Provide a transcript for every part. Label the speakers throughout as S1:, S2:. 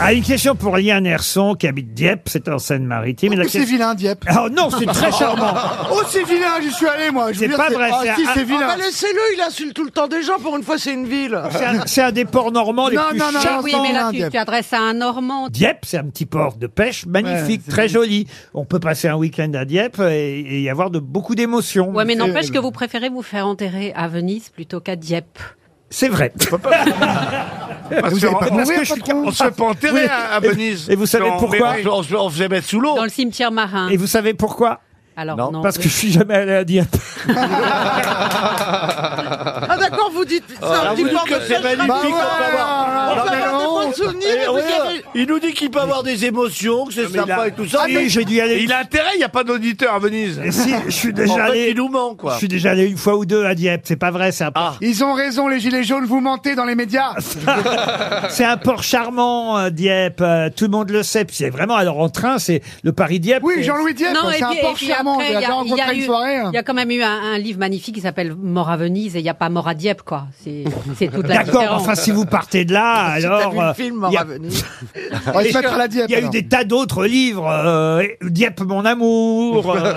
S1: Ah, une question pour Liane Herson qui habite Dieppe, c'est en Seine-Maritime. Et la
S2: Que Oh, C'est
S1: question-
S2: vilain, Dieppe.
S1: Ah non, c'est très charmant.
S2: Oh, c'est vilain, j'y suis allé, moi. je
S1: C'est
S2: veux dire,
S1: pas vrai,
S2: Ah,
S1: c'est
S2: si,
S1: un-
S2: c'est
S3: Ah
S2: vilain.
S3: bah laissez-le, il insulte tout le temps des gens, pour une fois c'est une ville.
S1: C'est un, c'est un des ports normands Oh, les
S2: Non,
S1: plus
S2: non, non,
S1: charmants.
S2: non,
S4: Oui, mais là, tu
S2: Dieppe.
S4: t'adresses à un Normand.
S1: Dieppe, c'est un petit port de pêche magnifique,
S2: Ouais,
S1: très joli. On peut passer un week-end à Dieppe et, et y avoir de beaucoup d'émotions.
S4: Ouais, mais
S2: C'est-
S4: n'empêche que vous préférez vous faire enterrer à Venise plutôt qu'à Dieppe.
S1: C'est vrai. Ah,
S2: Vous allez pas
S1: Parce que
S2: mourir,
S1: je suis-
S2: patron
S5: Ah, On se fait pas enterrer
S1: Oui.
S5: à, à
S1: Et-
S5: Venise.
S1: et vous savez
S5: On- mais
S1: pourquoi
S5: on, on se- on se faisait mettre sous l'eau.
S4: Dans le cimetière marin.
S1: Et vous savez pourquoi
S4: Alors,
S5: Non,
S4: non.
S1: Parce que je suis jamais allé à Dieppe.
S3: Ah d'accord, vous dites c'est un
S5: Ah,
S3: petit
S5: vous dites
S3: port de
S5: que c'est
S3: pêche,
S5: magnifique.
S2: Bah
S5: on peut
S2: voilà.
S5: avoir-
S3: on
S2: Ah,
S3: peut
S2: mais
S3: avoir des
S2: non.
S3: bons souvenirs.
S5: Et
S3: et vous
S5: Eh, regarde,
S3: avez-
S5: Il nous dit qu'il peut avoir des émotions, que c'est sympa et tout ça.
S1: Ah, mais j'ai dû y aller.
S5: Il a intérêt, il n'y a pas d'auditeur à Venise.
S1: Et si, je suis déjà
S5: en fait,
S1: allé.
S5: il nous ment,
S1: Je
S5: quoi.
S1: suis déjà allé une fois ou deux à Dieppe. C'est pas vrai, c'est un port.
S2: Ils ont raison, les gilets jaunes, vous mentez dans les médias.
S5: Ah.
S1: C'est un port charmant, euh, Dieppe. euh, Tout le monde le sait. Puis c'est vraiment, alors en train, c'est le Paris-Dieppe.
S2: Oui,
S1: c'est-
S2: Jean-Louis Dieppe,
S4: Non,
S2: c'est un port charmant.
S4: après,
S2: J'ai
S4: il y a- il y, a
S2: rencontré
S4: eu-
S2: une soirée.
S5: hein.
S2: hein.
S4: il y a quand même eu un, un livre magnifique qui s'appelle Mort à Venise et il n'y a pas Mort à Dieppe, quoi. C'est c'est toute la
S1: D'accord,
S4: différence.
S1: enfin, si vous partez de là,
S3: Si t'as
S1: alors.
S3: vu le
S1: euh,
S3: film, Mort
S1: il y a-
S3: à Venise.
S2: On va se mettre à la Dieppe.
S1: Il y a eu
S2: alors.
S1: des tas d'autres livres. euh, Dieppe, mon amour. euh,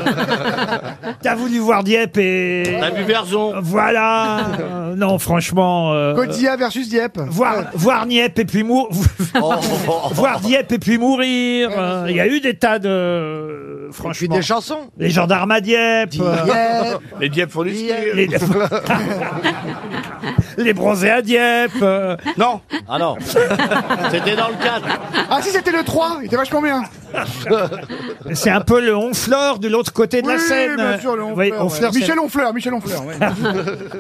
S1: T'as voulu voir Dieppe et.
S5: On a vu Verzon.
S1: Voilà. Euh, non, franchement. euh,
S2: Godzilla versus Dieppe.
S1: Voir, voir Dieppe et puis mourir.
S5: Oh.
S1: voir Dieppe et puis mourir. euh, Il y a eu des tas de.
S3: Et puis
S1: Franchement.
S3: des chansons.
S1: Les gendarmes à Dieppe. euh,
S3: Dieppe,
S5: Les Dieppe font du ski.
S1: les... les bronzés à Dieppe. euh,
S5: Non. Ah non. C'était dans le cadre.
S2: Ah si, c'était le 3, il était vachement bien.
S1: C'est un peu le Honfleur de l'autre côté de la euh,
S2: oui,
S1: Seine.
S2: bien sûr, le
S1: Vous
S2: Honfleur.
S1: voyez,
S2: ouais.
S1: Honfleur, c'est-
S2: Michel Honfleur, Michel Honfleur. ouais.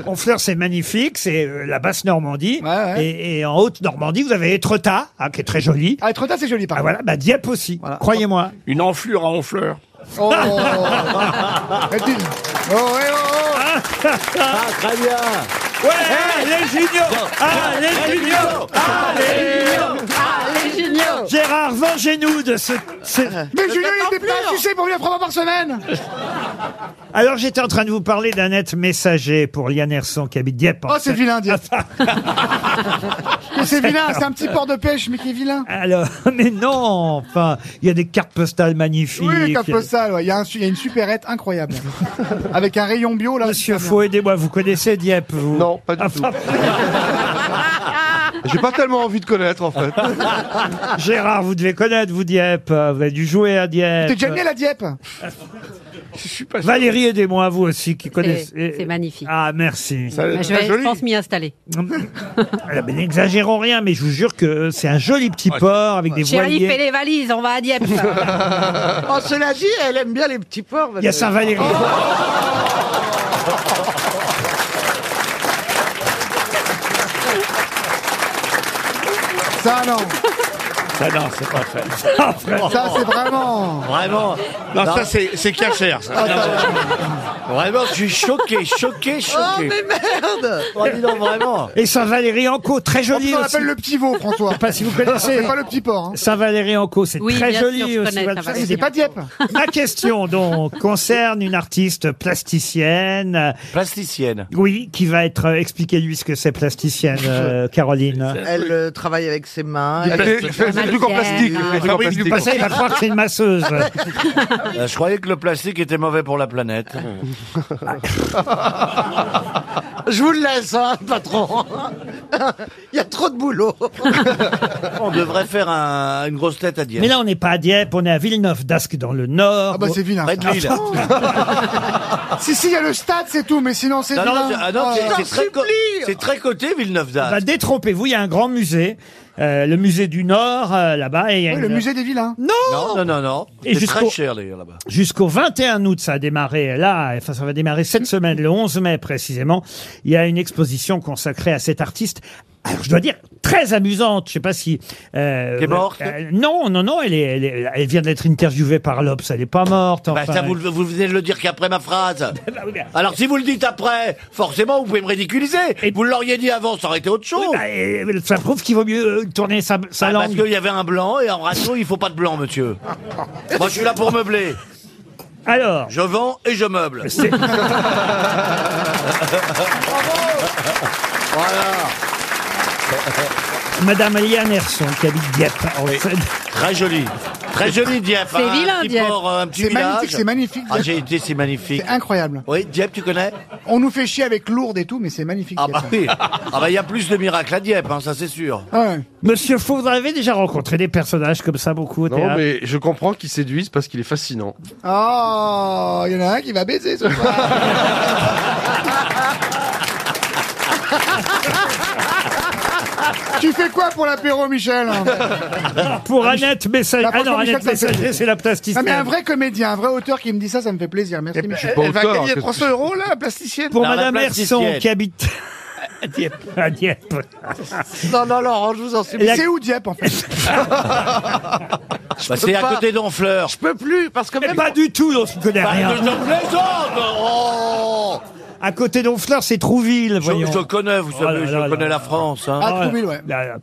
S1: Honfleur, c'est magnifique, c'est euh, la basse Normandie.
S2: Ouais, ouais.
S1: Et, et en haute Normandie, vous avez Etretat, hein, qui est très joli.
S2: Ah, Etretat, c'est joli, par
S1: Ah
S2: contre.
S1: voilà, bah Dieppe aussi, croyez-moi.
S5: Une enflure à Honfleur.
S2: Oh, Reptile. oh, ouais, oh, oh.
S5: Ah, très bien.
S1: Ouais, Eh, les juniors Ah, les juniors Ah, les juniors
S4: Ah,
S3: les géniaux.
S1: Gérard, vengez-nous de ce... ce-
S2: Mais Julien, il était
S3: t'attends
S2: pas
S4: hein.
S3: plus.
S2: sucé pour venir trois fois par semaine.
S1: Alors, j'étais en train de vous parler d'un net messager pour Liane Herson, qui habite Dieppe. en Ah,
S2: Oh, c'est
S1: Seine.
S2: vilain, Dieppe. Mais c'est vilain, c'est un petit port de pêche, mais qui est vilain.
S1: Alors, mais non, enfin, il y a des cartes postales magnifiques.
S2: Oui, les cartes postales, ouais. il y, a un su- il y a une supérette incroyable. Avec un rayon bio, là.
S1: Monsieur, faut aidez-moi, vous connaissez Dieppe, vous
S6: Non, pas du tout. J'ai pas tellement envie de connaître en fait.
S1: Gérard, vous devez connaître, vous, Dieppe. Vous avez dû jouer à Dieppe.
S2: T'es déjà venu à la Dieppe
S5: Je suis pas sûr.
S1: Valérie, aidez-moi, vous aussi, qui connaissez.
S4: C'est c'est magnifique.
S1: Ah, merci.
S5: Ça va être
S4: Eh. Bah, je
S5: très
S4: vais, je
S5: joli.
S4: pense, m'y installer.
S1: Alors, mais N'exagérons rien, mais je vous jure que c'est un joli petit port avec des
S4: Chérie, fais
S1: voiliers.
S4: les valises, on va à Dieppe.
S3: Oh, cela dit, elle aime bien les petits ports.
S1: Il y a Saint-Valéry.
S2: Ça, non.
S5: Ah non, c'est pas ça.
S2: Ça, c'est vraiment.
S3: Oh.
S5: Vraiment. Non, ça, c'est c'est cachère, ça. Vraiment, je suis choqué, choqué,
S3: Oh,
S5: choqué.
S3: mais merde
S5: Oh, dis donc, vraiment.
S1: Et Saint-Valéry en Caux, très joli
S2: On
S1: aussi.
S2: appelle le petit veau, François.
S1: Je sais pas si vous connaissez.
S2: C'est pas le petit port. hein. Ah,
S1: Saint-Valéry en Caux, c'est
S4: Oui,
S1: très
S4: bien sûr,
S1: joli
S4: je
S1: aussi.
S4: connais
S1: voilà.
S4: Saint-Valéry.
S2: C'est pas Dieppe.
S1: Ma question, donc, concerne une artiste plasticienne.
S5: Plasticienne.
S1: Oui, qui va être. euh, Expliquez-lui ce que c'est plasticienne, euh, Caroline.
S3: Elle euh, travaille avec ses mains.
S6: Elle
S3: elle-
S6: fait- elle fait des trucs en plastique.
S3: Ah,
S6: elle fait des trucs en
S5: Fabrique Ah du
S6: plastique.
S1: Parce qu'il va croire que c'est une masseuse.
S5: Euh, je croyais que le plastique était mauvais pour la planète.
S3: Je vous le laisse, hein, patron. Il y a trop de boulot.
S5: On devrait faire un- une grosse tête à Dieppe.
S1: Mais là, on n'est pas à Dieppe, on est à Villeneuve d'Ascq dans le Nord.
S2: Ah bah c'est vilain.
S5: Près de Lille.
S2: Si, si, il y a le stade, c'est tout, mais sinon, c'est
S5: Non, non,
S2: vilain.
S5: c'est- ah non, c'est-
S2: Ah,
S5: c'est très, co-
S3: supplie.
S5: c'est très côté Villeneuve
S1: Bah,
S5: d'Ascq.
S1: détrompez-vous, il y a un grand musée, euh, le musée du Nord, euh, là-bas. et il y a
S2: oui,
S1: une-
S2: le musée des vilains.
S5: Non, non, non, non.
S1: Et
S5: C'est très
S1: jusqu'au-
S5: cher d'ailleurs là-bas.
S1: Jusqu'au 21 août, ça a démarré là, enfin ça va démarrer
S5: Mmh.
S1: cette semaine, le 11 mai précisément. Il y a une exposition consacrée à cet artiste. Alors je dois dire très amusante. Je sais pas si. Euh,
S5: Qui est morte
S1: euh, Non, non, non. Elle, est, elle, est- elle vient d'être interviewée par l'Obs. Elle est pas morte.
S5: Bah,
S1: enfin.
S5: ça, vous, le- vous venez de le dire qu'après ma phrase.
S1: Bah oui, mais-
S5: Alors si vous le dites après, forcément vous pouvez me ridiculiser.
S1: Et-
S5: Vous l'auriez dit avant, ça aurait été autre chose.
S1: Oui, bah, et- ça prouve qu'il vaut mieux euh, tourner sa, sa
S5: Ah, parce
S1: langue.
S5: qu'il y avait un blanc et en ratio il faut pas de blanc, monsieur. Moi je suis là pour meubler.
S1: Alors.
S5: Je vends et je meuble.
S1: c'est-
S5: Voilà.
S1: Madame Liane Herson, qui habite Dieppe. en Seine-
S5: Très joli. Très joli Dieppe.
S4: C'est
S5: hein,
S4: vilain,
S5: un petit
S4: Dieppe.
S5: port, un petit
S2: C'est
S5: village.
S2: magnifique, c'est magnifique,
S5: Ah,
S2: Dieppe.
S5: j'ai été, c'est magnifique.
S2: C'est incroyable.
S5: Oui, Dieppe, tu connais
S2: On nous fait chier avec Lourdes et tout, mais c'est magnifique.
S5: Ah
S2: Dieppe.
S5: bah oui. Ah bah il y a plus de miracles à Dieppe, hein, ça c'est sûr.
S2: Ah ouais.
S1: Monsieur Faux, vous avez déjà rencontré des personnages comme ça beaucoup au
S6: Non,
S1: théâtre
S6: mais je comprends qu'il séduise parce qu'il est fascinant.
S2: Oh, il y en a un qui va baiser ce soir. tu fais quoi pour l'apéro, Michel
S1: Pour Annette Messager.
S2: Bah,
S1: Ah non,
S2: franchement, Michel,
S1: Annette
S2: ça me fait
S1: Messager,
S2: plaisir.
S1: c'est la
S2: Non,
S1: plasticienne.
S2: Ah, mais un vrai comédien, un vrai auteur qui me dit ça, ça me fait plaisir. Merci, Michel.
S6: Pas
S3: Eh ben, Elle va
S6: auteur,
S3: gagner
S6: que-
S3: 300 euros, là, la plasticienne
S1: Pour
S5: Non, la
S1: Madame
S5: plasticienne.
S1: Herson, qui habite à Dieppe. à Dieppe.
S3: Non, non, Laurent, je vous en supplie.
S1: La-
S2: C'est où Dieppe, en fait
S5: Bah, c'est à
S3: pas.
S5: côté d'Honfleur.
S3: Je peux plus, parce que
S1: Mais
S3: même...
S1: pas du tout, on ne connaît
S5: Bah,
S1: rien.
S5: je plaisante Laurent.
S1: À côté d'Honfleur, c'est Trouville,
S5: je,
S1: voyons.
S5: je connais, vous
S1: Oh là
S5: savez, je
S1: là là.
S5: connais la France. hein.
S2: Ah, Trouville, ouais.
S1: Là, là.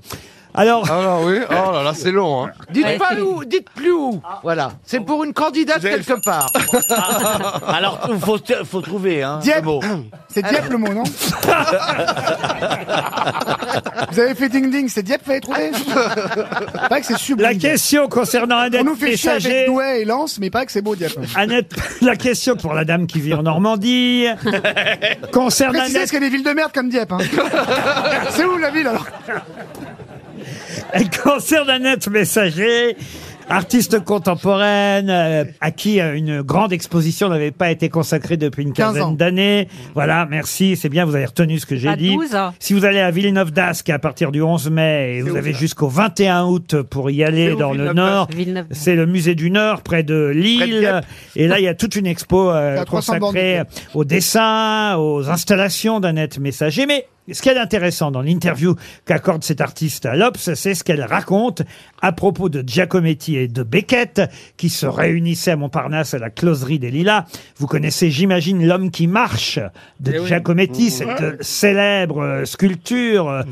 S1: Alors,
S6: Ah là, oui. Oh là là, c'est long. Hein.
S3: Dites pas où, dites plus où. Voilà. C'est pour une candidate
S6: avez le-
S3: quelque part.
S5: Alors, il faut, faut trouver hein, le
S2: Dieppe.
S5: mot.
S2: C'est Dieppe le mot, non Vous avez fait ding ding, c'est Dieppe, fallait trouver. Il paraît que c'est sublime.
S1: la question concernant Annette
S2: On nous fait chier
S1: Messager.
S2: avec Douai et Lens, mais il paraît que c'est beau Dieppe.
S1: Annette, la question pour la dame qui vit en Normandie concerne
S2: Précisez
S1: Annette,
S2: qu'il y a des villes de merde comme Dieppe. hein. c'est où la ville alors
S1: elle concerne Annette Messager, artiste contemporaine euh, à qui euh, une grande exposition n'avait pas été consacrée depuis une
S2: 15 ans.
S1: quinzaine d'années. Voilà, merci, c'est bien, vous avez retenu ce que j'ai
S4: Pas
S1: dit.
S4: 12, hein.
S1: Si vous allez à Villeneuve d'Ascq à partir du 11 mai et vous avez jusqu'au 21 août pour y aller dans le Nord,
S4: Villeneuve.
S1: c'est le musée du Nord près de Lille.
S3: Dieppe.
S1: et là, il y a toute une expo euh,
S2: C'est à 300 bornes
S1: consacrée au dessin, aux installations d'Annette Messager. Mais ce qui est intéressant dans l'interview qu'accorde cet artiste à l'Obs, c'est ce qu'elle raconte à propos de Giacometti et de Beckett qui se réunissaient à Montparnasse à la closerie des Lilas. Vous connaissez, j'imagine, L'homme qui marche de Giacometti, cette euh, célèbre euh, sculpture. euh,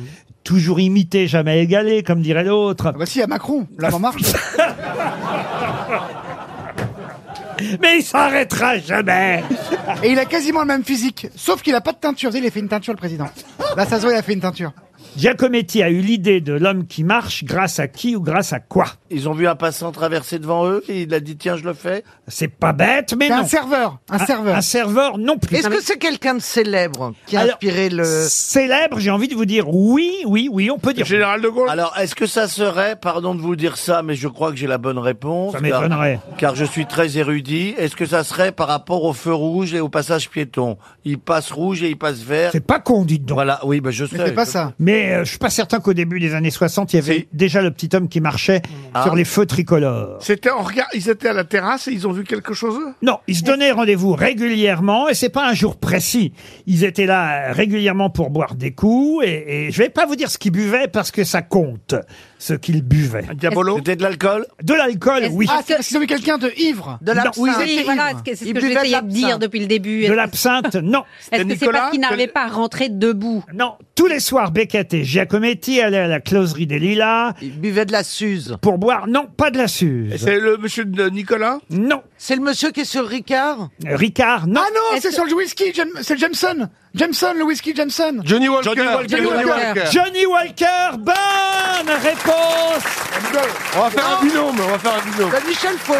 S1: Toujours imitée, jamais égalée, comme dirait l'autre.
S2: Voici il y a bah Macron, là en marche.
S1: Mais il s'arrêtera jamais
S2: hein. Et il a quasiment le même physique, sauf qu'il a pas de teinture. Il a fait une teinture le président. Là ça se voit, il a fait une teinture.
S1: Giacometti a eu l'idée de l'homme qui marche grâce à qui ou grâce à quoi
S5: Ils ont vu un passant traverser devant eux et il a dit tiens, je le fais.
S1: C'est pas bête, mais
S2: C'est
S1: non.
S2: un serveur, un serveur.
S1: Un serveur non plus.
S3: Est-ce que c'est quelqu'un de célèbre qui a
S1: Alors,
S3: inspiré le...
S1: Euh, Célèbre, j'ai envie de vous dire oui, oui, oui, on peut dire. oui.
S6: Général de Gaulle.
S5: Alors, est-ce que ça serait, pardon de vous dire ça, mais je crois que j'ai la bonne réponse.
S1: Ça
S5: car-
S1: m'étonnerait.
S5: Car je suis très érudit. Est-ce que ça serait par rapport au feu rouge et au passage piéton Il passe rouge et il passe vert.
S1: C'est pas con, dites donc.
S5: Voilà, oui, ben je sais.
S2: Mais c'est pas ça.
S1: Mais euh, je suis pas certain qu'au début des années 60, il y avait
S5: Si.
S1: déjà le petit homme qui marchait
S2: Ah.
S1: sur les feux tricolores.
S6: C'était en regard, ils étaient à la terrasse et ils ont vu quelque chose.
S1: Non, ils se donnaient rendez-vous régulièrement et c'est pas un jour précis. Ils étaient là euh, régulièrement pour boire des coups et, et je vais pas vous dire ce qu'ils buvaient parce que ça compte ce qu'ils buvaient.
S6: Diabolo.
S5: C'était de l'alcool
S1: De l'alcool,
S4: Est-ce-
S1: oui.
S2: Ah, c'est parce qu'ils ont mis quelqu'un de ivre.
S3: De l'absinthe.
S2: Oui,
S4: Oui, voilà, c'est ce
S3: Il
S4: que
S3: buvait de
S4: j'essayais de dire
S3: l'absinthe.
S4: depuis le début.
S1: De
S4: Est-ce-
S1: l'absinthe, non.
S4: Est-ce que c'est
S6: Nicolas,
S4: parce qu'il n'arrivait
S6: que-
S4: pas à rentrer debout
S1: Non, tous les soirs, Beckett et Giacometti allaient à la closerie des Lilas
S3: Il buvait de la Suze.
S1: pour boire, non, pas de la Suze.
S6: le monsieur de Nicolas.
S1: Non.
S3: C'est le monsieur qui est sur Ricard
S1: Ricard, non.
S2: Ah non,
S4: Est-ce
S2: c'est
S4: que-
S2: sur le whisky, Jem- c'est Jameson. Jameson, le whisky Jameson.
S6: Johnny Walker.
S5: Johnny Walker.
S4: Johnny Walker.
S1: Johnny Walker, bonne réponse Oh,
S6: On va faire un binôme. On va faire un binôme.
S3: De Michel Faux.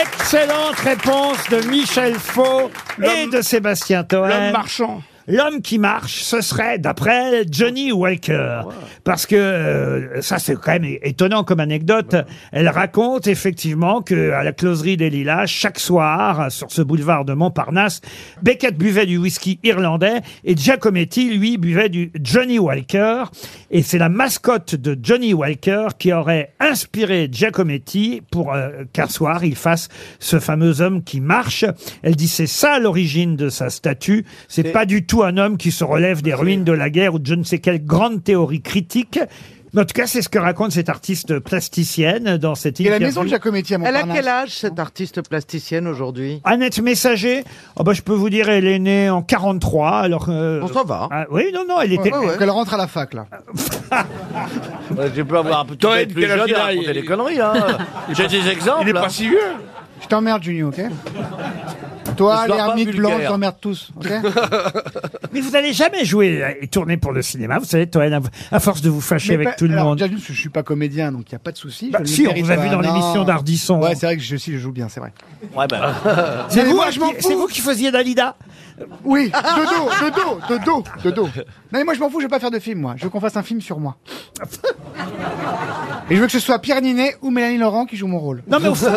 S1: Excellente réponse de Michel Faux et de Sébastien Toen.
S6: marchand.
S1: L'homme qui marche, ce serait, d'après Johnny Walker. Parce que euh, ça, c'est quand même étonnant comme anecdote. Elle raconte effectivement que à la closerie des Lilas, chaque soir, sur ce boulevard de Montparnasse, Beckett buvait du whisky irlandais et Giacometti, lui, buvait du Johnny Walker. Et c'est la mascotte de Johnny Walker qui aurait inspiré Giacometti pour euh, qu'un soir, il fasse ce fameux homme qui marche. Elle dit c'est ça l'origine de sa statue. C'est pas du tout un homme qui se relève des ruines de la guerre ou de je ne sais quelle grande théorie critique. Mais en tout cas, c'est ce que raconte cette artiste plasticienne dans cette
S2: Il y a
S1: interview.
S2: la maison de Giacometti à
S3: Elle a
S2: Montparnasse.
S3: quel âge, cette artiste plasticienne, aujourd'hui
S1: Annette Messager, oh bah, je peux vous dire, elle est née en 43. Alors, euh,
S3: Bon, ça va.
S1: ah, oui, non, non, elle était. Euh,
S2: Donc elle rentre à la fac là.
S5: Ouais, Tu peux avoir un petit
S6: Toen,
S5: peu plus
S6: quel âge
S5: jeune
S6: il
S5: et
S6: a
S5: raconter des conneries. Hein. J'ai des exemples. hein.
S6: si vieux.
S2: Je t'emmerde, Junio, ok Toi,
S5: Ne sois
S2: les
S5: pas
S2: ermites blancs, je
S5: vulgaire.
S2: t'emmerde tous, ok
S1: Mais vous n'allez jamais jouer euh, et tourner pour le cinéma, vous savez, Toen, à- à force de vous fâcher
S2: Mais
S1: avec
S2: pas-
S1: tout le
S2: alors,
S1: monde.
S2: déjà, je suis pas comédien, donc il n'y a pas de souci.
S1: Bah,
S2: je ne
S1: si, on
S2: mérite
S1: vous a vu
S2: pas,
S1: dans
S2: non.
S1: l'émission d'Ardisson.
S2: Ouais, c'est vrai que je, si, je joue bien, c'est vrai.
S5: Ouais, ben.
S1: C'est
S2: Mais
S1: vous,
S2: moi,
S1: hein,
S2: je m'en
S1: qui- c'est
S2: fous. Euh,
S1: vous qui faisiez Dalida
S2: Oui, de dos, de dos, de dos, de dos. Non, mais moi, je m'en fous, je veux pas faire de film, moi. Je veux qu'on fasse un film sur moi. Et je veux que ce soit Pierre Ninet ou Mélanie Laurent qui jouent mon rôle.
S1: Non, mais au fond,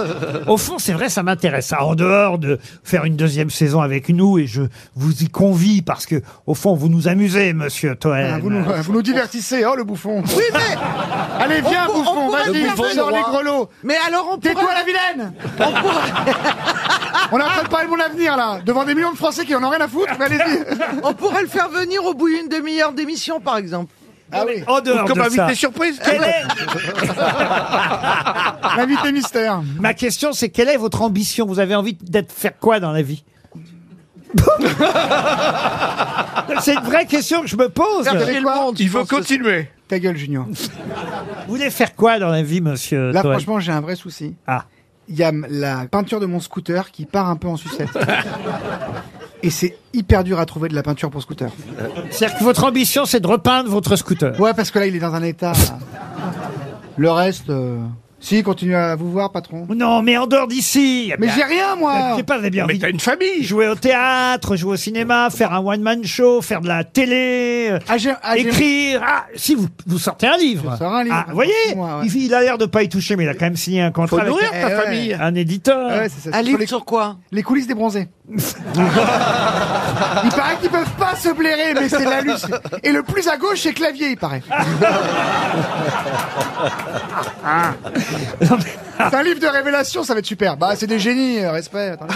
S1: au fond, c'est vrai, ça m'intéresse. Alors, En dehors de faire une deuxième saison avec nous, et je vous y convie parce que, au fond, vous nous amusez, monsieur Toen.
S2: Ah, vous, nous, vous nous divertissez, oh le bouffon.
S3: Oui, mais
S2: Allez, viens,
S3: on pour- on
S2: bouffon,
S3: pourrait
S2: vas-y,
S3: faire
S2: sors
S3: ça.
S2: les grelots.
S3: Mais alors on
S2: Tais-toi,
S3: pourrait...
S2: la vilaine On est en train de parler de mon avenir, là, devant des millions de Français qui en ont rien à foutre, mais allez-y.
S3: On pourrait le faire venir au bout d'une demi-heure d'émission, par exemple.
S2: Ah oui,
S1: En dehors
S6: Comme
S1: de ça,
S6: invité surprise
S1: quelle est-
S2: l'invité mystère.
S1: ma question, c'est quelle est votre ambition Vous avez envie d'être faire quoi dans la vie C'est une vraie question que je me pose.
S2: Faire
S1: Vous
S2: des- quoi
S6: Il veut continuer.
S2: Ta gueule, Junio.
S1: voulez faire quoi dans la vie, monsieur
S2: Là,
S1: Toen
S2: franchement, j'ai un vrai souci.
S1: Euh, Ah.
S2: Il y a m- la peinture de mon scooter qui part un peu en sucette. Et c'est hyper dur à trouver de la peinture pour scooter.
S1: C'est-à-dire que votre ambition, c'est de repeindre votre scooter.
S2: Ouais, parce que là, il est dans un état. Le reste. euh, Si, continue à vous voir, patron.
S1: Non, mais en dehors d'ici.
S2: Mais j'ai rien,
S1: Je
S2: moi
S1: sais pas, vous avez bien
S6: Mais
S1: envie de
S6: t'as une famille.
S1: jouer au théâtre, jouer au cinéma, faire un one-man show, faire de la télé, euh,
S2: Ah, j'ai- ah, j'ai-
S1: écrire. Ah, si vous, vous sortez un livre.
S2: Je sors un livre.
S1: Ah, vous voyez,
S2: Moi, ouais.
S1: il, il a l'air de pas y toucher, mais il a quand même signé un contrat avec
S2: nourrir ta
S1: un-
S2: famille.
S1: un éditeur.
S2: Ah ouais, c'est ça.
S3: Un
S2: Sur
S3: livre
S2: les-
S3: sur quoi
S2: Les coulisses des bronzés. il paraît qu'ils peuvent pas se blairer, mais c'est la luce. Et le plus à gauche, c'est clavier, il paraît. Ah. c'est un livre de révélation, ça va être super. Bah, c'est des génies, euh, respect. attendez.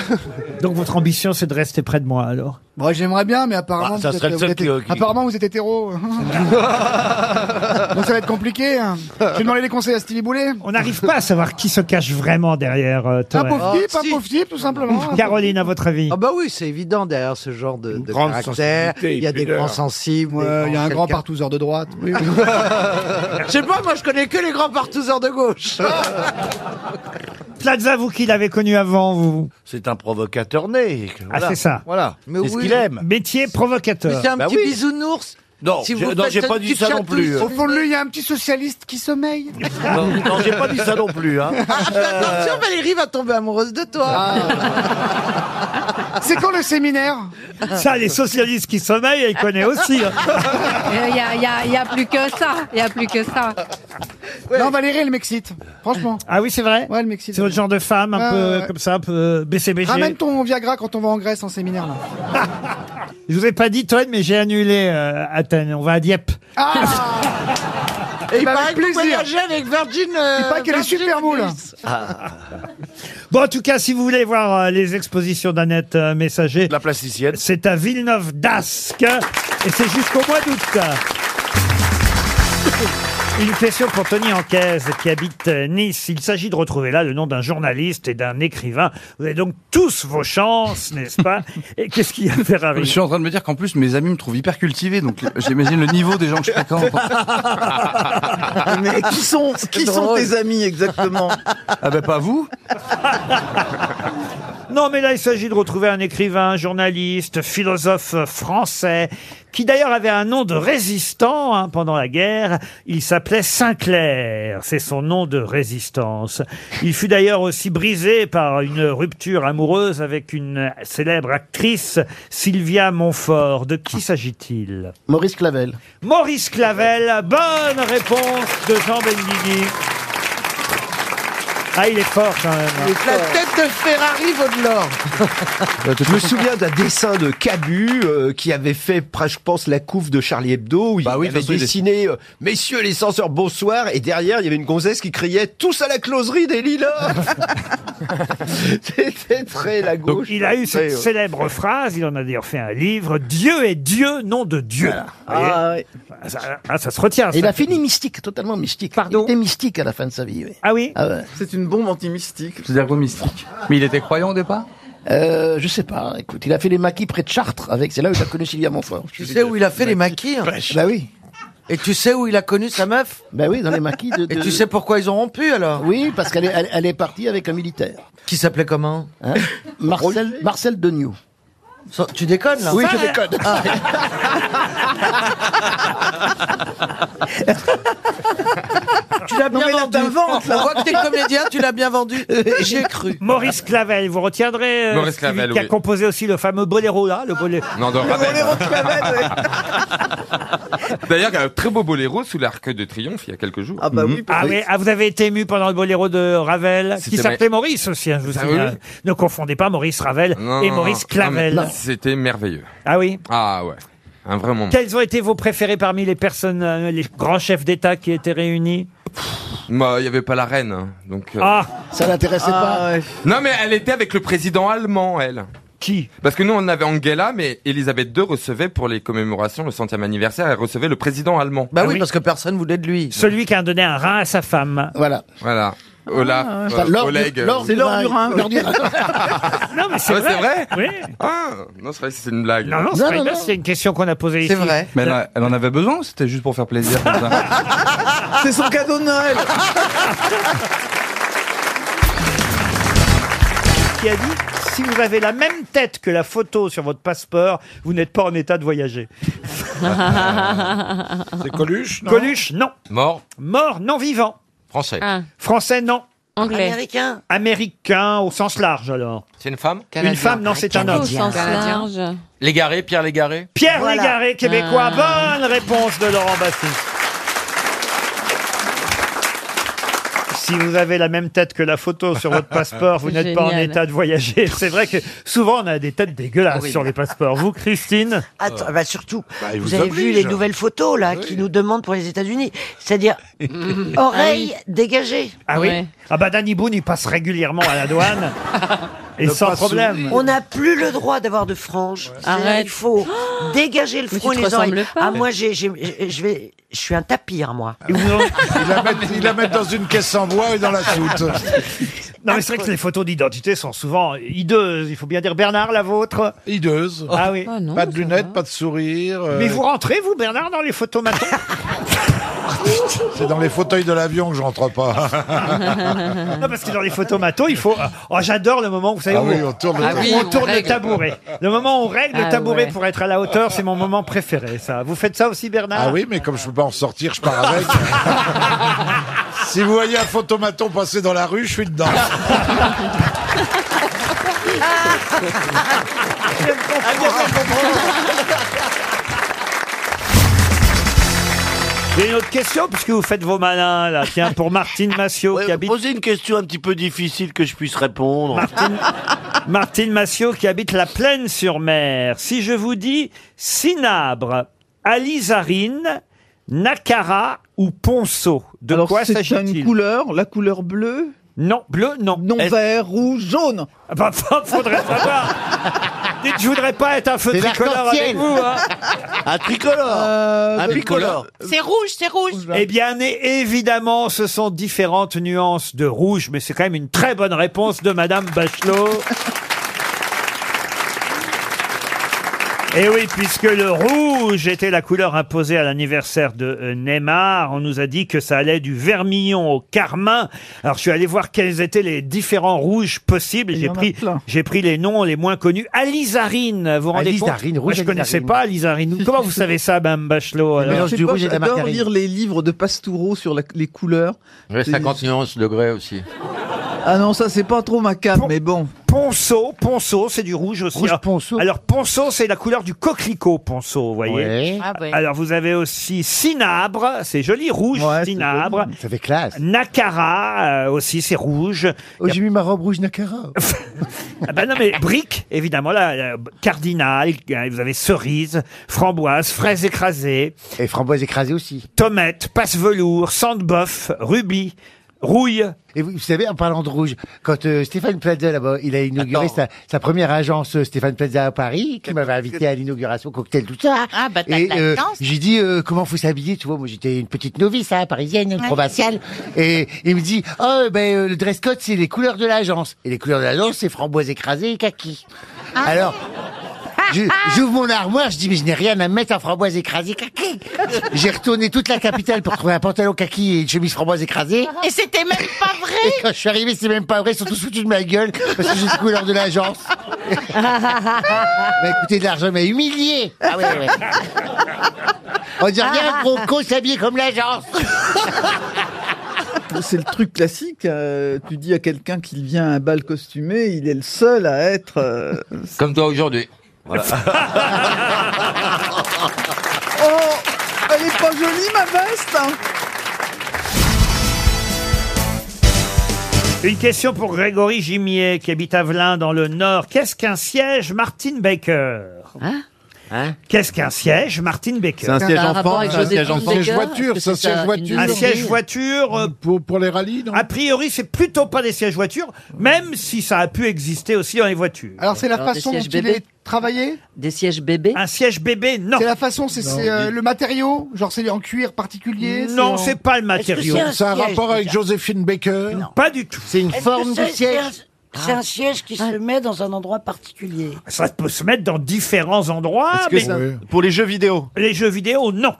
S1: Donc votre ambition, c'est de rester près de moi, alors.
S2: Bon, j'aimerais bien, mais apparemment,
S5: Bah, ça
S2: vous,
S5: serait
S2: êtes,
S5: le seul
S2: vous êtes-
S5: qui- qui-
S2: apparemment, vous êtes hétéro. Donc ça va être compliqué. hein. Je vais demander des conseils à Stevie Boulet.
S1: On n'arrive pas à savoir qui se cache vraiment derrière euh,
S2: Un
S1: Toen.
S2: pauvre type, hein. un
S3: Oh, si.
S2: pauvre type, tout simplement.
S1: Caroline, à votre avis
S3: Ah bah oui, c'est évident derrière ce genre de, de
S6: grande
S3: caractère.
S6: sensibilité,
S3: Il y a des
S6: pudeur.
S3: grands sensibles.
S2: Ouais,
S3: des
S2: Il y a
S3: grands
S2: un grand
S3: quelqu'un.
S2: partouzeur de droite.
S3: Je sais pas, moi je connais que les grands partouzeurs de gauche.
S2: Ah.
S1: Plaza, vous qui l'avez connu avant, vous.
S5: C'est un provocateur né.
S1: Ah, c'est ça.
S5: Voilà.
S3: Mais
S5: c'est ce
S3: oui.
S5: qu'il aime.
S1: Métier provocateur.
S3: C'est un
S5: Bah
S3: petit
S5: oui.
S3: bisounours.
S5: Non,
S3: Si
S5: j'ai-
S3: vous
S5: non,
S3: faites
S5: j'ai pas
S3: une
S5: dit ça
S3: petite
S5: non plus. hein.
S3: chatouille.
S2: Au fond de lui, il y a un petit socialiste qui sommeille.
S5: Non, non, j'ai pas dit ça non plus. Hein.
S3: Attention, Valérie va tomber amoureuse de toi.
S7: Ah.
S2: C'est quand le séminaire
S1: Ça, les socialistes qui sommeillent, ils connaissent aussi. hein.
S4: Il y a, y a- y a plus que ça. Il y a plus que ça.
S2: Non, Valérie, elle m'excite. Franchement.
S1: Ah oui, c'est vrai
S2: Ouais, elle m'excite.
S1: C'est votre genre de femme, un
S2: Ouais,
S1: peu
S2: ouais.
S1: comme ça, un peu BCBG.
S2: Ramène ton Viagra quand on va en Grèce en séminaire, là.
S1: Je vous ai pas dit Toen, mais j'ai annulé euh, Athènes. On va à Dieppe.
S2: Ah
S3: Et il
S2: bah,
S3: paraît
S2: avec
S3: que vous
S2: plaisir.
S3: voyagez avec Virgin. euh,
S2: Il paraît qu'elle est
S3: Virgin
S2: super moule.
S3: Plus.
S1: Ah. Bon, en tout cas, si vous voulez voir euh, les expositions d'Annette euh, Messager,
S5: La plasticienne.
S1: c'est à Villeneuve d'Ascq et c'est jusqu'au mois d'août. Une question pour Tony Anquez qui habite euh, Nice. Il s'agit de retrouver là le nom d'un journaliste et d'un écrivain. Vous avez donc tous vos chances, n'est-ce pas Et qu'est-ce qu'il y a à faire
S8: Je
S1: arriver
S8: suis en train de me dire qu'en plus mes amis me trouvent hyper cultivé, donc j'imagine le niveau des gens que je fréquente.
S9: Mais qui sont, qui sont tes amis exactement
S8: Ah ben pas vous
S1: Non, mais là, il s'agit de retrouver un écrivain, journaliste, philosophe français, qui d'ailleurs avait un nom de résistant hein, pendant la guerre. Il s'appelait Sinclair. C'est son nom de résistance. Il fut d'ailleurs aussi brisé par une rupture amoureuse avec une célèbre actrice, Sylvia Montfort. De qui s'agit-il
S9: Maurice Clavel.
S1: Maurice Clavel, bonne réponse de Jean Benguigui. Ah, il est fort quand même. hein.
S3: La tête de Ferrari vaut de l'or.
S8: Euh,
S9: Je me souviens d'un dessin de Cabu euh, qui avait fait, pra- je pense, la couve de Charlie Hebdo où il
S8: Bah oui, de
S9: avait
S8: toute façon, il est-
S9: dessiné euh, Messieurs les censeurs, bonsoir » et derrière, il y avait une gonzesse qui criait « Tous à la closerie des lilas !» C'était très la gauche.
S1: Il a eu cette
S10: euh,
S9: Ouais, ouais.
S1: célèbre phrase, il en a d'ailleurs fait un livre, Dieu est Dieu, nom de Dieu. Vous voyez
S9: Ah, ouais.
S1: Ah, ça, ah, ça se retient.
S7: Et il
S1: ça.
S7: a fini mystique, totalement mystique.
S1: Pardon
S7: Il était mystique à la fin de sa vie. oui.
S1: Ah oui
S7: Ah ouais.
S9: C'est une bombe anti-mystique.
S8: C'est-à-dire quoi mystique Mais il était croyant au départ
S7: Euh, je sais pas. Écoute, il a fait les maquis près de Chartres avec. C'est là où il a connu Sylvia Montfort.
S3: hein Tu sais où il a fait les maquilles
S7: Bah oui.
S10: Et tu sais où il a connu sa meuf
S7: Ben oui, dans les maquis de.
S10: Et tu sais pourquoi ils ont rompu alors
S7: Oui, parce qu'elle est, elle, elle est partie avec un militaire.
S10: Qui s'appelait comment
S7: Hein
S10: Oh,
S7: Marcel, Marcel Degnoux.
S10: Tu déconnes là
S7: Oui, je déconne.
S3: Ah.
S10: Tu l'as bien vendu.
S1: t'inventes, là.
S10: On voit que t'es comédien, tu l'as bien vendu. J'y ai cru.
S1: Maurice Clavel, vous retiendrez euh,
S11: Maurice
S1: celui
S11: Clavel,
S1: qui a
S11: oui.
S1: composé aussi le fameux boléro là, le boléro.
S11: Non, ah, de Ravel. D'ailleurs, il y a un très beau boléro sous l'arc de triomphe il y a quelques jours. Mhm.
S1: Ah ah, oui, ah, vous avez été ému pendant le boléro de Ravel, qui
S11: C'était ma-
S1: s'appelait Maurice aussi, hein, je vous
S11: Ah
S1: signale.
S11: oui.
S1: Ne confondez pas Maurice Ravel
S11: Non,
S1: et
S11: non,
S1: Maurice
S11: non.
S1: Clavel.
S11: Ah, mais C'était merveilleux.
S1: Ah oui
S11: Ah ouais. Un vrai moment.
S1: Quels ont été vos préférés parmi les personnes, euh, les grands chefs d'État qui étaient réunis
S11: Bah, il n'y avait pas la reine. hein, donc, euh,
S1: Ah
S7: Ça l'intéressait
S3: Ah,
S7: pas.
S11: Non, mais elle était avec le président allemand, elle.
S1: Qui
S11: Parce que nous, on avait Angela, mais Elisabeth II recevait pour les commémorations, le centième anniversaire, elle recevait le président allemand.
S10: Bah
S1: Ah
S10: oui, parce que personne voulait de lui.
S1: Celui qui a donné un rein à sa femme.
S7: Voilà.
S11: Voilà. Olaf, euh,
S7: Enfin, l'or du-
S11: Oleg.
S7: l'or
S2: C'est l'or du Rhin.
S7: l'or du Rhin.
S1: Non, mais c'est
S11: Ah,
S1: vrai.
S11: c'est vrai
S1: Oui.
S11: Ah, non, c'est vrai, c'est une blague.
S1: Non, non, c'est
S7: Non,
S1: pas
S7: non,
S1: une-
S7: non.
S1: c'est une question qu'on a posée ici.
S10: C'est vrai.
S8: Mais elle, a- elle en avait besoin, ou c'était juste pour faire plaisir. comme ça
S6: C'est son cadeau de Noël.
S1: Qui a dit si vous avez la même tête que la photo sur votre passeport, vous n'êtes pas en état de voyager.
S6: C'est Coluche,
S1: Coluche, non.
S11: Mort
S1: Mort, non vivant.
S11: français.
S4: Ah,
S1: Français, non.
S4: anglais.
S3: Américain.
S1: Américain au sens large alors.
S11: C'est une femme
S1: Une femme, non, c'est un homme. Ah
S4: large.
S11: Légaré, Pierre Légaré
S1: Pierre Légaré, québécois.
S12: Ah.
S4: Ah.
S1: Bonne réponse de Laurent Bassi. Si vous avez la même tête que la photo sur votre passeport, vous
S4: C'est
S1: n'êtes pas en
S4: génial.
S1: état de voyager. C'est vrai que souvent on a des têtes dégueulasses sur les passeports. Vous, Christine
S3: Attends, bah surtout,
S6: il
S3: vous,
S6: vous
S3: avez vu
S6: oblige.
S3: les nouvelles photos là qui nous demandent pour les États-Unis, c'est-à-dire oreilles dégagées.
S1: Ah oui
S4: Ah Ouais.
S1: Ah bah Danny Boone, il passe régulièrement à la douane. et sans problème.
S3: On n'a plus le droit d'avoir de franges. C'est-à-dire,
S4: Arrête.
S3: Il faut dégager le
S4: Mais
S3: front
S4: tu
S3: et
S4: te
S3: les oreilles.
S4: ressembles pas.
S3: Ah moi, j'ai, j'ai- j'ai- je vais, je suis un tapir moi.
S1: Ils vous ont-
S6: Ah. Il la mettent dans une caisse en bois et dans la soute.
S1: Non mais c'est vrai que les photos d'identité sont souvent hideuses. Il faut bien dire Bernard, la vôtre.
S6: Hideuse.
S1: Ah oui.
S4: Ah non,
S6: pas de
S4: ça
S6: lunettes,
S4: va.
S6: pas de sourire. euh,
S1: Mais vous rentrez, vous, Bernard, dans les photos maintenant
S6: C'est dans les fauteuils de l'avion que j'entre pas.
S1: Non, parce que dans les photos matos, il faut. Oh, j'adore le moment, vous savez,
S6: Ah
S1: où
S6: oui, on tourne le
S1: où
S4: Ah oui,
S1: on
S4: on
S1: tourne le
S4: règle.
S1: tabouret. Le moment où on règle le
S4: Ah
S1: tabouret
S4: ouais.
S1: pour être à la hauteur, c'est mon moment préféré, ça. Vous faites ça aussi, Bernard
S6: Ah oui, mais comme je peux pas en sortir, je pars avec. si vous voyez un photomaton passer dans la rue, je suis dedans.
S1: J'ai une autre question, puisque vous faites vos malins, là. Tiens, pour Martine Massiot, qui
S5: Ouais,
S1: habite.
S5: posez une question un petit peu difficile que je puisse répondre.
S1: Martine Massiot, qui habite la Plaine-sur-Mer. Si je vous dis Cinabre, Alizarine, Nakara ou Ponceau, de
S13: Alors,
S1: quoi
S13: c'est une
S1: s'agit-il
S13: couleur, la couleur bleue,
S1: Non, bleu, non.
S13: non vert, rouge, jaune.
S1: Ah bah, enfin, faudrait savoir. Dites, je voudrais pas être un feu
S9: C'est
S1: tricolore avec
S9: l'arc-en-ciel.
S1: vous. hein.
S5: Un tricolore
S13: Euh,
S5: Un bicolore
S4: C'est rouge, c'est rouge.
S1: Eh bien, né- évidemment, ce sont différentes nuances de rouge, mais c'est quand même une très bonne réponse de Madame Bachelot. Et Eh oui, puisque le rouge était la couleur imposée à l'anniversaire de euh, Neymar, on nous a dit que ça allait du vermillon au carmin. Alors je suis allé voir quels étaient les différents rouges possibles.
S13: Il y
S1: J'ai
S13: en a
S1: pris,
S13: plein.
S1: j'ai pris les noms les moins connus. Alizarine, vous vous rendez
S9: Alizarine, rouge
S1: compte Moi, Je connaissais
S9: alizarine.
S1: pas Alizarine. Comment vous savez ça, Madame Bachelot alors
S13: Je
S9: Mélange
S13: sais
S9: du
S13: pas,
S9: rouge et de la
S13: J'adore
S9: margarine.
S13: lire les livres de Pastoureau sur la- les couleurs.
S11: J'ai 51 degrés aussi.
S13: Ah non, ça c'est pas trop ma came,
S1: Bon.
S13: mais bon.
S1: Ponceau, ponceau, c'est du rouge aussi. hein.
S9: Rouge
S1: alors,
S9: ponceau.
S1: alors, ponceau, c'est la couleur du coquelicot, ponceau, vous voyez.
S9: Ouais.
S4: Ah ouais.
S1: Alors vous avez aussi cinabre, c'est joli, rouge
S13: Ouais, c'est
S1: cinabre.
S13: joli.
S9: Ça fait classe.
S1: Nakara euh, aussi, c'est rouge.
S9: Oh, j'ai mis ma robe rouge Nakara.
S1: Ah ben non mais brique, évidemment là, euh, cardinal, euh, vous avez cerise, framboise, fraise écrasée,
S9: Et framboise écrasée aussi.
S1: tomate, passe velours, sandeboeuf, rubis, rouille.
S9: Et vous, vous savez, en parlant de rouge, quand euh, Stéphane Plaza, là-bas, il a inauguré sa, sa première agence euh, Stéphane Plaza à Paris, qui m'avait invité à l'inauguration cocktail, tout ça.
S14: Ah, bah, t'as
S9: Et
S14: de la
S9: euh,
S14: chance.
S9: j'ai dit, euh, comment faut s'habiller Tu vois, moi, j'étais une petite novice, hein, parisienne, provinciale. Et il me dit, oh, ben, euh, le dress code,
S3: Ah.
S9: c'est les couleurs de l'agence. Et les couleurs de l'agence, c'est framboise écrasée et kaki. Alors...
S14: Je- J'ouvre mon armoire, je dis, mais je n'ai rien à mettre en framboise écrasée. Kaki. J'ai retourné toute la capitale pour trouver un pantalon kaki et une chemise framboise écrasée.
S3: Et c'était même pas
S14: Et quand je suis arrivé, c'est même pas vrai, ils sont tous foutus de ma gueule parce que j'ai trouvé l'heure de l'agence. Bah écoutez, de l'argent m'a humilié. Ah ouais, ouais. On dirait bien un gros con s'habiller comme l'agence.
S13: C'est le truc classique. euh, tu dis à quelqu'un qu'il vient à un bal costumé, il est le seul à être. euh,
S15: Comme toi aujourd'hui.
S13: Oh, elle est pas jolie ma veste. hein.
S1: Une question pour Grégory Gimier, qui habite Avelin, dans le Nord. Qu'est-ce qu'un siège Martin Baker Hein Qu'est-ce qu'un siège Martin Baker
S6: C'est un siège Un enfant, rapport avec c'est un Joséphine siège enfant. Baker Siège voiture, Est-ce c'est un que siège ça a une voiture.
S1: Un
S6: demande
S1: siège voiture. euh,
S6: Pour, pour les rallyes, non
S1: A priori, c'est plutôt pas des sièges voitures, même si ça a pu exister aussi dans les voitures.
S2: Alors, c'est la Alors, des façon sièges dont il bébés est
S1: travaillé Des sièges bébés Un siège bébé, non.
S2: C'est la façon, c'est c'est, euh, le matériau Genre, c'est en cuir particulier
S1: Non, c'est pas le matériau.
S6: Ça a rapport avec Joséphine Baker
S1: Pas du tout.
S6: C'est une
S3: Est-ce que c'est- c'est un- C'est un siège qui se met dans un endroit particulier.
S1: Ça peut se mettre dans différents endroits.
S9: Est-ce que
S1: mais-
S9: ça- Oui. Pour les jeux vidéo
S1: Les jeux vidéo, non.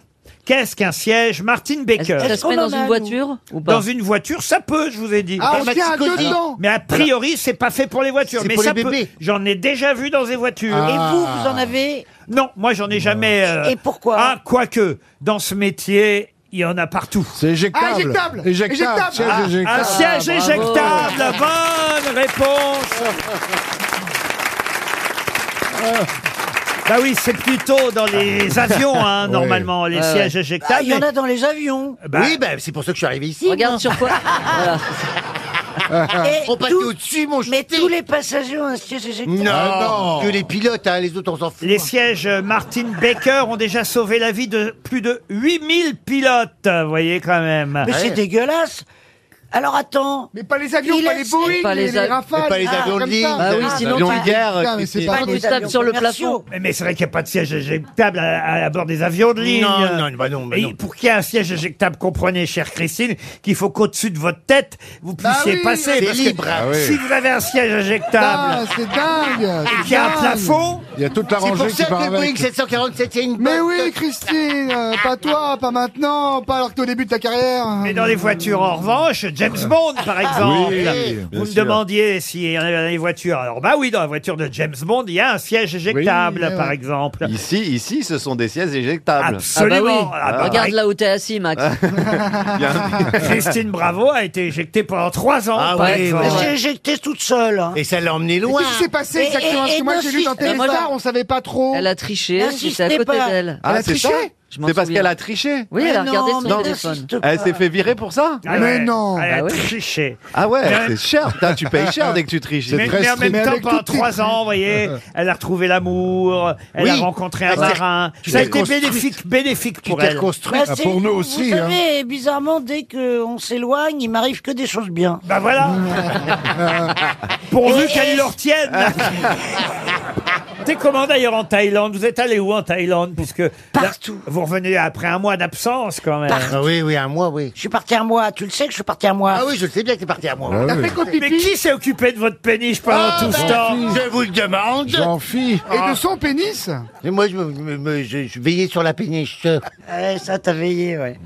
S1: Qu'est-ce qu'un siège Martin Baker
S16: Est-ce que ça se met dans une voiture ou pas
S1: Dans une voiture, ça peut, je vous ai dit.
S2: Ah, on tient à deux dedans.
S1: Mais a priori, c'est pas fait pour les voitures.
S2: C'est
S1: Mais
S2: pour
S1: ça
S2: les
S1: peut.
S2: bébés. Ah.
S1: J'en ai déjà vu dans des voitures.
S2: Et vous, vous en
S1: avez Non, moi, j'en ai jamais.
S3: Et pourquoi
S1: Ah, quoique, dans ce métier, il y en a partout. C'est
S6: éjectable. Ah, éjectable. Éjectable. Éjectable. Siège éjectable.
S1: Un siège
S6: Ah, bravo.
S1: éjectable. Bonne réponse. Bah oui, c'est plutôt dans
S14: Ah.
S1: les avions, hein,
S14: Oui.
S1: normalement, les
S14: Ah,
S1: sièges
S14: ouais.
S1: éjectables.
S3: Bah,
S14: Ah, il y en
S1: mais-
S14: a dans les avions.
S1: Bah-
S14: oui, bah, c'est pour ça que je suis arrivé ici.
S16: Regarde sur quoi
S14: On passait au-dessus, mon Mais tous les passagers ont un siège éjectable. Non,
S1: Ah, non.
S14: que les pilotes, hein, les autres, on s'en fout.
S1: Les sièges euh, Martin Baker ont déjà sauvé la vie de plus de 8000 pilotes, vous voyez quand même.
S3: Mais c'est dégueulasse. Alors attends.
S2: Mais pas les avions,
S3: Il
S2: pas
S3: est-
S2: les Boeing,
S3: Pas les
S2: les
S3: a-
S2: Rafales, ah,
S3: pas les avions de
S2: comme
S3: ligne,
S2: ça. Ah,
S3: Bah
S1: Ah,
S3: oui, les sinon, avions tu- de guerre,
S2: Putain, mais
S3: Christine.
S2: c'est pas
S3: Pas
S2: possible.
S3: des avions sur le commerciaux.
S1: Mais- Mais c'est vrai qu'il n'y a pas de siège éjectable à, à- à bord des avions de ligne.
S14: Non, non, bah non, bah
S1: Et
S14: non.
S1: Pour qu'il y ait un siège éjectable, comprenez, chère Christine, qu'il faut qu'au-dessus de votre tête, vous puissiez
S2: Bah oui,
S1: passer.
S2: c'est
S1: parce que
S2: libre. Ah oui.
S1: Si vous avez un siège
S2: Ah,
S1: éjectable,
S2: c'est dingue
S1: et qu'il y a un
S2: dingue.
S1: plafond,
S6: Il y a toute la
S14: C'est
S6: rangée
S14: pour
S6: qui
S14: ça
S6: part
S14: que le Boeing
S6: avec.
S14: 747, c'est une
S2: Mais
S14: bonne-
S2: oui, Christine, euh, pas toi, pas maintenant, pas alors que t'es au début de ta carrière.
S1: Mais dans les voitures, en revanche, James Bond,
S9: Ah
S1: par exemple.
S6: Oui, bien
S1: vous me
S6: sûr.
S1: demandiez s'il y en avait dans les voitures. Alors, bah oui, dans la voiture de James Bond, il y a un siège éjectable,
S9: ouais.
S1: par exemple.
S9: Ici, ici, ce sont des sièges éjectables.
S1: Absolument. Ah bah,
S16: Regarde
S1: pareil.
S16: là où t'es assis, Max.
S1: Christine Bravo a été éjectée pendant trois ans,
S14: Ah
S1: par
S14: ouais,
S1: exemple.
S14: ouais, ouais.
S3: J'étais toute seule. hein.
S14: Et ça l'a emmené
S2: Mais
S14: loin.
S2: Qu'est-ce qui s'est passé
S3: Et-
S2: exactement Parce
S3: et-
S2: que
S3: et
S2: moi,
S3: moi
S2: j'ai lu
S3: aussi.
S2: dans
S3: Mais moi,
S2: Téléstar, on savait pas trop.
S16: Elle a triché,
S2: N'insistez
S16: j'étais à côté
S2: pas.
S16: d'elle.
S7: Ah,
S2: Elle a
S9: Ah, c'est
S2: triché
S9: ça C'est parce qu'elle a triché
S16: Oui, elle a
S9: Mais
S16: regardé
S9: non,
S16: son
S9: non.
S16: téléphone.
S9: Elle s'est fait virer pour ça
S1: Ah ouais, Elle a
S9: Ah ouais.
S1: triché.
S9: Ah ouais,
S1: Mais-
S9: c'est cher. Putain, tu payes cher dès que tu triches.
S1: Hein Mais, mais en même temps, pendant trois ans, vous voyez, elle a retrouvé l'amour, elle
S9: Oui.
S1: a rencontré un
S9: Elle s'est-
S1: marin.
S9: tu
S1: Ça a
S9: t'es
S1: été
S9: reconstruite.
S1: bénéfique, bénéfique pour
S9: t'es Ah,
S1: elle.
S9: reconstruite.
S14: Ah,
S3: Bah, c'est- Vous
S9: hein.
S14: hein.
S3: savez, bizarrement, dès qu'on s'éloigne, il m'arrive que des choses bien.
S1: Bah voilà. Pourvu qu'elle le retienne. T'es comment d'ailleurs en Thaïlande Vous êtes allé où en Thaïlande Puisque là, vous revenez après un mois d'absence quand même.
S14: Ah oui, oui, un mois, oui.
S3: Je suis parti un mois, tu le sais que je suis parti un mois.
S14: Ah oui, je le sais bien que t'es parti à moi.
S6: Ah oui.
S1: Mais qui s'est occupé de votre péniche pendant
S14: Ah,
S1: tout ce
S14: bah,
S1: temps
S14: Je vous le demande.
S6: J'en fie.
S2: Et de son pénis
S14: Ah. Et moi, je, me- me- me- je- je veillais sur la péniche.
S3: Ouais, ça t'a veillé, ouais.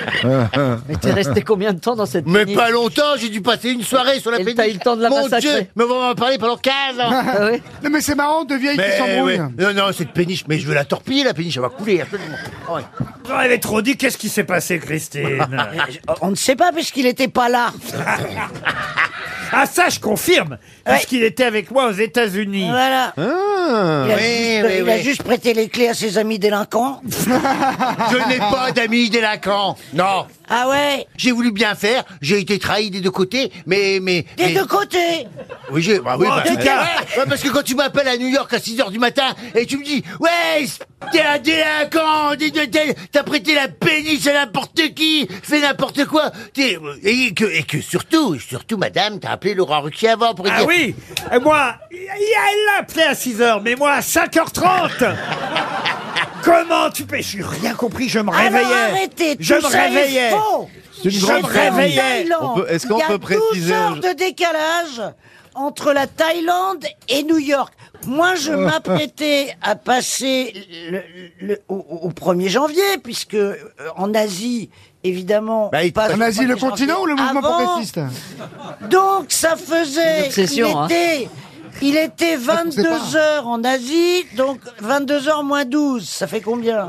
S16: Mais t'es resté combien de temps dans cette
S14: Mais
S16: clinique
S14: pas longtemps, j'ai dû passer une soirée sur la péniche.
S16: t'as eu le temps de la
S14: Mon
S16: massacrer.
S14: Dieu, mais on va en parler pendant 15 ans.
S3: Ah
S2: Non, mais c'est marrant, de vieilles qui
S14: Mais
S2: s'embrouillent.
S14: ouais. Non, non, cette péniche, mais je veux la torpiller, la péniche, elle va couler, absolument. Ah ouais.
S1: Vous en avez trop dit, qu'est-ce qui s'est passé Christine
S3: Euh, On ne sait pas parce qu'il n'était pas là.
S1: Ah ça je confirme, puisqu'il était avec moi aux États-Unis.
S3: Voilà. Il, a juste,
S14: Ah. oui,
S3: il
S14: oui.
S3: a juste prêté les clés à ses amis délinquants.
S14: Je n'ai pas d'amis délinquants. Non.
S3: Ah ouais
S14: J'ai voulu bien faire, j'ai été trahi des deux côtés, mais. mais
S3: Des
S14: mais-
S3: deux côtés Oh,
S14: Oui, j'ai. Bah, oui,
S1: En
S14: bah,
S1: tout cas.
S14: ouais, ouais, parce que quand tu m'appelles à New York à 6 h du matin et tu me dis Ouais, t'es un délinquant, t'es- t'es- t'es- t'as prêté la péniche à n'importe qui, fais n'importe quoi. t'es- euh, Et que, et que surtout, surtout, madame, t'as appelé Laurent Ruquier avant pour lui
S1: Ah
S14: dire
S1: oui Et Moi, y- y- elle l'a appelé à 6h, mais moi à 5h30 Comment tu peux J'ai rien compris, je me
S3: Alors
S1: réveillais
S3: arrêtez,
S1: Je
S3: tout
S1: me
S3: ça est
S1: réveillais
S3: faux.
S1: Je
S3: J'étais
S1: me
S3: en
S1: réveillais
S3: Thaïlande.
S9: On peut- est-ce qu'on
S3: Il y a
S9: peut préciser
S3: douze heures de décalage entre la Thaïlande et New York. Moi, je m'apprêtais à passer le- le- au, au 1er janvier, puisque euh, en Asie, évidemment...
S7: Bah,
S10: Bah,
S3: on passe
S2: En
S3: au
S2: Asie, le
S3: 1er janvier
S2: continent ou le mouvement
S3: avant.
S2: progressiste
S3: Donc, ça faisait...
S9: hein.
S2: Une obsession,
S3: il, était, il était
S2: sait pas.
S3: 22 heures en Asie, donc 22 heures moins 12, ça fait combien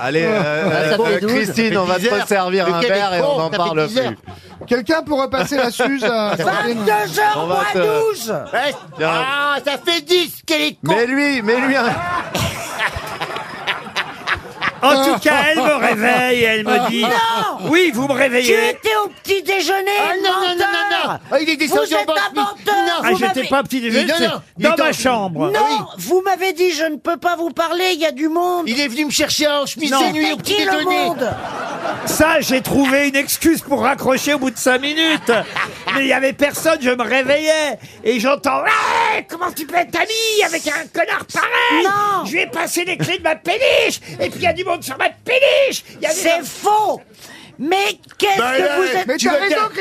S9: Allez, euh,
S2: Ah, ça
S9: euh,
S2: fait douze.
S9: Christine, on va
S2: Ça fait
S9: te servir un
S2: dix heures.
S9: verre et on n'en
S2: Ça fait
S9: parle
S2: dix heures.
S9: plus.
S2: Quelqu'un pourrait passer la Suze euh, à
S14: 22
S9: heures On va moins te- 12.
S14: Ouais.
S9: Non.
S14: Ah, ça fait 10 qu'elle est con
S9: Mais lui, mais lui
S2: Ah.
S9: hein. un...
S1: En tout cas, elle me réveille et elle me dit
S3: Non
S1: Oui, vous me
S3: Tu
S1: réveillez.
S3: étais au petit déjeuner
S14: Ah, non, non, non, non, non. Ah, il est descendu
S3: Vous
S14: en
S3: êtes
S14: banque.
S3: un menteur
S14: Non,
S1: Ah,
S3: vous
S1: j'étais
S3: m'avez-
S1: pas au petit déjeuner,
S14: Non,
S1: c'est
S14: non, il
S1: dans
S14: était
S1: ma
S14: en-
S1: chambre.
S3: Non, vous m'avez dit je ne peux pas vous parler, il y a du monde.
S14: Il est venu me chercher en chemise
S1: Non.
S14: de nuit au
S1: C'était
S14: petit
S1: qui, le
S14: déjeuner
S1: monde Ça, j'ai trouvé une excuse pour raccrocher au bout de cinq minutes. Mais il y avait personne, je me réveillais et j'entends Ouais, comment tu peux être ami avec un connard pareil
S3: Non.
S1: Je lui ai passé les clés de ma péniche et puis il y a du monde sur ma péniche. Il y avait-
S3: C'est faux Mais qu'est-ce
S14: Bah,
S3: que
S14: là,
S3: vous êtes
S14: tu me-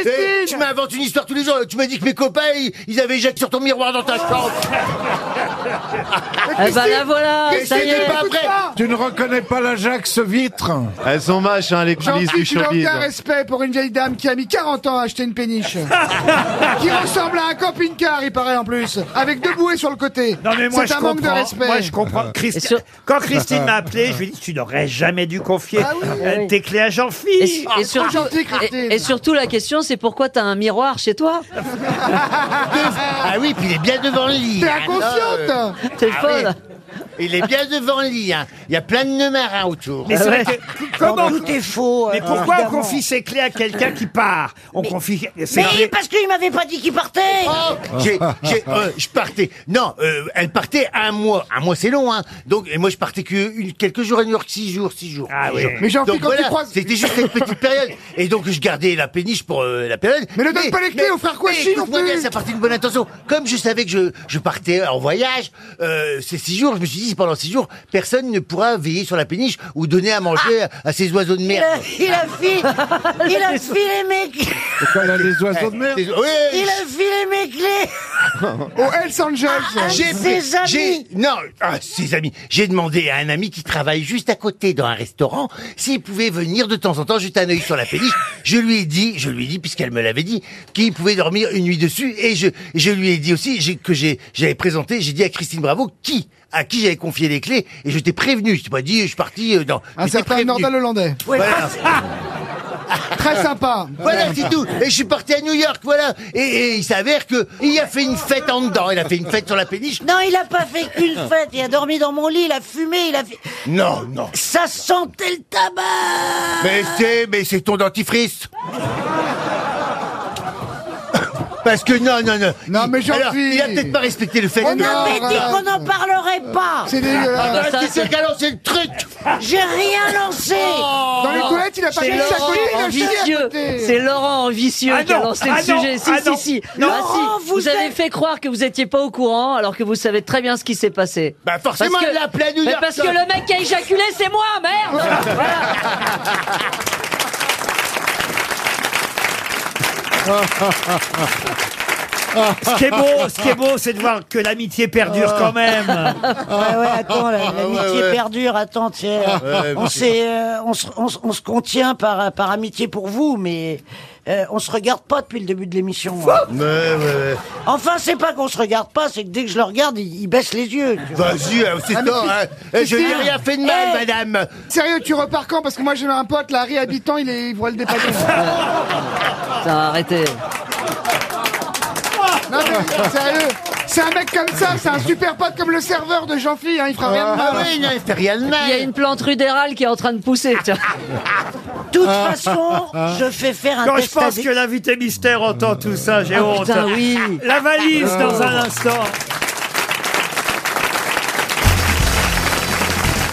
S14: eh, Tu m'inventes une histoire tous les jours. Tu m'as dit que mes copains, ils, ils avaient jeté sur ton miroir dans ta chambre.
S16: Eh ben la voilà, ça y est.
S6: Tu ne reconnais pas l'Ajax vitre
S9: Elles sont mâches, hein, les coulisses du
S2: Jean-Philippe, il a
S9: showbiz.
S2: aucun respect pour une vieille dame qui a mis 40 ans à acheter une péniche. qui ressemble à un camping-car, il paraît en plus. Avec deux bouées sur le côté.
S1: Non mais moi je
S2: C'est un
S1: comprends.
S2: manque de respect.
S1: Moi je comprends. Christi- Quand Christine m'a appelé, je lui ai dit tu n'aurais jamais dû confier
S16: Ah oui.
S1: euh, tes clés à
S16: Et,
S1: Jean-Philippe.
S16: et
S5: Ah,
S16: surtout, et- et surtout, la question, c'est pourquoi t'as un miroir chez toi
S14: Ah oui, puis il est bien devant le lit.
S16: T'es
S14: hein,
S16: inconsciente.
S14: non, euh,
S16: T'es folle.
S14: oui. Il est bien devant le lit. hein. Il y a plein de marins autour.
S1: Ah Mais c'est vrai que- comment
S3: tout est faux
S1: Mais
S3: euh,
S1: pourquoi on
S3: évidemment.
S1: confie ses clés à quelqu'un qui part On confie. ses
S3: Mais
S1: clés-
S3: parce qu'il m'avait pas dit qu'il partait
S14: J'ai- j'ai- euh, je partais. Non, euh, elle partait un mois. Un mois, c'est long, hein. Donc, et moi, je partais que une- quelques jours à New York, six jours, six jours. six
S1: oui.
S14: jours.
S2: Ah Mais Jean-Philippe,
S14: Donc,
S2: quand tu croises-
S14: C'était juste une petite période. Et donc, je gardais la péniche pour euh, la période.
S2: Mais ne donne pas les clés au frère Kouachi
S14: mais
S2: non
S14: écoute-moi
S2: plus.
S14: bien, Ça partait d'une bonne intention. Comme je savais que je, je partais en voyage, euh, ces six jours, je me suis dit, pendant six jours, personne ne pourra veiller sur la péniche ou donner à manger
S2: Ah
S14: à, ces oiseaux de
S3: Il
S14: merde.
S3: a,
S2: Eh
S3: il a filé, il a filé mes clés.
S6: Pourquoi elle a des oiseaux de mer
S14: Eh, Oui, Oh,
S3: Il a filé mes clés. Ah,
S2: Au Hells Angels.
S14: J'ai
S3: ses amis.
S14: j'ai- non, ah, ses amis. J'ai demandé à un ami qui travaille juste à côté dans un restaurant s'il pouvait venir de temps en temps jeter un œil sur la péniche. Je lui ai dit, je lui ai dit puisqu'elle me l'avait dit, qu'il pouvait dormir une nuit dessus et je je lui ai dit aussi j'ai- que j'ai j'avais présenté, j'ai dit à Christine Bravo qui à qui j'avais confié les clés et je t'ai prévenu. Je t'ai pas dit je suis parti euh, dans
S2: Un
S14: je t'ai
S2: certain
S14: prévenu.
S2: Nordal Hollandais.
S14: Voilà.
S2: Très sympa.
S14: Voilà, c'est tout. Et je suis parti à New York, voilà. Et, et il s'avère que il a fait une fête en dedans. Il a fait une fête sur la péniche.
S3: Non, il a pas fait qu'une fête. Il a dormi dans mon lit, il a fumé, il a. fi-
S14: Non, non.
S3: Ça sentait le tabac.
S14: Mais c'est, mais c'est ton dentifrice. Parce que non, non, non.
S2: Non, mais
S14: Alors,
S2: Jean-Philippe.
S14: il a peut-être pas respecté le fait
S3: On
S14: que.
S3: avait dit
S2: voilà.
S3: qu'on n'en parlerait pas.
S2: C'est dégueulasse.
S14: Ah bah,
S2: ça,
S14: qui c'est qui a lancé le truc Oh.
S3: J'ai rien lancé.
S2: Dans les toilettes, il a pas
S16: Oh, C'est
S2: mis ça à côté, il
S16: Laurent
S12: Ah,
S2: a chié à
S16: Vicieux.
S2: côté.
S16: C'est Laurent Vicieux
S1: Ah
S16: qui a
S1: non,
S16: lancé
S1: ah
S16: le
S1: non,
S16: sujet. Si,
S1: ah non,
S16: si, si.
S1: non.
S16: Ah si,
S1: Laurent,
S16: vous avez fait croire que vous étiez pas au courant alors que vous savez très bien ce qui s'est passé.
S14: Bah, forcément,
S16: Parce que-
S14: elle l'a appelé à New
S16: Mais
S14: York.
S16: Parce que le mec qui a éjaculé, c'est moi, merde
S1: Ce qui est beau, ce qui est beau, c'est de voir que l'amitié perdure quand même.
S3: Ah. Ouais, Ah ouais, attends, la- l'amitié
S14: Ah. ouais, ouais.
S3: perdure, attends, tiens.
S14: Ouais,
S3: on
S14: mais-
S3: s'est, euh, on se, on se- on se contient par, par amitié pour vous, mais euh, on se regarde pas depuis le début de l'émission. hein.
S14: Ouais, ouais, ouais.
S3: Enfin, c'est pas qu'on se regarde pas, c'est que dès que je le regarde, il, il baisse les yeux. tu vois. Ah,
S14: Vas-y, euh,
S2: Ah,
S14: c'est tort, hein. Eh, Je n'ai rien fait de mal,
S3: Eh.
S14: madame.
S2: Eh, Sérieux, tu repars quand Parce que moi j'ai un pote, Larry Habitant, il est il voit le dépanner.
S16: Putain, arrêtez.
S2: non mais sérieux, c'est un mec comme ça, c'est un super pote comme le serveur de Jean-Philippe, hein, il fera rien de
S14: Ah
S2: mal.
S14: oui, non, il fait rien de
S16: Il y a
S14: mal.
S16: une plante rudérale qui est en train de pousser. tiens.
S3: De toute façon, je fais faire un
S1: Quand je
S3: test
S1: pense
S3: AD.
S1: que l'invité mystère entend tout ça, j'ai
S16: Ah,
S1: honte.
S16: putain, oui.
S1: La valise
S5: Ah.
S1: dans un instant.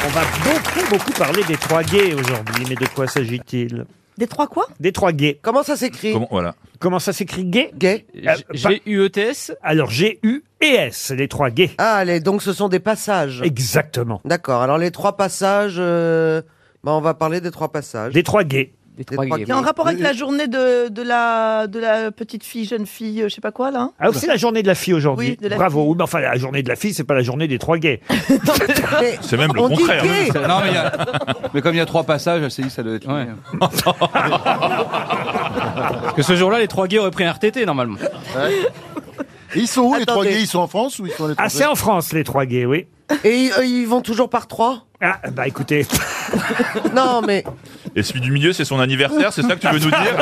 S1: On va beaucoup, beaucoup parler des trois gays aujourd'hui, mais de quoi s'agit-il
S17: Des trois quoi
S1: Des trois gays.
S10: Comment ça s'écrit
S11: voilà.
S1: Comment ça s'écrit gay
S10: Gay
S17: E,
S1: G-U-E-T-S Euh, Alors G-U-E-S, les trois gays.
S10: Ah, allez, donc ce sont des passages.
S1: Exactement.
S10: D'accord, alors les trois passages... euh, bah, on va parler des trois passages.
S1: Des trois gays.
S16: des trois guillemets.
S17: C'est en rapport avec la journée de, de la, de la petite fille, jeune fille, euh, je sais pas quoi, là.
S1: Alors Ah, c'est la journée de la fille aujourd'hui.
S17: Oui, de la
S1: Bravo. Oui, mais enfin, la journée de la fille, c'est pas la journée des trois gays.
S8: C'est même
S1: le On dit contraire. gay.
S8: Non, mais, il y a- mais comme il y a trois passages, elle s'est dit que ça doit être.
S12: Parce que ce jour-là, les trois gays auraient pris un RTT normalement.
S7: Ils sont où les trois
S12: Attendez.
S7: gays Ils sont en France ou ils sont à l'étranger
S1: Ah, c'est en France, les trois gays, oui.
S10: Et euh, ils vont toujours par trois
S1: Ah, bah écoutez.
S10: Non, mais.
S18: Et celui du milieu, c'est son anniversaire, c'est ça que tu veux nous dire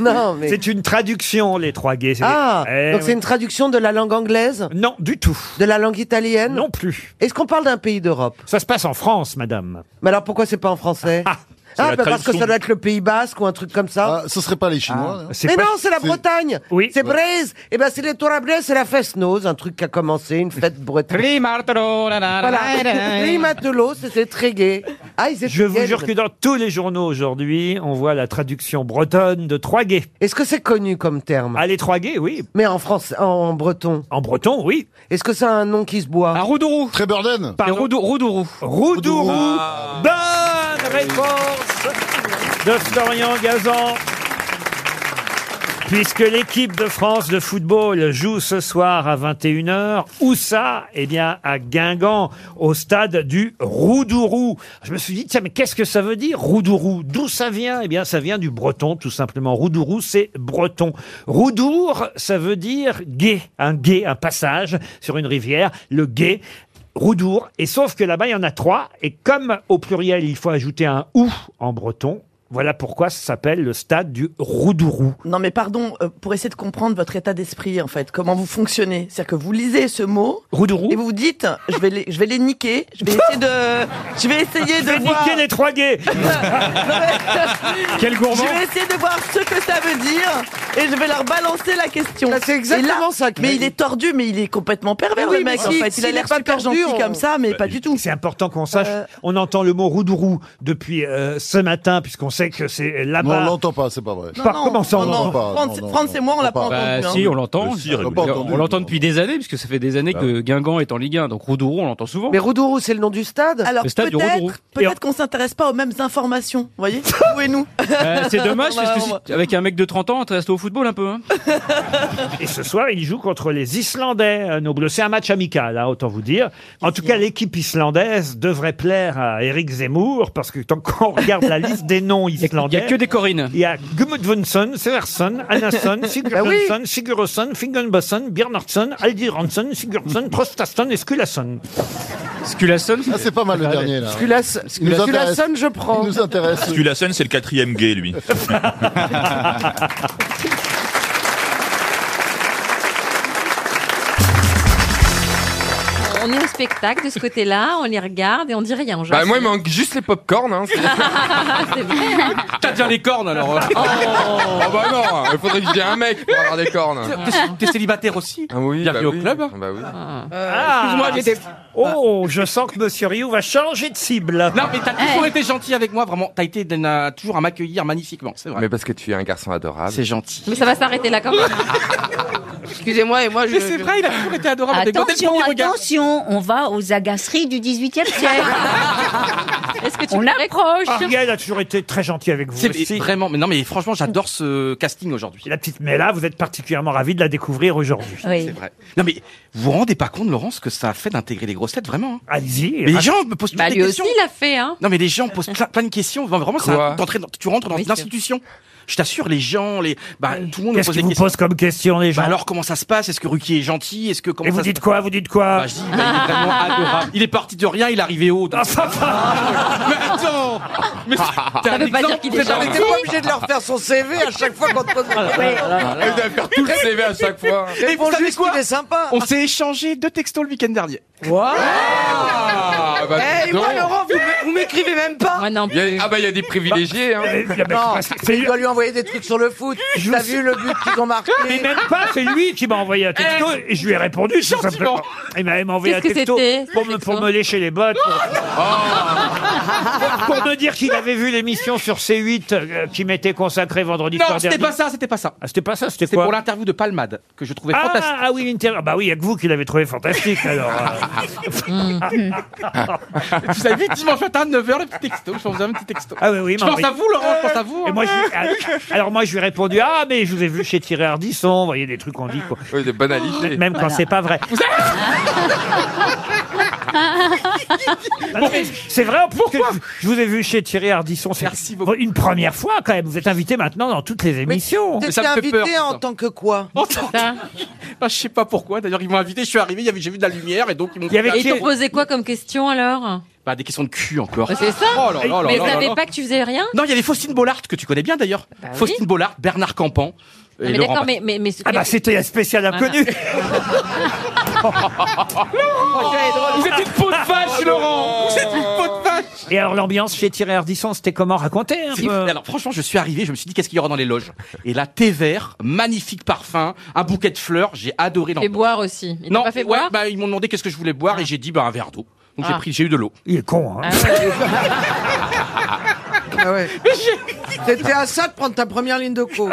S10: Non, mais.
S1: C'est une traduction, les trois gays. c'est-
S10: Ah
S1: Eh
S10: Donc
S1: oui.
S10: c'est une traduction de la langue anglaise
S1: Non, du tout.
S10: De la langue italienne
S1: Non plus.
S10: Est-ce qu'on parle d'un pays d'Europe
S1: Ça se passe en France, madame.
S10: Mais alors pourquoi c'est pas en français Ah,
S1: C'est la
S10: bah, parce que
S1: traduction.
S10: ça doit être le Pays Basque ou un truc comme ça.
S7: ce serait pas les Chinois.
S1: non
S7: C'est
S10: Mais
S7: pas-
S10: non, c'est la
S7: c'est-
S10: Bretagne.
S1: Ah. Oui.
S10: C'est Braise. Et ben c'est les Tourablais, c'est la Fesnose, un truc qui a commencé, une fête bretonne. Voilà. Rimatelot, c'était très gai. Ah, ils étaient
S1: Je vous
S10: gays,
S1: jure
S10: les
S1: que dans tous les journaux aujourd'hui, on voit la traduction bretonne de trois gays.
S10: Est-ce que c'est connu comme terme
S1: Ah, les trois gays, oui.
S10: Mais en France, en, en breton.
S1: En breton, oui.
S10: Est-ce que c'est un nom qui se boit Un
S12: roudourou.
S10: Très burden.
S12: Roudourou.
S1: Roudourou.
S8: Ah.
S1: Bonne réponse de Florian Gazan. Puisque l'équipe de France de football joue ce soir à 21h, où ça Eh bien, à Guingamp, au stade du Roudourou. Je me suis dit, tiens, mais qu'est-ce que ça veut dire, Roudourou D'où ça vient Eh bien, ça vient du breton, tout simplement. Roudourou, c'est breton. Roudour, ça veut dire gué, un gué, un passage sur une rivière, le gué. Roudour, et sauf que là-bas, il y en a trois, et comme au pluriel, il faut ajouter un ou en breton, voilà pourquoi ça s'appelle le stade du Roudourou.
S17: Non, mais pardon, euh, pour essayer de comprendre votre état d'esprit, en fait, comment vous fonctionnez. C'est-à-dire que vous lisez ce mot.
S1: Et
S17: vous vous dites, je vais les, je vais les niquer. Je vais essayer de. Je vais essayer
S1: Je
S17: de
S1: vais
S17: voir.
S1: niquer les trois gays Quel gourmand.
S17: Je vais essayer de voir ce que ça veut dire et je vais leur balancer la
S16: Bah,
S17: question. C'est
S10: exactement ça qu'il
S17: Mais
S10: a
S17: il
S10: dit.
S17: est tordu, mais il est complètement pervers,
S10: Mais oui,
S17: le mec,
S10: mais
S17: en
S10: si-
S17: fait. Il
S10: s'il
S17: a
S10: est
S17: l'air
S10: pas
S17: super
S10: tordu,
S17: gentil
S10: on- Euh.
S17: comme ça, mais pas du tout.
S1: Bah, C'est important qu'on sache. On entend le mot Roudourou depuis euh, ce matin, puisqu'on sait que c'est
S7: Non, on
S1: là-bas.
S7: l'entend pas, c'est pas vrai.
S1: Par- comment ça, on
S7: non,
S1: l'entend
S7: non, pas, non, non,
S17: France et moi, on l'a pas entendu.
S12: Bah,
S17: hein.
S12: si, on l'entend.
S7: on l'a pas Ah
S12: On l'entend depuis des années, puisque ça fait des années que Guingamp est en Ligue 1. Donc Roudourou, on l'entend souvent.
S10: Mais Roudourou, c'est le nom du stade
S17: Alors
S12: Le stade du Roudourou.
S17: peut-être peut-être qu'on s'intéresse pas aux mêmes informations, vous voyez Où nous
S12: Euh, c'est dommage,
S17: On a-
S12: parce que
S17: on a-
S12: si- avec un mec de 30 ans, tu restes au football un peu. hein.
S1: Et ce soir, ils jouent contre les Islandais, euh, nos bleus. C'est un match amical, hein, autant vous dire. En tout cas, l'équipe islandaise devrait plaire à Eric Zemmour, parce que tant qu'on regarde la liste des noms islandais.
S12: Il y a que des Corinne.
S1: Il y a Gudmundsson, Seversson, Anasson,
S12: Ah
S1: Sigurðsson, Sigurðsson, Fingenbosson, Bjarnarsson, Aldiranson, Sigurðsson, Prostasson et Skulason.
S12: Skulason
S7: Ah, c'est pas mal le dernier, là.
S10: Skulas-
S7: Il nous intéresse.
S10: Skulasson, je prends.
S7: Il nous
S18: Ah,
S7: intéresse.
S18: Skulason, c'est le quatrième gay, lui.
S19: On est au spectacle de ce côté-là, on les regarde et on dit rien. On
S15: Bah, moi, il manque juste les pop-corn. Hein. C'est-
S19: C'est vrai. hein.
S12: T'as bien les cornes alors. euh.
S15: Oh bah non, il faudrait que je dise un mec pour avoir des cornes.
S12: T'es- T'es célibataire aussi
S15: Ah oui,
S12: Bienvenue
S15: bah
S12: au
S15: oui.
S12: club.
S19: hein.
S15: Bah oui.
S19: Ah.
S12: Euh, Excuse-moi, j'étais.
S1: Ah. Oh, je sens que Monsieur Rioux va changer de cible.
S12: Non, mais t'as toujours été gentil avec moi, vraiment. T'as été d'un- toujours à m'accueillir magnifiquement, c'est vrai.
S15: Mais parce que tu es un garçon adorable.
S12: C'est gentil.
S19: Mais ça va s'arrêter là quand même.
S20: Excusez-moi, et moi je.
S12: Mais c'est vrai, il a toujours été adorable. Dès que t'as le
S20: Attention,
S12: premier regard.
S20: attention, on va aux agaceries du 18e siècle.
S19: Est-ce que tu
S20: on approche.
S1: Ariel a toujours été très gentil avec vous
S12: C'est mais
S1: aussi.
S12: vraiment, mais non, mais franchement, j'adore ce casting aujourd'hui.
S1: La petite Mela, vous êtes particulièrement ravi de la découvrir aujourd'hui.
S12: C'est vrai. Non, mais vous vous rendez pas compte, Laurence, que ça a fait d'intégrer les grosses têtes, vraiment. hein.
S1: Allez-y.
S12: Mais les gens me posent toutes
S19: Bah,
S12: des
S19: lui aussi,
S12: questions.
S19: il l'a fait, hein.
S12: Non, mais les gens posent plein, plein de questions. Non, mais vraiment, c'est
S15: Quoi
S12: un truc d'entrer dans- tu rentres dans
S15: Oui,
S12: une institution. Je t'assure, les gens, les, bah, tout le monde me
S1: Euh, Qu'est-ce
S12: pose des
S1: qu'ils vous
S12: questions.
S1: posent comme question, les gens
S12: Bah alors, comment ça se passe Est-ce que Ruquier est gentil Est-ce que comment
S1: Et vous
S12: ça se-
S1: dites quoi Vous dites quoi
S12: Bah, je dis, bah, il est vraiment adorable. Il est parti de rien, il est arrivé haut.
S1: Ah,
S12: donc- mais attends Mais c'est- t'es
S19: Ça veut
S12: un
S19: pas
S12: exemple,
S19: dire qu'il
S12: t'es
S19: est
S12: un
S19: gentil.
S12: exemple.
S9: obligé de leur faire son CV à chaque fois qu'on te pose une
S15: Ah, Il doit faire tout le CV à chaque fois.
S12: Et vous savez quoi
S9: est sympa.
S12: On s'est échangé deux textos le week-end dernier.
S15: Ah bah,
S9: Eh,
S15: dis
S9: moi,
S15: donc.
S9: Laurent, vous m'é- vous m'écrivez même pas.
S19: Ouais, non.
S15: Il y a- Ah bah il y a des privilégiés. Hein.
S9: Non,
S1: c'est-
S9: mais je dois lui envoyer des trucs sur le foot.
S1: Je
S9: T'as
S1: vous-
S9: vu le but qu'ils ont marqué
S1: Mais même pas, c'est lui qui m'a envoyé un texto
S12: Eh,
S1: et je lui ai répondu tout simplement. Il m'a il m'a envoyé un
S19: Qu'est-ce que
S1: texto
S19: c'était, ce
S1: pour me,
S19: texto
S1: pour me lécher les bottes.
S15: Oh.
S1: Pour me dire qu'il avait vu l'émission sur C8 euh, qui m'était consacrée vendredi
S12: Non,
S1: soir
S12: c'était pas
S1: dernier.
S12: ça, c'était pas ça.
S1: Ah, c'était pas ça, c'était
S12: C'était
S1: quoi
S12: pour l'interview de Palmade que je trouvais
S1: ah,
S12: fantastique.
S1: Ah oui, l'interview. Bah oui, il y a que vous qui l'avez trouvé fantastique alors.
S12: Hmm. vous savez, dimanche matin, 9h, le petit texto. Je vous un petit texto.
S1: Ah oui, oui,
S12: je
S1: mais
S12: pense
S1: oui.
S12: à vous, Laurent, je pense à vous.
S1: Et moi, je lui-
S12: hein.
S1: ah, alors moi, je lui ai répondu Ah, mais je vous ai vu chez Thierry Ardisson, vous voyez des trucs qu'on dit. Quoi.
S11: Oui, des banalités.
S1: Même quand
S11: Voilà.
S1: c'est pas vrai. Non, mais C'est vrai, en plus, que je- je vous ai vu chez Thierry Ardisson. Merci beaucoup. Une première fois, quand même. Vous êtes invité maintenant dans toutes les émissions.
S10: T'étais invité en tant que quoi
S12: En tant que- Ah, Oh, je sais pas pourquoi. D'ailleurs, ils m'ont invité, je suis arrivé, il y avait- j'ai vu de la lumière et donc ils m'ont
S19: Et ils t'ont
S12: Ils m'ont-
S19: posé quoi comme question alors
S12: Bah, des questions de cul encore.
S19: Bah, C'est ça
S12: Oh là là là
S19: Mais
S12: là
S19: ils
S12: là.
S19: savaient pas que tu faisais rien
S12: Non, il y avait Faustine Bollard, que tu connais bien d'ailleurs.
S19: oui.
S12: Faustine Bollard, Bernard Campan.
S19: Ah,
S12: et
S19: mais
S12: Laurent
S19: d'accord,
S12: Bas-
S19: mais, mais, mais-
S12: Ah
S1: Ah
S12: bah,
S1: bah, un spécial
S19: inconnu.
S12: Vous êtes une peau de
S1: Oh,
S12: vache, Laurent Vous êtes une peau de vache
S1: Et alors, l'ambiance chez Thierry Ardisson, c'était comment raconter hein un
S12: C'est-
S1: peu
S12: Alors franchement, je suis arrivé, je me suis dit qu'est-ce qu'il y aura dans les loges. Et là, thé vert, magnifique parfum, un bouquet de fleurs, j'ai adoré
S19: Et
S12: l'ambiance.
S19: boire aussi. Ils
S12: Non,
S19: t'ont pas fait
S12: ouais,
S19: boire
S12: bah, ils m'ont demandé qu'est-ce que je voulais boire et j'ai dit bah un verre d'eau. Donc j'ai
S19: Ah.
S12: pris, j'ai eu de l'eau.
S1: Il est con. Hein.
S10: Ah ouais. T'étais à ça de prendre ta première ligne de coke.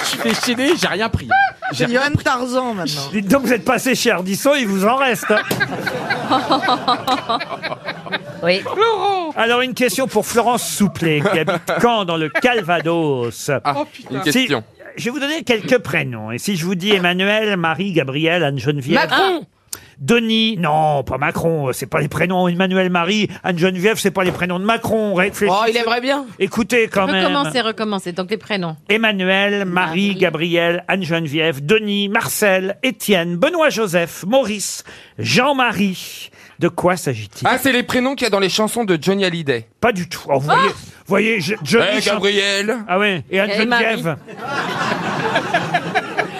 S12: je suis déchaîné, j'ai rien pris. J'ai
S10: Ah, C'est
S12: rien
S10: Johan Tarzan maintenant.
S1: Dites donc, vous êtes passé chez Ardisson, il vous en reste. hein.
S16: Oui.
S1: Alors, une question pour Florence Souplet, qui habite Caen, dans le Calvados.
S11: Oh, putain. une question.
S1: Si- je vais vous donner quelques prénoms. Et si je vous dis Emmanuel, Marie, Gabriel, Anne-Geneviève... Ah.
S16: Macron.
S1: Denis, non, pas Macron, c'est pas les prénoms. Emmanuel Marie, Anne-Geneviève, c'est pas les prénoms de Macron. Réfléchissez.
S19: Oh, il aimerait bien.
S1: Écoutez quand même.
S19: Recommencer, recommencer. Donc les prénoms.
S1: Emmanuel, Marie, Gabriel, Anne-Geneviève, Denis, Marcel, Étienne, Benoît-Joseph, Maurice, Jean-Marie. De quoi s'agit-il
S11: Ah, c'est les prénoms qu'il y a dans les chansons de Johnny Hallyday.
S1: Pas du tout. Oh, vous voyez, vous voyez je- Johnny
S11: Eh,
S1: chante-
S11: Gabriel
S1: Ah ouais, et
S20: Et Marie.
S1: Anne-Geneviève.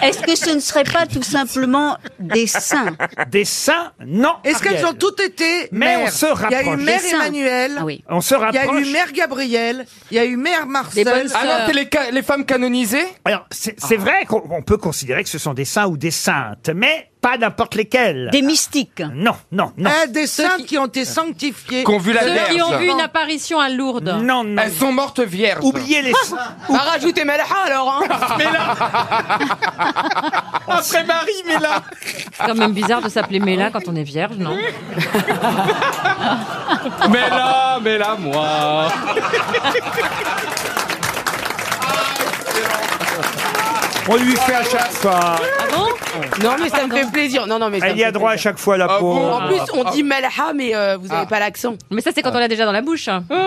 S20: Est-ce que ce ne serait pas tout simplement des saints
S1: Des saints Non.
S10: Est-ce qu'elles
S1: Ariel.
S10: ont toutes été
S1: Mais
S10: mères
S1: on se rapproche.
S10: Il y a eu
S1: Des
S10: mère
S1: saints.
S10: Emmanuel.
S1: Ah oui. On se
S10: Il y a
S1: rapproche.
S10: eu mère Gabrielle. Il y a eu mère Marcel.
S11: Ah non, c'est les, ca- les femmes canonisées
S1: Alors, c'est c'est vrai qu'on on peut considérer que ce sont des saints ou des saintes, mais pas n'importe lesquels.
S20: Des mystiques
S1: Non, non, non.
S10: Ah, des saints qui... ont été sanctifiés.
S11: Qu'on vu la
S19: Ceux qui ont
S11: Vierge.
S19: vu une apparition à Lourdes.
S1: Non, non.
S11: Elles sont mortes vierges.
S1: Oubliez les...
S16: Bah, rajoutez Malha alors, hein.
S12: Mais là Après Marie, mais là
S19: C'est quand même bizarre de s'appeler Mela quand on est vierge, non
S12: Mais là, mais là, moi
S1: On lui fait à chaque fois.
S16: Ah bon Non, mais ça me fait plaisir. Non, non, mais ça
S1: Elle
S16: me
S1: Ah, y a
S16: fait
S1: droit à
S16: plaisir.
S1: chaque fois, la
S16: Ah
S1: pauvre. Ah.
S16: bon En plus, on dit Malha, mais euh, vous n'avez pas l'accent. Ah.
S19: Mais ça, c'est quand on l'a déjà dans la bouche.
S12: Ah,
S16: Mais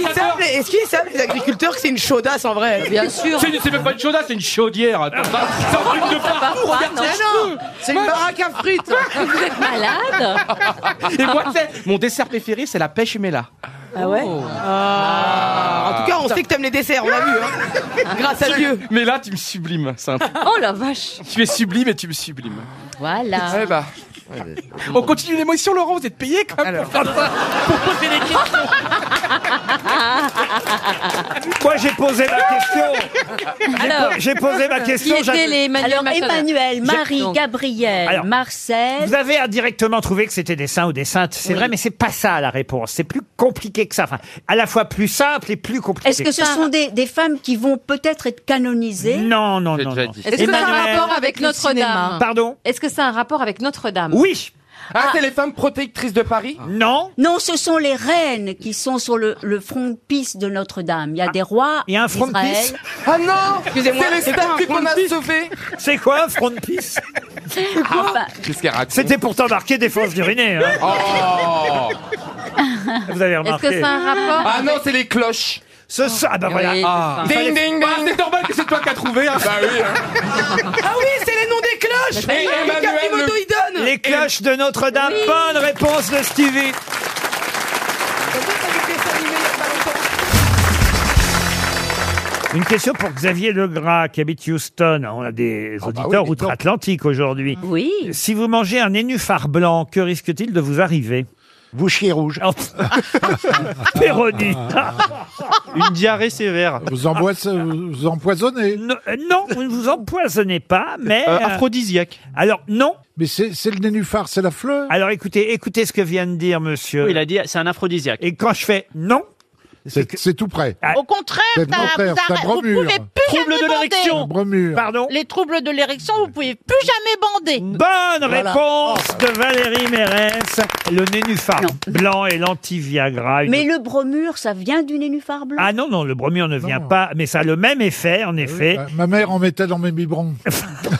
S16: ils savent, les- Est-ce qu'ils savent, les agriculteurs, que c'est une chaudasse en vrai
S19: Bien sûr.
S12: C'est c'est même pas une chaudasse, c'est une chaudière Attends, ça,
S1: Ah,
S12: C'est un truc de partout, regarde ses cheveux.
S10: C'est une baraque à frites.
S19: Vous êtes malade
S12: Et moi, tu sais, mon dessert préféré, c'est la pêche Mela.
S16: Ah ouais
S12: Oh.
S16: Ah. En tout cas, on sait que t'aimes les desserts, on l'a vu. Hein. Grâce à Dieu.
S12: Mais là, tu me sublimes, c'est un truc.
S19: Oh la vache
S12: Tu es sublime et tu me sublimes.
S19: Voilà.
S12: Eh
S11: ben.
S12: bah. On continue l'émotion, Laurent, vous êtes payé quand même pour faire ça, pour poser des questions.
S1: Moi, j'ai posé ma question. J'ai
S19: Alors,
S1: po- J'ai posé ma question.
S19: qui étaient
S1: j'avais-
S19: les Emmanuel
S20: Alors
S19: Macron
S20: Emmanuel, Marie,
S19: Donc,
S20: Gabriel,
S1: Alors,
S20: Marcel.
S1: Vous avez indirectement trouvé que c'était des saints ou des saintes. C'est vrai, mais c'est pas ça la réponse. C'est plus compliqué que ça. Enfin, à la fois plus simple et plus compliqué.
S20: Est-ce que ce sont des, des femmes qui vont peut-être être canonisées
S1: Non, non,
S11: J'ai
S1: non.
S11: déjà
S1: non.
S11: dit.
S19: Est-ce que ça a un
S1: Emmanuel-
S19: rapport avec Notre-Dame
S1: Pardon
S19: Est-ce que ça a un rapport avec Notre-Dame
S1: Oui Ah.
S11: Ah, c'est les femmes protectrices de Paris
S1: Non
S20: Non, ce sont les reines qui sont sur le, le frontispice de Notre-Dame. Il y a des rois
S1: Ah. Il y a un
S20: d'Israël.
S1: frontispice
S16: Ah non
S11: C'est les statues qu'on a
S16: frontispice
S11: sauvées
S1: C'est quoi un frontispice
S20: Ah, bah,
S11: Qu'est-ce qu'elle raconte
S1: C'était pourtant marqué défense d'uriner. Hein.
S11: Oh
S1: Vous avez
S19: Est-ce
S1: remarqué
S19: que ça a un rapport
S11: Ah non, c'est les cloches
S1: Ce soir, ah bah
S19: Oui,
S1: voilà.
S19: c'est ça.
S1: fallait-
S11: Ding ding
S12: Ah, c'est normal que c'est toi qui as trouvé. Hein. Bah oui.
S16: Ah oui, c'est les noms des cloches
S11: Et Emmanuel
S16: Capimodo,
S11: Le-
S16: il donne
S1: Les cloches de Notre-Dame. Bonne réponse de Stevie. Une question pour Xavier Legras qui habite Houston. On
S12: Ah
S1: a
S12: bah
S1: des auditeurs outre-Atlantique aujourd'hui.
S20: oui.
S1: Si vous mangez un nénuphar blanc, que risque-t-il de vous arriver Oh.
S21: Bouchier rouge.
S1: Péroni.
S12: Une diarrhée sévère. Vous, vous empoisonnez
S1: Non, vous ne vous empoisonnez pas, mais...
S12: Euh,
S1: aphrodisiaque. Alors, non. Mais c'est le nénuphar, c'est la fleur. Alors, écoutez, écoutez ce que vient de dire monsieur.
S12: Oui, il a dit c'est un aphrodisiaque.
S1: Et quand je fais non... C'est Ah. tout près.
S6: Au contraire,
S1: C'est le
S6: t'as-
S1: contraire,
S6: t'as-
S1: c'est un
S6: vous
S1: bromure.
S6: pouvez plus
S1: Trouble
S6: jamais
S1: de
S6: bander.
S1: l'érection. Bromure. Pardon
S6: Les troubles de l'érection, vous pouvez plus jamais bander.
S1: Bonne réponse de Valérie Mérès. Le nénuphar blanc et l'anti-Viagra. une-
S22: Mais le bromure, ça vient du nénuphar blanc.
S1: Ah non, non, Ah le bromure ne vient pas, mais ça a le même effet, en effet.
S5: Ma mère en mettait dans mes biberons.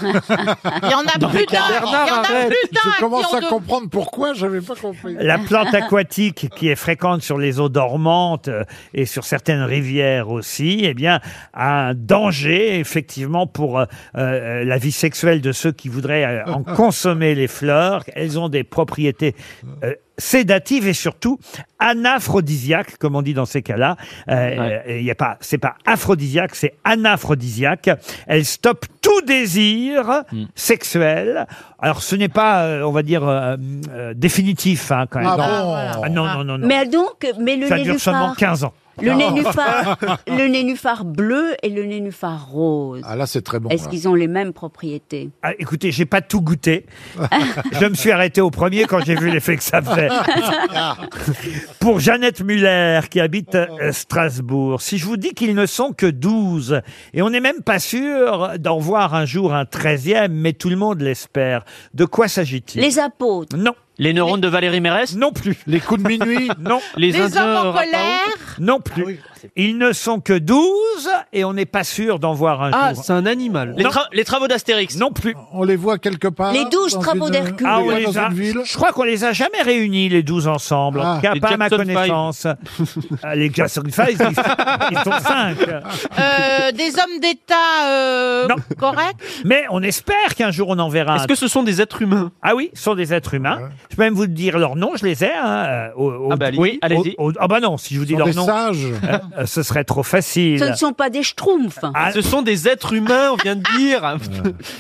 S6: Il y en a plus d'un. Il y en a plus d'un.
S5: Je
S6: qui
S5: commence
S6: on
S5: à
S6: de-
S5: comprendre pourquoi, j'avais pas compris.
S1: La plante aquatique qui est fréquente sur les eaux dormantes euh, et sur certaines rivières aussi, eh bien, a un danger effectivement pour euh, euh, la vie sexuelle de ceux qui voudraient euh, en consommer les fleurs. Elles ont des propriétés euh, sédatives et surtout anaphrodisiaques, comme on dit dans ces cas-là. Euh, euh, Il y a pas, c'est pas aphrodisiaque, c'est anaphrodisiaque. Elles stoppent tout désir sexuel. Alors, ce n'est pas, euh, on va dire, euh, euh, définitif, hein, quand même.
S22: Ah
S1: non.
S22: bon Voilà.
S1: Ah non, non, non, non.
S22: Mais donc, mais le
S1: Ça dure
S22: nénuphar.
S1: seulement 15 ans. Ah.
S22: Le
S1: Non.
S22: nénuphar, le nénuphar bleu et le nénuphar rose.
S5: Ah là, c'est très bon.
S22: Est-ce
S5: là.
S22: qu'ils ont les mêmes propriétés
S1: Ah, écoutez, j'ai pas tout goûté. Je me suis arrêté au premier quand j'ai vu l'effet que ça fait. Pour Jeannette Muller, qui habite euh, Strasbourg, si je vous dis qu'ils ne sont que 12, et on n'est même pas sûr d'en voir un jour un 13e, mais tout le monde l'espère, de quoi s'agit-il
S22: Les apôtres.
S1: Non.
S12: Les neurones de Valérie Mérès
S1: Non plus.
S12: Les coups de minuit
S1: Non.
S12: Les, Indiens au Rapaout
S1: Non plus. Ils ne sont que 12, et on n'est pas sûr d'en voir un
S12: Ah,
S1: jour.
S12: c'est
S1: un animal.
S12: Les, tra- les travaux d'Astérix
S1: Non plus.
S5: On les voit quelque part. dans une-
S1: Ah, on
S5: dans
S1: les a-
S5: une ville.
S1: Je crois qu'on les a jamais réunis, les 12 ensemble.
S5: Ah.
S1: en tout cas,
S5: Les
S1: pas à ma
S5: Jackson Five.
S1: connaissance. Ah, les Jackson Five, ils, ils sont 5.
S6: Euh, des hommes d'État euh, corrects
S1: Mais on espère qu'un jour on en verra. Est-ce que ce sont des êtres humains Ah oui, ce sont des êtres humains. Je peux même vous dire leur nom, je les ai. hein, euh, au- au-
S12: Ah bah, allez-y. Oui, allez-y.
S1: au- au- Ah bah non, si je vous dis
S12: sont
S1: leur
S12: des
S1: nom.
S12: sages.
S1: euh, euh, ce serait trop facile.
S22: Ce ne sont pas des schtroumpfs.
S1: Ah, Euh,
S12: Ce sont des êtres humains, on vient de dire.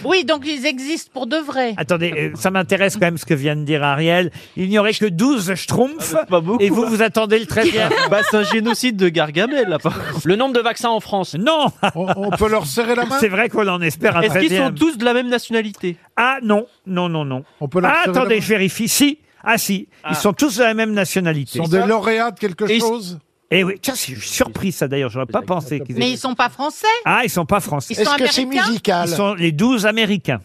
S6: Oui, donc ils existent pour de vrai.
S1: Attendez, euh, ça m'intéresse quand même ce que vient de dire Ariel. Il n'y aurait que 12
S12: Ah,
S1: schtroumpfs. et vous, vous attendez le 13e.
S12: hein. Bah, c'est un génocide de Gargamel, là, par contre. Le nombre de vaccins en France.
S1: Non
S12: on peut leur serrer la main
S1: C'est vrai qu'on en espère un
S12: Est-ce qu'ils
S1: 13e.
S12: sont tous de la même nationalité
S1: Ah non, non, non, non. On
S12: peut leur serrer la
S1: attendez,
S12: main
S1: je vérifie. Si, ah si, ils sont tous de la même nationalité.
S5: Ils sont des lauréats de quelque chose
S1: Eh oui, tiens, je suis surpris ça d'ailleurs, j'aurais pas pensé qu'ils
S6: Mais ils
S1: étaient.
S6: sont pas français.
S1: Ah, ils sont pas français.
S6: Ils sont Est-ce que c'est américains musical
S1: Ils sont les 12 américains.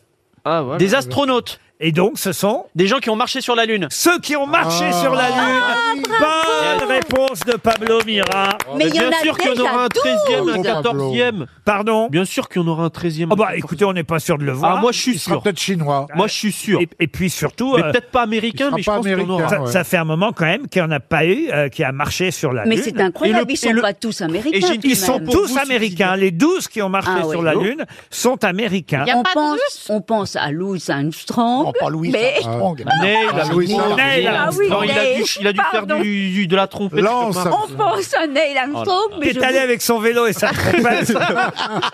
S12: Des astronautes.
S1: Et donc, ce sont
S12: Des gens qui ont marché sur la Lune. Ah.
S1: Ceux qui ont marché sur la Lune. Bonne réponse de Pablo Mira.
S12: Oh, Mais il y Bien en a sûr qu'il y en aura un déjà 13e, un 12. 14e.
S1: Pardon
S12: Bien sûr qu'il y en aura un 13e.
S1: Ah bah écoutez, on n'est pas sûr de le voir.
S12: Ah, moi, je suis sûr.
S5: Peut-être chinois.
S12: Moi, je suis sûr.
S1: Et, et puis surtout.
S12: Mais
S1: euh,
S12: peut-être pas américain, mais je pense qu'on aura.
S1: Ça, ça fait un moment quand même qu'il n'y en a pas eu euh, qui a marché sur la
S22: Mais
S1: Lune.
S22: c'est incroyable, ils sont pas tous américains.
S1: Et j'ai
S22: tout
S1: dit,
S22: de
S1: ils sont
S22: même.
S1: tous américains. Les 12 qui ont marché
S22: Ah ouais.
S1: sur la
S22: Oh.
S1: Lune sont américains.
S22: on, pense, on pense à Louis Armstrong. mais...
S12: Neil,
S1: Ah, Louis Armstrong.
S12: Neil
S22: Ah oui,
S12: Armstrong. Non, il a
S22: Neil.
S12: dû, il a dû faire
S22: Pardon.
S12: du, du- de la trompette.
S5: Lance.
S12: je sais pas.
S22: On pense à Neil Armstrong,
S1: Oh Qui
S22: mais je
S1: est allé
S22: vous-
S1: avec son vélo et sa trompette.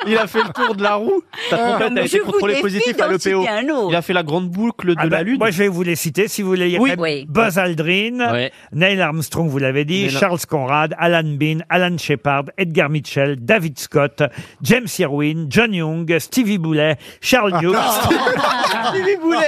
S12: Il a fait le tour de la roue. Sa trompette a
S22: Euh, Je
S12: été
S22: vous
S12: contrôlée
S22: défie
S12: positive
S22: d'en
S12: à l'EPO.
S22: citer un autre.
S12: Il a fait la grande boucle de
S1: Ah bah,
S12: la Lune.
S1: Moi, je vais vous les citer si vous voulez. Il y a
S12: Oui.
S1: quand même
S12: Oui.
S1: Buzz Aldrin, Neil Armstrong, vous l'avez dit,
S12: Neil Ar-
S1: Charles Conrad, Alan Bean, Alan Shepard, Edgar Mitchell, David Scott, James Irwin, John Young, Stevie Boulet, Charles News,
S12: Ah.
S3: Stevie Boulet.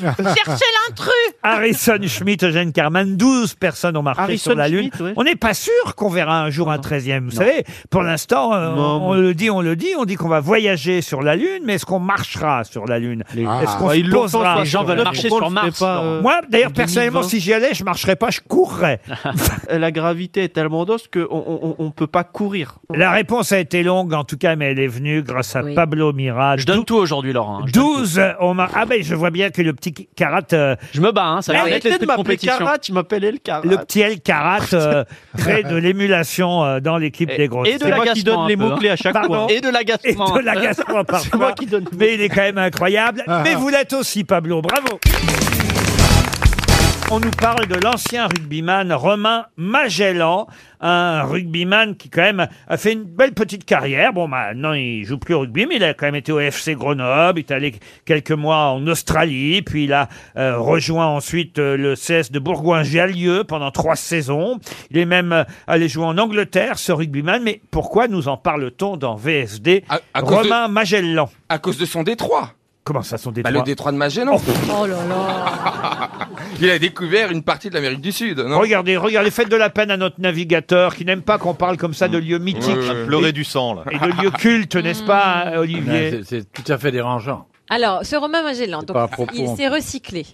S1: Cherchez
S3: l'intrus.
S1: Harrison Schmitt, Eugène Carman, 12 personnes ont marché
S12: Harrison
S1: sur la Lune.
S12: Schmitt, ouais.
S1: On n'est pas sûr qu'on verra un jour un 13e. Vous savez, pour l'instant, euh, on, on le dit, on le dit, on dit qu'on va voyager sur la Lune, mais est-ce qu'on marchera sur la Lune Est-ce qu'on
S12: Ah,
S1: se
S12: ils l'ont fait,
S1: posera
S12: les gens
S1: sur
S12: veulent
S1: la
S12: marcher
S1: Lune
S12: sur Mars, non
S1: Moi, d'ailleurs,
S12: en
S1: personnellement,
S12: 2020.
S1: si j'y allais, je marcherais pas, je courrais.
S12: la gravité est tellement dense qu'on on, on- on peut pas courir.
S1: La réponse a été longue, en tout cas, mais elle est venue grâce à Pablo Mira. Je
S12: donne tout aujourd'hui, Laurent. hein.
S1: 12, on m'a... Ah ben, je vois bien que le petit euh, Karat...
S12: Je me bats, hein, ça a l'air d'être l'esprit de compétition. tu m'appelles El Karat.
S1: Le petit El Karat euh, crée de l'émulation euh, dans l'équipe des grosses
S12: et de
S1: têtes.
S12: l'agacement un peu, hein. Pardon. Et de l'agacement.
S1: Et de l'agacement parfois.
S12: C'est moi qui donne.
S1: Mais il est quand même incroyable.
S12: Ah,
S1: Mais
S12: ah.
S1: vous l'êtes aussi, Pablo. Bravo. On nous parle de l'ancien rugbyman Romain Magellan, un rugbyman qui quand même a fait une belle petite carrière. Bon, maintenant il joue plus au rugby, mais il a quand même été au FC Grenoble. Il est allé quelques mois en Australie, puis il a euh, rejoint ensuite euh, le CS de Bourgoin-Jallieu pendant trois saisons. Il est même euh, allé jouer en Angleterre, ce rugbyman. Mais pourquoi nous en parle-t-on dans VSD
S11: à cause
S1: Romain Magellan.
S11: À cause de son détroit.
S1: Comment ça, son
S11: Bah,
S1: détroit
S11: le détroit de Magellan.
S16: Oh là là.
S11: Il a découvert une partie de l'Amérique du Sud. Non
S1: Regardez, regardez, faites de la peine à notre navigateur qui n'aime pas qu'on parle comme ça de lieux mythiques.
S4: Pleurer
S1: et-
S4: du sang, là.
S1: Et de lieux cultes, n'est-ce pas, hein, Olivier
S4: C'est- C'est tout à fait dérangeant.
S19: Alors, ce Romain Magellan,
S4: pas à
S19: donc,
S4: propos,
S19: il
S4: en
S19: s'est recyclé.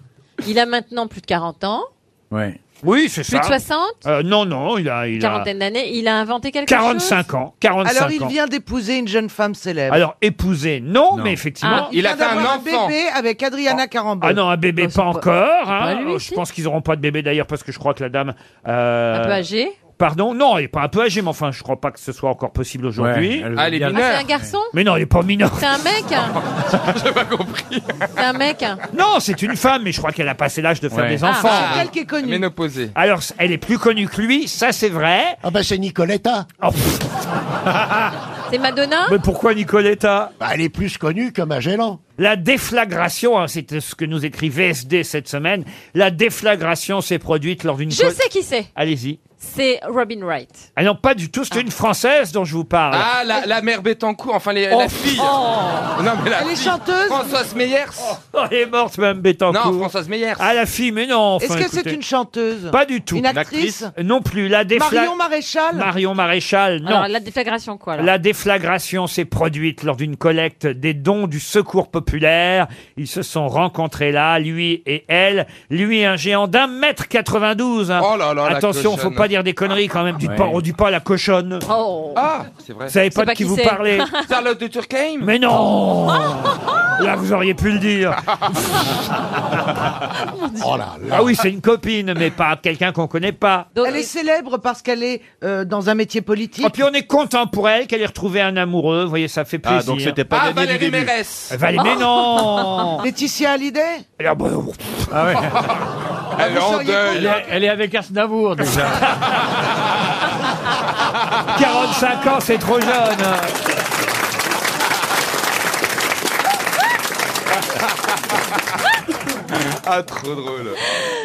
S19: Il a maintenant plus de 40 ans,
S4: Ouais.
S1: Oui, c'est
S19: Plus
S1: ça.
S19: de 60
S1: Euh, Non, non, il a. Il a
S19: quarantaine d'années. Il a inventé quelque chose
S1: 45 ans. 45
S10: Alors il
S1: ans.
S10: vient d'épouser une jeune femme célèbre.
S1: Alors, épousé, non, mais effectivement.
S10: Ah, vient d'avoir bébé avec Adriana Carambeu.
S1: Ah non, un bébé
S10: Bah, c'est
S1: pas
S10: pas-
S1: encore.
S10: c'est
S1: hein.
S10: pas lui,
S1: je pense qu'ils n'auront pas de bébé d'ailleurs parce que je crois que la dame. euh,
S19: un peu âgé.
S1: Pardon, non, elle n'est pas un peu âgée, mais enfin, je crois pas que ce soit encore possible aujourd'hui.
S4: Ouais, elle veut Ah, elle est bien-
S19: Ah, c'est un garçon
S1: Mais non, elle n'est pas mineure.
S19: C'est un mec C'est un mec
S1: Non, c'est une femme, mais je crois qu'elle a passé l'âge de faire
S11: Ouais.
S1: des
S11: Ah,
S1: enfants.
S11: c'est elle qui est connue. Ménopausée.
S1: Alors, c- elle est plus connue que lui, ça c'est vrai. Ah bah c'est Nicoletta.
S19: C'est Madonna
S1: mais pourquoi Nicoletta Bah, Elle est plus connue que Magellan. La déflagration, hein, c'est ce que nous écrit VSD cette semaine, la déflagration s'est produite lors d'une...
S19: Je
S1: col-
S19: sais qui c'est.
S1: Allez-y.
S19: C'est Robin Wright.
S1: Ah non, pas du tout, c'est une Française dont je vous parle.
S11: Ah, la, la mère Bettencourt, enfin les,
S1: Oh.
S11: la fille. Non, mais la
S1: Elle est
S11: fille.
S1: chanteuse
S11: Françoise Meyers.
S1: Oh, elle est morte, même Bettencourt.
S11: Non, Françoise Meyers.
S1: Ah la fille, mais non. enfin,
S10: Est-ce que c'est
S1: écoutez.
S10: une chanteuse
S1: Pas du tout.
S10: Une actrice
S1: Non plus. La défla-
S10: Marion Maréchal
S1: Marion Maréchal, non.
S19: Alors, la déflagration, quoi. alors
S1: La déflagration s'est produite lors d'une collecte des dons du Secours populaire. Ils se sont rencontrés là, lui et elle. Lui, un géant d'un mètre 92. hein.
S11: Oh là là, la
S1: Attention, faut
S11: cochonne.
S1: pas dire des conneries quand même. Dites
S11: Ouais.
S1: pas, on dit pas la cochonne.
S19: Oh.
S11: Ah, c'est vrai.
S1: Vous savez pas de qui vous
S11: c'est.
S1: parlez.
S11: Charlotte de Turckheim Oh.
S1: Mais non Là, vous auriez pu le dire.
S11: Oh
S1: Ah oui, c'est une copine, mais pas quelqu'un qu'on connaît pas.
S10: Elle est célèbre parce qu'elle est euh, dans un métier politique.
S1: Et Oh, puis on est content pour elle qu'elle ait retrouvé un amoureux. Vous voyez, ça fait plaisir. Euh,
S4: donc c'était pas Ah, gagné du Valérie début. Mérès.
S1: Valérie, mais non
S10: Laetitia Hallyday
S1: Alors, bon,
S4: Ah ouais.
S11: Elle est en deuil.
S4: Elle est, elle est avec Asnavour déjà.
S22: Ah.
S1: 45 ans, c'est trop jeune.
S11: Ah, trop drôle.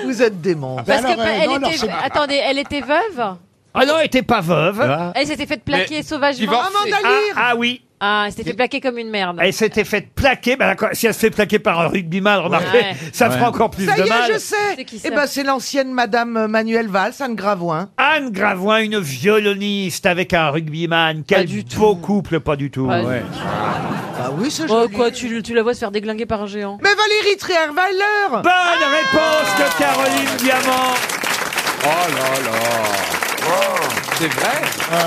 S10: Vous êtes démon.
S12: Ah,
S17: Ah,
S12: ben
S19: Parce
S17: ben
S19: que
S12: euh,
S19: pa- elle était... Attendez, elle était veuve
S1: Ah non, elle était pas veuve.
S12: Ah.
S19: Elle s'était faite plaquer
S1: Mais
S19: sauvagement.
S1: divorcée. Amanda Lear. Ah, ah oui.
S19: Ah, elle s'était fait plaquer comme une merde.
S1: Elle s'était faite plaquer. Ben, quand- si elle se fait plaquer par un rugbyman, remarquez,
S19: Ouais.
S1: ça
S10: Ouais.
S1: fera encore plus
S10: ça
S1: de
S10: y
S1: mal.
S10: est, je sais.
S19: C'est qui ça
S10: Eh ben, c'est l'ancienne Madame euh, Manuel Valls, Anne Gravoin.
S1: Anne Gravoin, une violoniste avec un rugbyman. Quel beau couple, pas du tout.
S19: Pas du
S1: Ouais.
S10: Ah oui, ce
S19: Oh quoi, tu, tu la vois se faire déglinguer par un géant.
S10: Mais Valérie Trierweiler
S1: Bonne réponse de Caroline Diamant.
S11: Oh là là. C'est vrai
S1: Ah.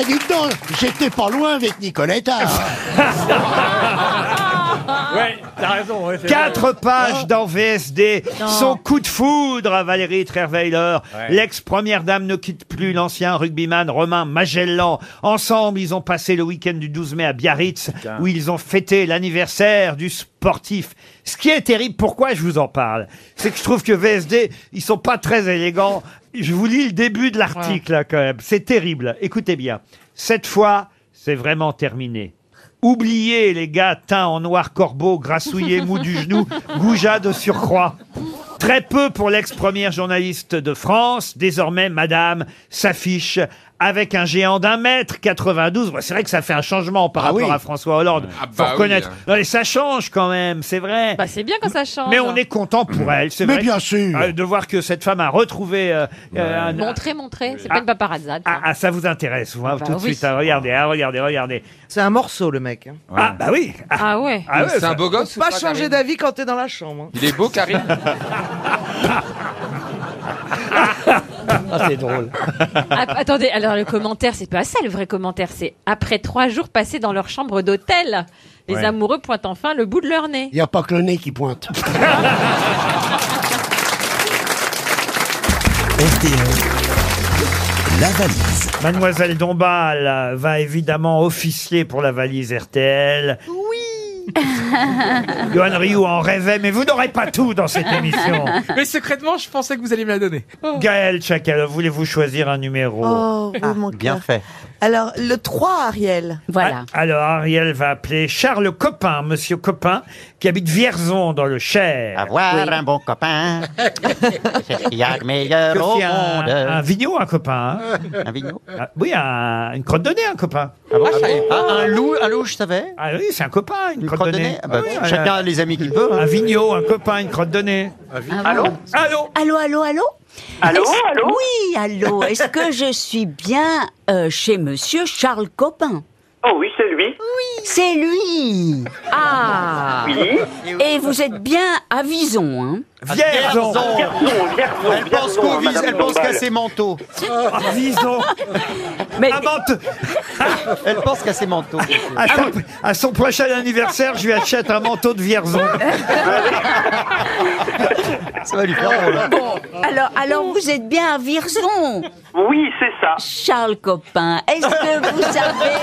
S14: Eh, dites donc, j'étais pas loin avec Nicoletta. hein.
S4: ouais, t'as raison. ouais, c'est
S1: Quatre
S4: vrai. Oh.
S1: pages dans VSD.
S4: Non.
S1: Son coup de foudre à Valérie Trierweiler.
S4: Ouais.
S1: L'ex-première dame ne quitte plus l'ancien rugbyman Romain Magellan. Ensemble, ils ont passé le week-end du 12 mai à Biarritz, où ils ont fêté l'anniversaire du sportif. Ce qui est terrible, pourquoi je vous en parle C'est que je trouve que VSD, ils sont pas très élégants. Je vous lis le début de l'article, là, quand même. C'est terrible. Écoutez bien. Cette fois, c'est vraiment terminé. Oubliez les gars teints en noir corbeau, grassouillés, mou du genou, goujat de surcroît. Très peu pour l'ex-première journaliste de France. Désormais, madame s'affiche avec un géant d'un mètre 92. Bon, C'est vrai que ça fait un changement par rapport à François Hollande.
S11: Ah
S1: Faut
S11: bah oui,
S1: reconnaître.
S11: hein.
S1: Non, mais ça change quand même, c'est vrai.
S19: Bah c'est bien quand ça change.
S1: Mais on est content pour elle, c'est
S14: Mais
S1: vrai.
S14: bien
S1: que-
S14: sûr.
S1: euh, de voir que cette femme a retrouvé euh, euh, un-
S19: Montrez, montrez, c'est pas une paparazzade.
S1: Ah, ah, ça vous intéresse, vous, hein,
S19: bah
S1: tout de
S19: oui.
S1: suite. hein, regardez, hein, regardez, regardez.
S10: C'est un morceau, le mec. hein.
S1: Ah, bah oui.
S19: Ah ouais.
S1: Ah ouais,
S11: C'est
S1: ça-
S11: un beau gosse ou
S10: Pas
S11: pas,
S10: changer
S11: Karine
S10: d'avis quand t'es dans la chambre. hein.
S11: Il est beau, Karine
S4: Ah, c'est drôle.
S19: Ah, attendez, alors le commentaire, c'est pas ça le vrai commentaire, c'est après trois jours passés dans leur chambre d'hôtel, les
S14: Ouais.
S19: amoureux pointent enfin le bout de leur nez.
S14: Il n'y a pas que le nez qui pointe.
S1: La valise. Mademoiselle Dombal euh, va évidemment officier pour la valise RTL. Oui. Johan Rioux en rêvait, mais vous n'aurez pas tout dans cette émission.
S23: Mais secrètement, je pensais que vous alliez me la donner.
S1: Gaël Chacal, voulez-vous choisir un numéro
S17: Oh, oui,
S10: Ah,
S17: mon cœur. Alors, le 3, Ariel.
S1: Voilà. Ah, Alors, Ariel va appeler Charles Copin, monsieur Copin, qui habite Vierzon, dans le Cher.
S14: Avoir un bon copain, c'est ce qu'il y a de meilleur
S1: Que
S14: au
S1: c'est un,
S14: monde.
S1: un vigno, un copain. hein.
S14: Un vigno
S1: Ah, oui, un- une crotte de nez, un copain.
S14: bon Ah, je savais pas. Ah, un loup- un loup, je savais.
S1: Ah oui, c'est un copain, une, crotte, de nez.
S14: Ah bah,
S1: Ah oui,
S14: chacun
S1: un-
S14: a les amis qu'il veut.
S1: Un vigno, un copain, une crotte de nez. hein. Allô Allô
S22: Ah Allô, allô, allô
S1: Allô,
S22: Est-ce-
S1: allô
S22: Oui, allô. Est-ce que je suis bien euh, chez monsieur Charles Copin
S12: Oh oui, c'est lui.
S22: Oui. C'est lui Ah
S12: Oui.
S22: Et vous êtes bien à Vison, hein
S1: Vierzon.
S22: Elle pense qu'au vis- elle pense qu'à ses
S14: manteaux.
S1: Ah, Vison
S22: Mais...
S1: Ah,
S14: Elle pense qu'à ses manteaux.
S12: Ah
S1: À son, à son prochain anniversaire, je lui achète un manteau de Vierzon.
S14: Ça va lui faire
S12: hein.
S22: Bon, alors, alors vous êtes bien à Vierzon
S12: Oui, c'est ça.
S22: Charles Copin, est-ce que vous savez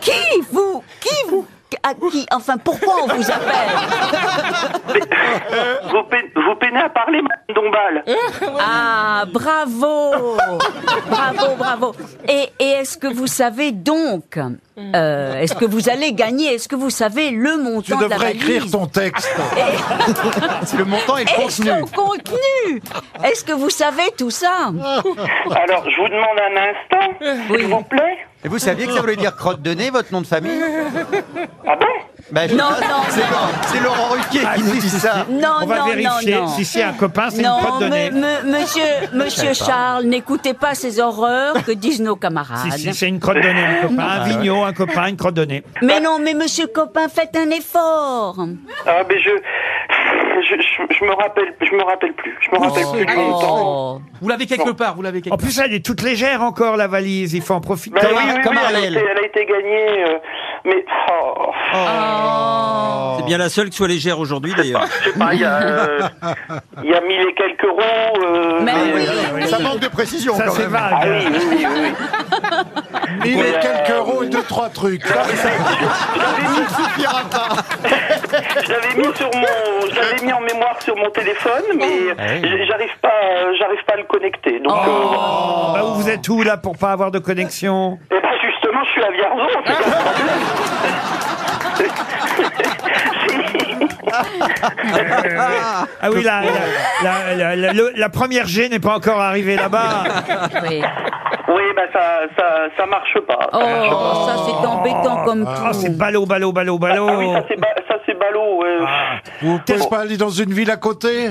S22: qui vous, qui vous, à qui, enfin pourquoi on vous appelle
S12: Euh, Vous, pe- vous peinez à parler, Madame Dombal.
S22: Ah, bravo Bravo, bravo Et, et est-ce que vous savez donc, euh, est-ce que vous allez gagner, est-ce que vous savez le
S6: Tu
S22: montant de la
S6: devrais
S22: valise
S6: écrire ton texte.
S14: le montant
S22: et son contenu Est-ce que vous savez tout ça
S12: Alors, je vous demande un instant, s'il vous plaît.
S14: Et vous saviez que ça voulait dire crotte de nez, votre nom de famille
S12: Ah
S14: Bah, je-
S22: Non, non,
S14: c'est-
S22: non.
S14: C'est Laurent Ruquier qui nous dit ça.
S22: Non, non, non, non. Non, me- me- monsieur, monsieur
S14: Je savais pas.
S22: Charles, n'écoutez pas ces horreurs que disent nos camarades.
S1: Si, si, Ah, c'est une crotte de nez, un copain, un vigno, un copain, une crotte de nez.
S22: Mais non, mais monsieur copain, faites un effort.
S12: Ah, mais je. Je, je- je me rappelle, je me rappelle plus. Je me rappelle plus du montant.
S1: Oh. Vous l'avez quelque part, vous l'avez quelque En plus, elle est toute légère encore, la valise, il faut en profiter.
S12: Bah oui, oui, oui, elle, a été, elle a été gagnée, euh, mais oh.
S1: Oh.
S24: C'est bien la seule qui soit légère aujourd'hui d'ailleurs.
S12: Je sais pas, il y a, euh, il y a mille et quelques euros. euh,
S24: Mais oui,
S14: Ça manque de précision.
S1: Ça,
S14: quand
S1: c'est
S14: même.
S1: vague.
S12: Ah oui, oui, oui, oui.
S6: Il
S12: Mais,
S6: est quelques
S12: euh,
S6: euros et deux, trois trucs.
S12: J'avais mis sur mon, j'avais mis en mémoire sur mon téléphone,
S14: Oh.
S12: mais j'- j'arrive pas, euh, j'arrive pas à le connecter. Donc
S1: Oh, bah, vous êtes où, là, pour pas avoir de connexion
S12: euh, eh ben, justement, je suis à Vierzon. c'est
S14: Ah.
S12: pas le problème.
S1: Ah oui, la, la- la- la- la- le- la première G n'est pas encore arrivée là-bas.
S22: Oui,
S12: Oui, bah ça, ça, ça marche pas.
S22: Oh, ça c'est embêtant comme tout.
S1: Oh, c'est ballot, ballot, ballot, ballot.
S12: Ah oui, ça c'est, ba- ça c'est ballot. ouais.
S1: Ah.
S6: Vous pouvez pas aller dans une ville à côté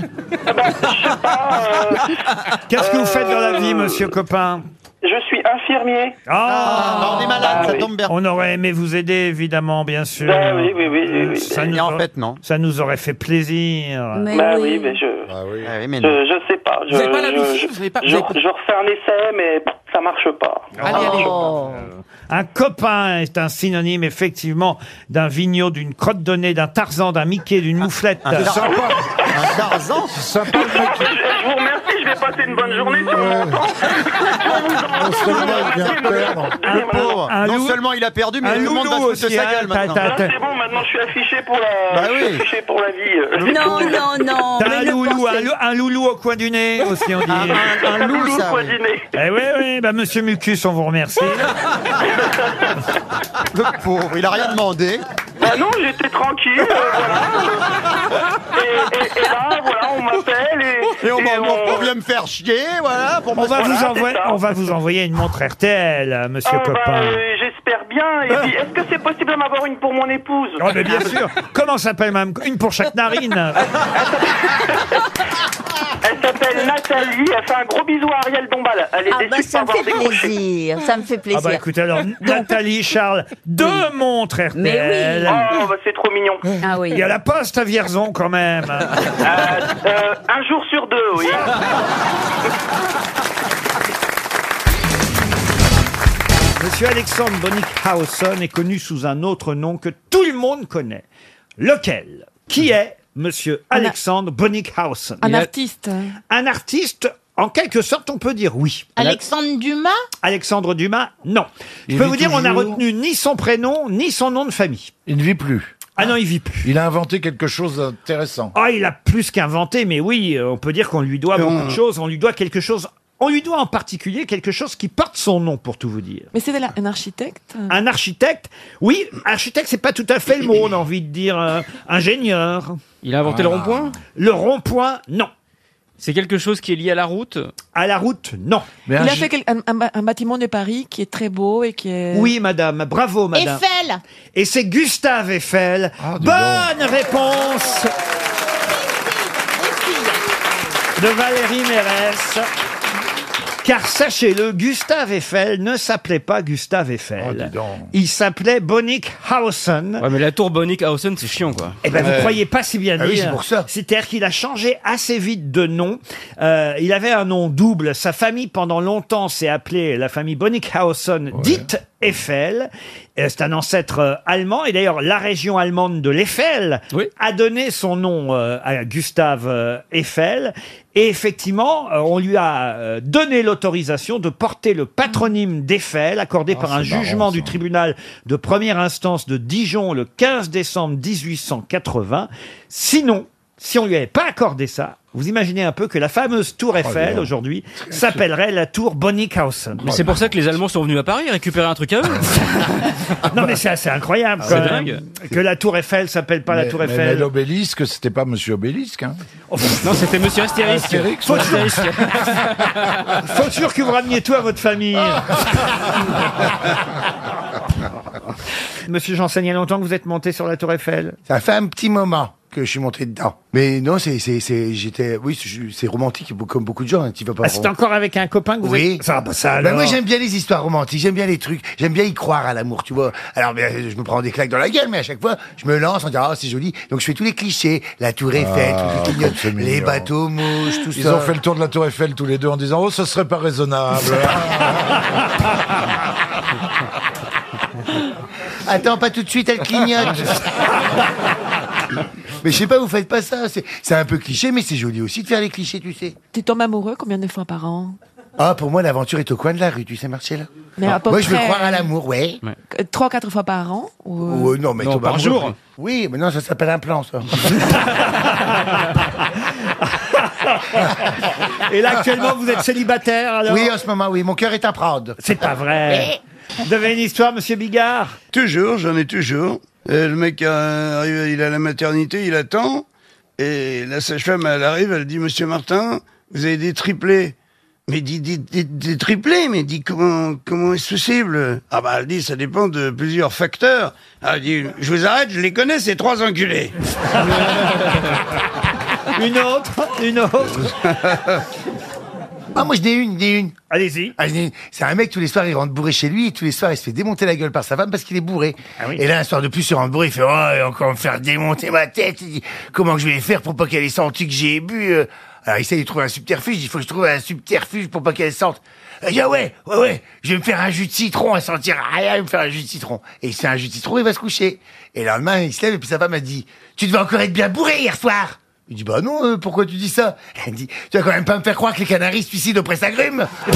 S1: Qu'est-ce
S12: Euh,
S1: que vous faites dans la vie, monsieur copain
S12: Je suis infirmier.
S1: Ah,
S14: on est malade, ça tombe bien.
S1: On aurait aimé vous aider, évidemment, bien sûr.
S12: Ah oui, oui, oui, oui, oui.
S1: Ça nous en fait, non. Ça nous aurait fait plaisir.
S12: bah oui, mais je,
S14: Ah
S12: je, je sais pas. Je,
S1: Vous avez pas la
S12: je-
S1: lucidité,
S12: je-
S1: vous avez pas-
S12: je-
S1: vous avez pas-
S12: je refais un essai, mais pff, ça marche pas.
S1: Oh. Un copain est un synonyme, effectivement, d'un vigno, d'une crotte de nez, d'un tarzan, d'un mickey, d'une mouflette.
S14: un Tarzan.
S1: Un
S14: tarzan
S12: je, je vous remercie, je vais passer une bonne journée sur mon temps.
S14: Le pauvre.
S1: un
S14: non
S1: loup-
S14: seulement il a perdu, mais
S1: un
S14: tout le monde va
S1: loulou
S14: se foutre
S1: aussi,
S14: de sa
S1: hein,
S14: gueule
S1: t'as-
S14: maintenant.
S1: t'as- t'as-
S12: Ah, C'est bon, maintenant je suis affiché pour la,
S14: Bah
S12: je suis
S14: oui.
S12: affiché pour la vie.
S22: Non, non, non.
S1: T'as un loulou, un, lou- un loulou au coin du nez aussi, on dit.
S12: Un loulou quoi dîner.
S1: Eh oui, oui, bah, monsieur Mucus, on vous remercie.
S14: Le pauvre, il a rien demandé.
S12: Bah non, j'étais tranquille, euh, voilà. Et, et- et là, voilà, on m'appelle et,
S14: Et on, m'en-
S12: on-
S14: on vient me faire chier, voilà. Pour
S1: On
S14: me-
S1: va,
S14: voilà,
S1: vous
S14: c'est
S1: envoyer,
S14: ça.
S1: on va vous envoyer une montre RTL, euh, monsieur
S12: Ah, bah,
S1: copain.
S12: euh, j'espère bien. Et puis, est-ce que c'est possible de m'avoir une pour mon épouse
S1: Oh, mais bien sûr. Comment s'appelle même Une pour chaque
S22: Ah,
S1: narine.
S22: bah,
S12: Elle s'appelle Nathalie. Elle fait un gros bisou à Ariel Dombal. Elle est
S22: Ah
S12: déçue
S22: bah
S12: de pas
S22: ça me
S12: avoir
S22: fait
S12: décroché.
S22: plaisir, ça me fait plaisir.
S1: Ah bah écoutez alors, Nathalie, Charles, deux montres RTL.
S22: Mais oui.
S12: Oh, bah, c'est trop mignon.
S22: Ah oui.
S1: Il y a la poste à Vierzon quand même.
S12: Euh, euh, un jour sur deux, oui.
S1: Monsieur Alexandre Bonnickhausen est connu sous un autre nom que tout le monde connaît. Lequel Qui est Monsieur Alexandre Bonnickhausen
S25: Mm. Un
S1: Il a-
S25: artiste.
S1: Un artiste, en quelque sorte, on peut dire oui.
S25: Alexandre Dumas
S1: Alexandre Dumas, non. Je peux
S5: vit
S1: vous dire, on n'a
S5: toujours.
S1: retenu ni son prénom, ni son nom de famille.
S5: Il ne vit plus.
S1: Ah non, il vit plus.
S6: Il a inventé quelque chose d'intéressant.
S1: Ah, il a plus qu'inventé, mais oui, euh, on peut dire qu'on lui doit
S6: Et
S1: beaucoup
S6: on-
S1: de choses. On lui doit quelque chose. On lui doit en particulier quelque chose qui porte son nom, pour tout vous dire.
S26: Mais c'est un architecte
S17: euh,
S1: Un architecte Oui, architecte, c'est pas tout à fait le mot, on a envie de dire euh, ingénieur.
S12: Il a inventé le rond-point
S1: Le rond-point, non.
S12: C'est quelque chose qui est lié à la route
S1: À la route, non.
S12: Mais
S17: Il a fait quel- un, un ba- un bâtiment de Paris qui est très beau et qui est.
S1: Oui, madame, bravo, madame.
S17: Eiffel.
S1: Et c'est Gustave Eiffel. Bonne réponse de Valérie Mérès. Car sachez-le, Gustave Eiffel ne s'appelait pas Gustave Eiffel. Il s'appelait Bonnickhausen.
S12: Ouais, mais la tour Bonnick-Hausen, c'est chiant, quoi.
S1: Eh ben, vous croyez pas si bien
S12: Ah
S1: dire.
S12: oui, c'est pour
S1: ça. C'est-à-dire qu'il a changé assez vite de nom. Euh, il avait un nom double. Sa famille, pendant longtemps, s'est appelée la famille Bonnickhausen, dite Eiffel. Euh, C'est un ancêtre euh, allemand. Et d'ailleurs, la région allemande de l'Eiffel a donné son nom euh, à Gustave euh, Eiffel. Et effectivement, euh, on lui a euh, donné l'autorisation de porter le patronyme d'Eiffel, accordé
S12: Ah,
S1: par un
S6: c'est marrant,
S1: jugement du tribunal de première instance de Dijon le 15 décembre 1880. Sinon, si on lui avait pas accordé ça, vous imaginez un peu que la fameuse tour Eiffel
S12: bien.
S1: aujourd'hui s'appellerait la tour Bonnickhausen.
S12: Mais c'est pour ça que les Allemands sont venus à Paris récupérer un truc à eux.
S1: Non mais c'est assez incroyable
S12: Ah,
S1: quand
S12: c'est
S1: même,
S12: dingue.
S1: que la tour Eiffel s'appelle pas la
S6: Mais-
S1: tour
S6: mais- Mais
S1: Eiffel. Oh,
S6: l'obélisque, c'était pas Monsieur Obélisque. Hein.
S12: non, c'était Monsieur Astérix.
S6: Astérix,
S1: Faut
S6: ouais.
S1: toujours- Faut sûr que vous rameniez tout à votre famille. Monsieur Janssen, il y a longtemps que vous êtes monté sur la Tour Eiffel.
S14: Ça fait un petit moment que je suis monté dedans. Mais non, c'est, c'est, c'est- j'étais, oui, c'est- c'est romantique comme beaucoup de gens. hein, tu vas pas.
S1: Ah, c'est encore avec un copain que vous
S14: Oui.
S1: êtes- Ça, bah, ça
S14: Ben
S1: alors.
S14: moi j'aime bien les histoires romantiques, j'aime bien les trucs, j'aime bien y croire à l'amour, tu vois. Alors ben, je me prends des claques dans la gueule, mais à chaque fois je me lance en disant ah c'est joli. Donc je fais tous les clichés, la Tour Eiffel,
S6: Ah,
S14: tout ce qui clignote,
S6: comme c'est mignon.
S14: les bateaux mouches, tout
S6: Ils
S14: ça.
S6: ont fait le tour de la Tour Eiffel tous les deux en disant Oh, ce serait pas raisonnable.
S14: Attends pas tout de suite, elle
S6: Ah,
S14: clignote. mais je sais pas, vous faites pas ça. C'est, c'est un peu cliché, mais c'est joli aussi de faire les clichés, tu sais.
S17: Tu tombes amoureux combien de fois par an
S14: Ah pour moi l'aventure est au coin de la rue, tu sais Marcella.
S17: Mais à peu
S14: moi je veux
S17: près,
S14: croire à
S17: euh,
S14: l'amour, ouais.
S17: Euh, Trois, quatre fois par an ou, euh,
S14: Oh, non, mais
S17: Non,
S14: tombe
S17: par
S14: amoureux.
S17: jour.
S14: Oui, mais non, ça s'appelle un plan, ça.
S1: Et là, actuellement, vous êtes célibataire, alors
S14: Oui, en ce moment, oui. Mon cœur est à prendre.
S1: C'est pas vrai. Vous avez une histoire, monsieur Bigard
S5: Toujours, j'en ai toujours. Euh, le mec euh, arrive, il est à la maternité, il attend. Et la sage-femme, elle arrive, elle dit Monsieur Martin, vous avez des triplés. Mais dit, dit, dit- des triplés, mais dit comment, comment est-ce possible Ah bah elle dit ça dépend de plusieurs facteurs. Ah, Elle dit je vous arrête, je les connais ces trois enculés.
S1: une autre, une autre.
S14: Ah, moi, je n'ai une, je n'ai une.
S1: Allez-y.
S14: c'est un mec, tous les soirs, il rentre bourré chez lui, et tous les soirs, il se fait démonter la gueule par sa femme parce qu'il est bourré.
S1: Ah
S14: Et là, un soir de plus, il rentre bourré, il fait, oh, et encore me faire démonter ma tête. Il dit, comment que je vais faire pour pas qu'elle ait senti que j'ai bu? euh Alors, il essaie de trouver un subterfuge. Il faut que je trouve un subterfuge pour pas qu'elle sente. Il dit, ah ouais, ouais, ouais, je vais me faire un jus de citron, elle sentira rien, je vais me faire un jus de citron. Et il se fait un jus de citron, il va se coucher. Et le lendemain, il se lève, et puis sa femme a dit, tu devais encore être bien bourré hier soir. Il dit, bah non, euh, pourquoi tu dis ça Elle dit, tu vas quand même pas me faire croire que les canaris se suicident au presse-agrumes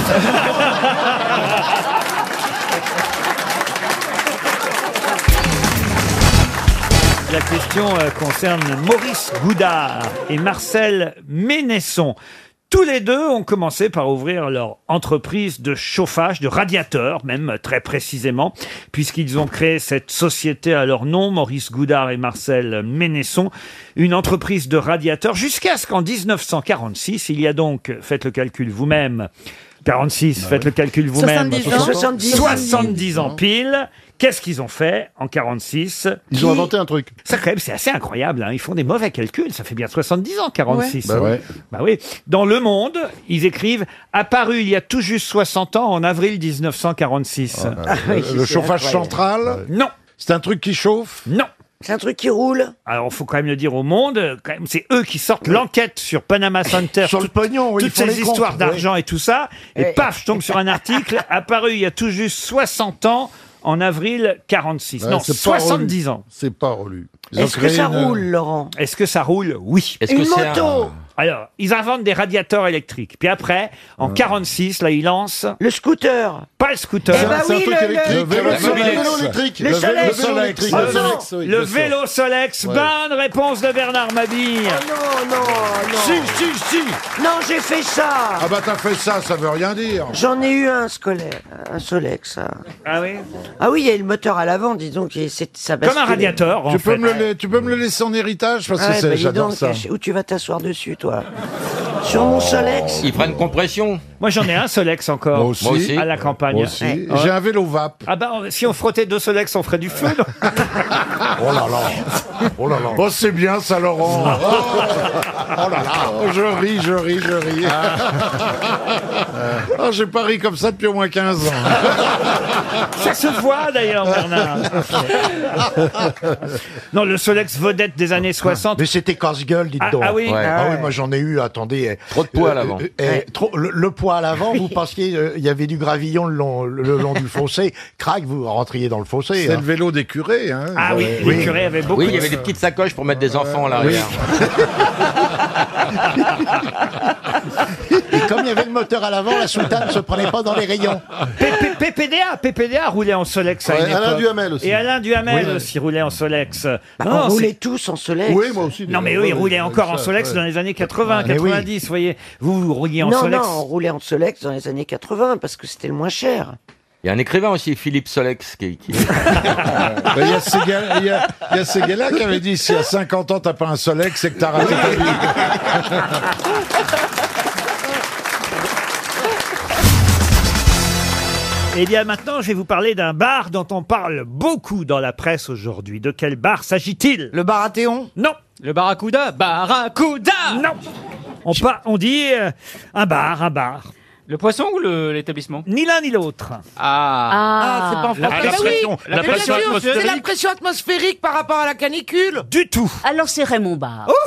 S1: La question euh, concerne Maurice Goudard et Marcel Ménesson. Tous les deux ont commencé par ouvrir leur entreprise de chauffage, de radiateur, même euh, très précisément, puisqu'ils ont créé cette société à leur nom, Maurice Goudard et Marcel Ménesson, une entreprise de radiateur, jusqu'à ce qu'en 1946, il y a donc, faites le calcul vous-même, 46, faites le calcul vous-même,
S14: 70 ans.
S1: 70, 70 ans pile, qu'est-ce qu'ils ont fait en 46
S27: Ils ont inventé un truc.
S1: ça, quand même, c'est assez incroyable. hein. Ils font des mauvais calculs. Ça fait bien 70 ans, 46.
S27: Ouais. Bah ouais.
S1: Bah oui. Dans Le Monde, ils écrivent Apparu il y a tout juste 60 ans, en avril 1946.
S6: Ah oui, Le c'est chauffage incroyable.
S1: Euh, central Non. C'est un truc qui chauffe Non. C'est un truc qui roule Alors, faut quand même le dire au monde. Quand même, c'est eux qui sortent l'enquête sur Panama Center.
S6: Sur le
S1: Tout-
S6: pognon, oui, ils
S1: Toutes
S6: font
S1: ces
S6: les comptes,
S1: histoires
S6: oui.
S1: d'argent et tout ça. Et
S6: Ouais.
S1: paf, je tombe sur un article apparu il y a tout juste 60 ans. En avril 46.
S27: Ouais,
S1: non,
S27: c'est pas
S1: 70
S27: relu.
S1: ans.
S27: C'est pas relu.
S1: Laurent Est-ce que ça roule, oui.
S27: Est-ce que Une c'est un- moto
S1: Ah Alors, ils inventent des radiateurs électriques. Puis après, en
S6: Ah.
S1: 46, là, ils lancent... Le scooter Pas le scooter
S6: Eh ben C'est un oui, truc le- électrique. le- Le vélo- le vélo électrique. Les Le vélo- Solex. le vélo
S5: Oh
S6: électrique.
S1: Ah
S6: Le
S1: non,
S6: Solex,
S1: Le
S6: oui, bien sûr.
S1: vélo Solex, ben,
S6: Ouais.
S1: bonne réponse de Bernard Mabille
S6: Non, non, non. Si, si, si.
S3: Non, j'ai fait ça.
S6: Ah bah t'as fait ça, ça veut rien dire.
S3: J'en ai eu un scolaire, un Solex. ça.
S1: Ah oui
S3: Ah oui, il y a eu le moteur à l'avant, dis donc, et c'est- ça basculait.
S28: tu peux, me le, la- tu peux me le laisser en héritage parce que
S3: Ouais,
S28: c'est-
S3: bah, dis
S28: j'adore
S3: donc,
S28: ça.
S3: Où tu vas t'asseoir dessus, toi Sur mon Solex
S1: Ils prennent compression. Moi, j'en ai un Solex encore.
S28: Moi aussi. Moi aussi.
S1: À la campagne.
S28: Moi aussi. J'ai un
S1: vélo VAP. Ah bah, si on frottait deux Solex, on ferait du feu. non
S6: Oh là là. Oh là là. Oh, c'est bien ça, Laurent. Oh, oh là là. Oh, je ris, je ris, je ris. Oh, j'ai pas ri comme ça depuis au moins 15 ans.
S1: Ça se voit d'ailleurs,
S6: Ah.
S1: Bernard. non, le Solex vedette des années 60.
S5: Ah. Mais c'était casse-gueule, dites
S1: Ah,
S5: donc.
S1: ah oui. Ouais.
S5: Ah
S1: Ouais.
S5: oui, moi j'en ai eu, attendez. Trop de
S1: poids à l'avant. Ouais.
S5: trop, le, le poids à l'avant, vous pensiez, euh, il y avait du gravillon le long, le long du fossé. Crac, vous rentriez dans le fossé.
S6: C'est le vélo des curés. Hein.
S5: Ah oui,
S6: les curés
S1: avaient
S5: beaucoup
S11: Oui, il y
S5: de-
S11: avait des petites sacoches pour mettre des enfants là. l'arrière.
S5: Et comme il y avait le moteur à l'avant, la soutane ne se prenait pas dans les rayons.
S1: P- PPDA, PPDA roulait en Solex à
S5: Ouais,
S1: une
S5: Alain
S1: époque.
S5: Duhamel aussi.
S1: Et Alain Duhamel
S5: Oui.
S1: aussi roulait en Solex. Oh,
S3: Bah, on
S1: c'est-
S3: roulait tous en Solex. Oui, moi aussi,
S1: Non, mais
S3: d'ailleurs.
S1: eux, ils
S3: Ouais,
S1: roulaient
S3: ouais,
S1: encore
S3: ça,
S1: en Solex
S3: ouais.
S1: dans les années
S5: Ah,
S1: 80,
S3: Mais oui.
S1: 90, voyez. Vous, vous rouliez en
S3: non,
S1: Solex.
S3: non, on roulait en Solex dans les années 80 parce que c'était le moins cher.
S11: Il y a un écrivain aussi, Philippe Solex, qui. qui-
S6: Bah, Il y a ces gars- il y a- il y a ces gars-là qui avaient dit si à 50 ans t'as pas un soleil, c'est que t'as raté ta vie.
S1: Eh bien maintenant, je vais vous parler d'un bar dont on parle beaucoup dans la presse aujourd'hui. De quel bar s'agit-il Le bar Athéon Non. Le Barracuda Barracuda Non. On, pa- on dit euh, un bar, un bar.
S12: Le poisson ou le- l'établissement
S1: Ni l'un ni l'autre.
S12: Ah. Ah, c'est pas en français.
S11: La pression, la
S10: Mais bien
S11: pression
S10: sûr, C'est la
S11: atmosphérique.
S10: pression atmosphérique par rapport à la canicule.
S1: Du tout.
S11: Alors c'est Raymond Barre.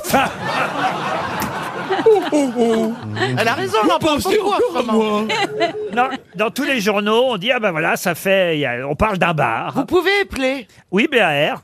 S1: Oh,
S10: Elle a raison, on en parle beaucoup en ce moment.
S1: Non, dans tous les journaux, on dit ah ben voilà, ça fait, il y a- on parle d'un bar. Vous
S10: pouvez épeler
S1: Oui, BAR.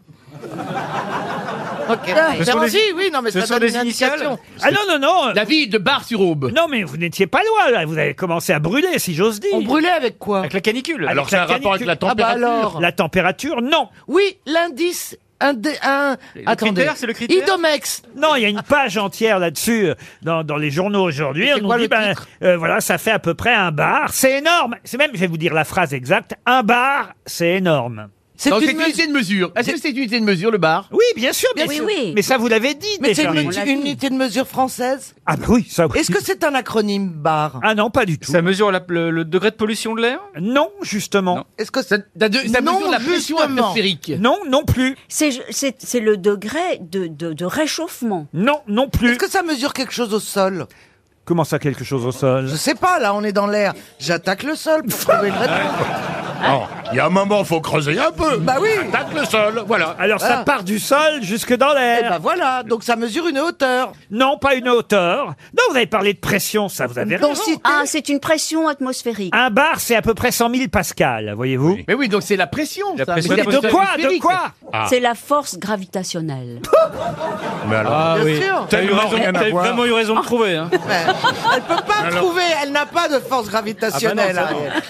S10: Ok. Ah, j'ai envie, oui, non, mais ça donne une indication.
S1: Ah non, non, non. La ville de Bar-sur-Aube. Non, mais vous n'étiez pas loin, là. Vous avez commencé à brûler, si j'ose dire. On brûlait
S10: avec quoi
S1: Avec la canicule.
S12: Alors, c'est un rapport avec la température.
S10: Ah bah alors.
S1: La température, non.
S10: Oui, l'indice. Un, dé- un, attendez.
S1: critère, c'est le critère
S10: Idomex.
S1: Non, il y a une page entière là-dessus euh, dans, dans les journaux aujourd'hui. On nous dit, ben, euh, voilà, ça fait à peu près un bar. C'est énorme. C'est même, je vais vous dire la phrase exacte, un bar, c'est énorme.
S29: C'est une, unité de mesure. Est-ce que c'est une unité de mesure, le bar
S1: Oui, bien sûr, bien
S10: Oui,
S1: sûr.
S10: oui.
S1: Mais ça, vous l'avez dit
S10: Mais c'est
S1: déjà.
S10: une, multi- une unité de mesure française
S1: Ah bah oui, ça oui.
S10: Est-ce que c'est un acronyme bar
S1: Ah non, pas du tout.
S12: Ça mesure la- le, le degré de pollution de l'air
S1: Non, justement.
S10: Est-ce que ça,
S12: Non, mesure la pression justement. atmosphérique.
S1: Non, non plus.
S22: C'est c'est- c'est le degré de, de- de réchauffement.
S1: Non, non plus.
S10: Est-ce que ça mesure quelque chose au sol
S1: Comment ça, quelque chose au sol
S10: Je sais pas, là, on est dans l'air. J'attaque le sol pour trouver une réponse.
S5: Oh,
S6: Non, il y a un moment, faut creuser un peu.
S10: Ah. Bah oui.
S6: Tape le sol, voilà.
S1: Alors ça
S10: Ah.
S1: part du sol jusque dans l'air.
S10: Eh ben voilà, donc ça mesure une hauteur.
S1: Non, pas une hauteur. Non, vous avez parlé de pression, ça vous avez raison.
S22: Ah, c'est une pression atmosphérique.
S1: Un bar, c'est à peu près 100 000 pascal, voyez-vous.
S29: Mais oui, donc c'est la pression. ça.
S1: pression
S29: Mais c'est
S1: atmosphérique. De quoi De quoi
S29: Ah.
S22: C'est la force gravitationnelle.
S6: Mais alors,
S12: Ah
S10: Bien
S12: oui.
S10: sûr.
S12: T'as eu raison,
S10: Rien à
S12: t'as
S10: voir.
S12: vraiment eu raison de trouver. Hein.
S10: Elle peut pas
S12: Alors-
S10: trouver, elle n'a pas de force gravitationnelle.
S12: Ah bah non, ça, non.
S10: Ariel.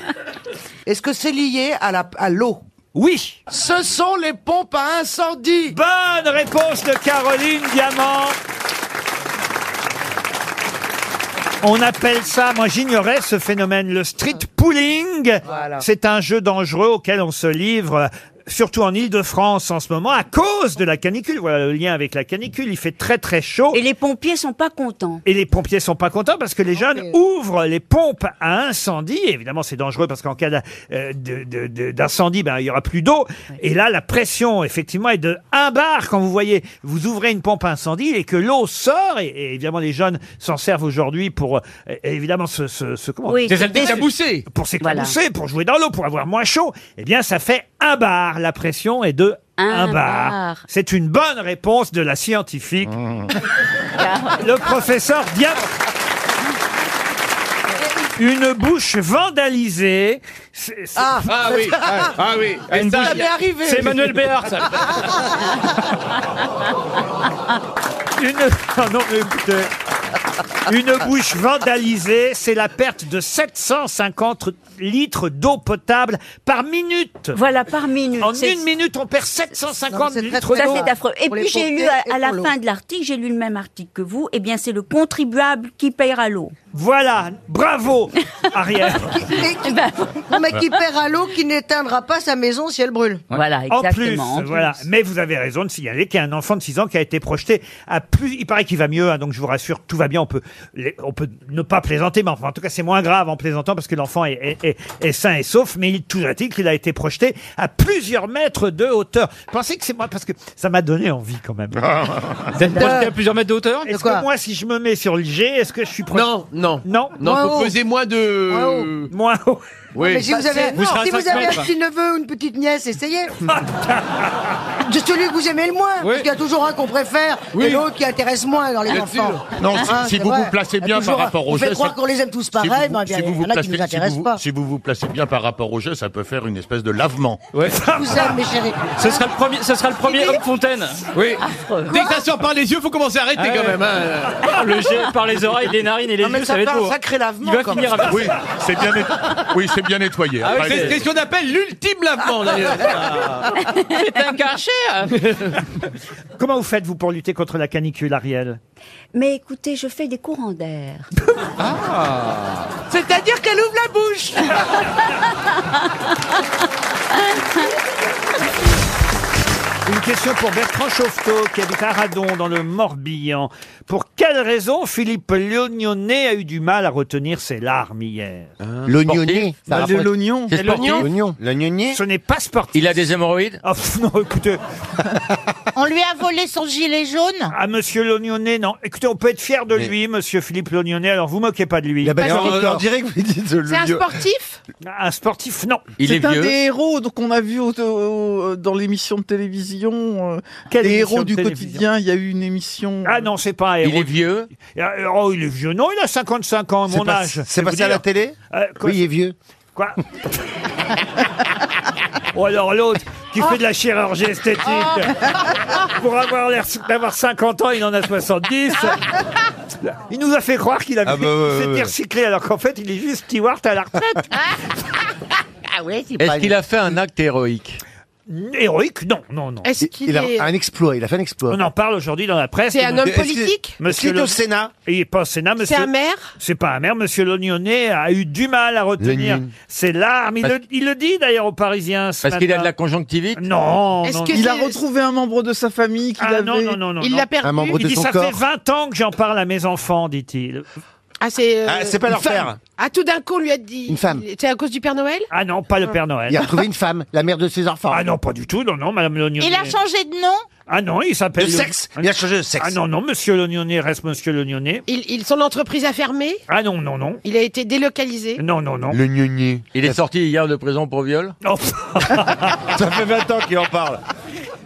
S10: Est-ce que c'est lié à la à l'eau
S1: Oui.
S10: Ce sont les pompes à incendie.
S1: Bonne réponse de Caroline Diamant. On appelle ça, moi j'ignorais ce phénomène, le street pooling.
S10: Voilà.
S1: C'est un jeu dangereux auquel on se livre, euh, surtout en Ile-de-France en ce moment, à cause de la canicule. Voilà le lien avec la canicule, il fait très très chaud.
S22: Et les pompiers sont pas contents.
S1: Et les pompiers sont pas contents parce que les jeunes ouvrent les pompes à incendie. Évidemment, c'est dangereux parce qu'en cas d'a- euh, de- de- de- d'incendie, ben, il y aura plus d'eau. Et là, la pression, effectivement, est de un bar. Quand vous voyez, vous ouvrez une pompe à incendie et que l'eau sort, et, et évidemment, les jeunes s'en servent aujourd'hui pour, euh, évidemment, se, se, se- comment
S22: Oui, Des des-
S29: éclabousser.
S1: Pour s'éclabousser, pour jouer dans l'eau, pour avoir moins chaud. Eh bien, ça fait un bar. La pression est de un,
S22: Un
S1: bar.
S22: bar.
S1: C'est une bonne réponse de la scientifique. Le professeur Diamant. Une bouche vandalisée. C'est- c'est-
S10: Ah,
S12: Ah oui, ah, ah oui.
S1: Une
S12: Et ça, il y
S1: bouche-
S12: a-
S1: Ça m'est arrivé.
S12: C'est Emmanuel Béard, ça.
S1: Une... Ah non, mais écoutez. Une bouche vandalisée, c'est la perte de 750 litres d'eau potable par minute.
S22: Voilà, par minute.
S1: En
S22: c'est-
S1: une minute, on perd 750 litres d'eau.
S22: Ça, c'est affreux. Et puis, j'ai lu à, à la fin de l'article, j'ai lu le même article que vous, eh bien, c'est le contribuable qui payera l'eau.
S1: Voilà, bravo, Ariel.
S3: Eh ben,
S10: Non, mais qui perd à l'eau, qui n'éteindra pas sa maison si elle brûle.
S22: Voilà,
S1: En plus,
S22: exactement, en plus.
S1: voilà. Mais vous avez raison de signaler qu'il y a un enfant de 6 ans qui a été projeté à plus. Il paraît qu'il va mieux, hein, donc je vous rassure, tout va bien. On peut, les- on peut ne pas plaisanter, mais enfin, en tout cas, c'est moins grave en plaisantant parce que l'enfant est, est- est- est sain et sauf. Mais il, toujours est-il qu'il a été projeté à plusieurs mètres de hauteur. Pensez que c'est moi parce que ça m'a donné envie quand même.
S30: Vous êtes projeté à plusieurs mètres de hauteur
S1: Est-ce que moi, si je me mets sur le G, est-ce que je suis projeté
S3: Non, non.
S1: Non,
S3: Non, faut peser moins de.
S1: Moins haut. Ah,
S3: Oui. Bah,
S10: Mais si vous avez,
S3: Vous serez à
S10: si vous
S3: cinq
S10: avez
S3: mètres.
S10: un petit neveu ou une petite nièce, essayez. De celui que vous aimez le moins, parce qu'il y a toujours un qu'on préfère et
S5: Oui.
S10: l'autre qui intéresse moins dans les
S5: Bien
S10: enfants. Hein,
S5: sûr. Non, si- si vous vous placez bien par rapport au
S10: jeu.
S5: jeu,
S10: Vous croire
S5: ça-
S10: qu'on les aime tous
S5: Si
S10: pareil,
S5: vous-
S10: ben,
S5: si
S10: bien,
S5: vous
S10: il
S5: vous
S10: y en a
S5: placez-
S10: qui ne nous
S5: si
S10: intéressent
S5: vous-
S10: pas.
S5: si vous vous placez bien par rapport au jeu, ça peut faire une espèce de lavement.
S10: Je vous aime, mes chéris.
S14: Ce sera le premier, ce sera le premier homme fontaine.
S3: Oui. Dès que ça sort par les yeux, faut commencer à arrêter
S14: Ah
S3: quand
S14: ouais.
S3: même.
S14: Ah, le jet par les oreilles, les narines et les
S3: Non, mais
S14: yeux,
S3: ça
S14: ça va être
S3: fait un
S14: beau. hein.
S3: sacré lavement,
S14: Il va
S3: quand
S14: finir
S3: même.
S14: avec
S3: Oui,
S5: C'est bien, net- oui, c'est bien nettoyé.
S3: Ah oui,
S5: Après,
S3: c'est
S5: les-
S3: c'est ce qu'on appelle l'ultime lavement d'ailleurs.
S22: C'est un cachet
S1: Comment vous faites vous pour lutter contre la canicule, Ariel
S22: Mais écoutez, je fais des courants d'air.
S12: C'est-à-dire qu'elle ouvre la bouche
S1: Une question pour Bertrand Chauvetot, qui habite à Radon, dans le Morbihan. Pour quelle raison Philippe L'Ognonnet a eu du mal à retenir ses larmes hier
S11: Ah. L'ognonnet, ça
S1: Bah,
S11: rapproche-
S1: de l'oignon.
S11: C'est
S1: Et
S11: sportif.
S1: l'oignon
S11: L'oignon.
S1: Ce n'est pas sportif.
S11: Il a des hémorroïdes
S1: Oh non, écoutez.
S31: On lui a volé son gilet jaune
S1: Ah, monsieur L'Ognonnet, non. Écoutez, on peut être fier de lui, monsieur Philippe L'Ognonnet, alors vous moquez pas de lui.
S32: battu
S31: Ah,
S32: Alors, record. on dirait
S1: que vous dites
S32: le
S12: C'est un sportif
S1: Un sportif, non.
S12: C'est un des héros donc, qu'on a vu au- au- dans l'émission de télévision. euh,
S1: Quelle
S12: des
S1: émission
S12: héros
S1: de
S12: du
S1: télévision
S12: quotidien. Il y a eu une émission.
S1: Ah non, c'est pas un héros.
S12: Il est
S1: vieux Oh, il est vieux. Non, il a 55 ans, à
S12: C'est
S1: mon
S12: pas-
S1: âge.
S12: c'est
S1: je vais
S12: passé
S1: vous
S12: à la
S1: dire.
S12: télé
S1: Euh, quoi-
S12: Oui, il est vieux.
S1: Quoi Ou alors l'autre qui fait de la chirurgie esthétique. Pour avoir l'air d'avoir 50 ans, il en a 70. Il nous a fait croire qu'il avait
S32: Ah bah ouais,
S1: s'était
S32: ouais, ouais.
S1: recyclé alors qu'en fait, il est juste Stewart à la retraite.
S12: Ah ouais, c'est
S3: Est-ce qu'il a
S1: fait un acte héroïque Héroïque Non, non, non.
S12: Est-ce
S3: qu'il Il a est- un
S1: exploit, il a fait un exploit. On en parle aujourd'hui dans la presse.
S3: C'est un homme Est-ce qu'il- politique
S1: Monsieur
S3: est-ce qu'il est au
S1: Le-
S3: Sénat
S1: Il n'est pas au Sénat, monsieur.
S3: un maire
S1: C'est pas un maire. Monsieur L'Ognonnet a eu du mal à retenir
S11: Lénine.
S1: ses larmes. Il,
S11: Parce-
S1: le, il le dit d'ailleurs aux Parisiens.
S11: Parce qu'il a de la conjonctivite
S1: Non, non,
S12: qu'il a retrouvé un membre de sa famille qu'il
S1: Ah
S12: avait
S1: non, non, non, non.
S12: Il
S1: non.
S12: l'a perdu.
S1: il dit, ça fait 20 ans que j'en parle à mes enfants, dit-il.
S17: Ah, c'est. euh,
S1: Ah, c'est pas
S17: une
S1: leur
S17: femme.
S1: père.
S17: Ah, tout d'un coup, on lui a dit.
S1: Une femme.
S17: C'est à cause du Père Noël
S1: Ah non, pas le Père Noël.
S17: Il a retrouvé
S1: une femme, la mère de ses enfants. Ah non, pas du tout, non, non, Madame L'Ognonnet.
S31: Il a changé de nom
S1: Ah non, il s'appelle...
S17: De
S1: Le-
S17: sexe.
S1: Il a changé de sexe. Ah non, non, Monsieur L'Ognonnet reste Monsieur L'Ognonnet.
S17: il, il- Son entreprise a fermé
S1: Ah non, non, non.
S17: Il a été délocalisé
S1: Non, non, non.
S11: Le gnogné. Il est sorti hier de prison pour viol
S1: Oh, Ça fait 20 ans qu'il en parle.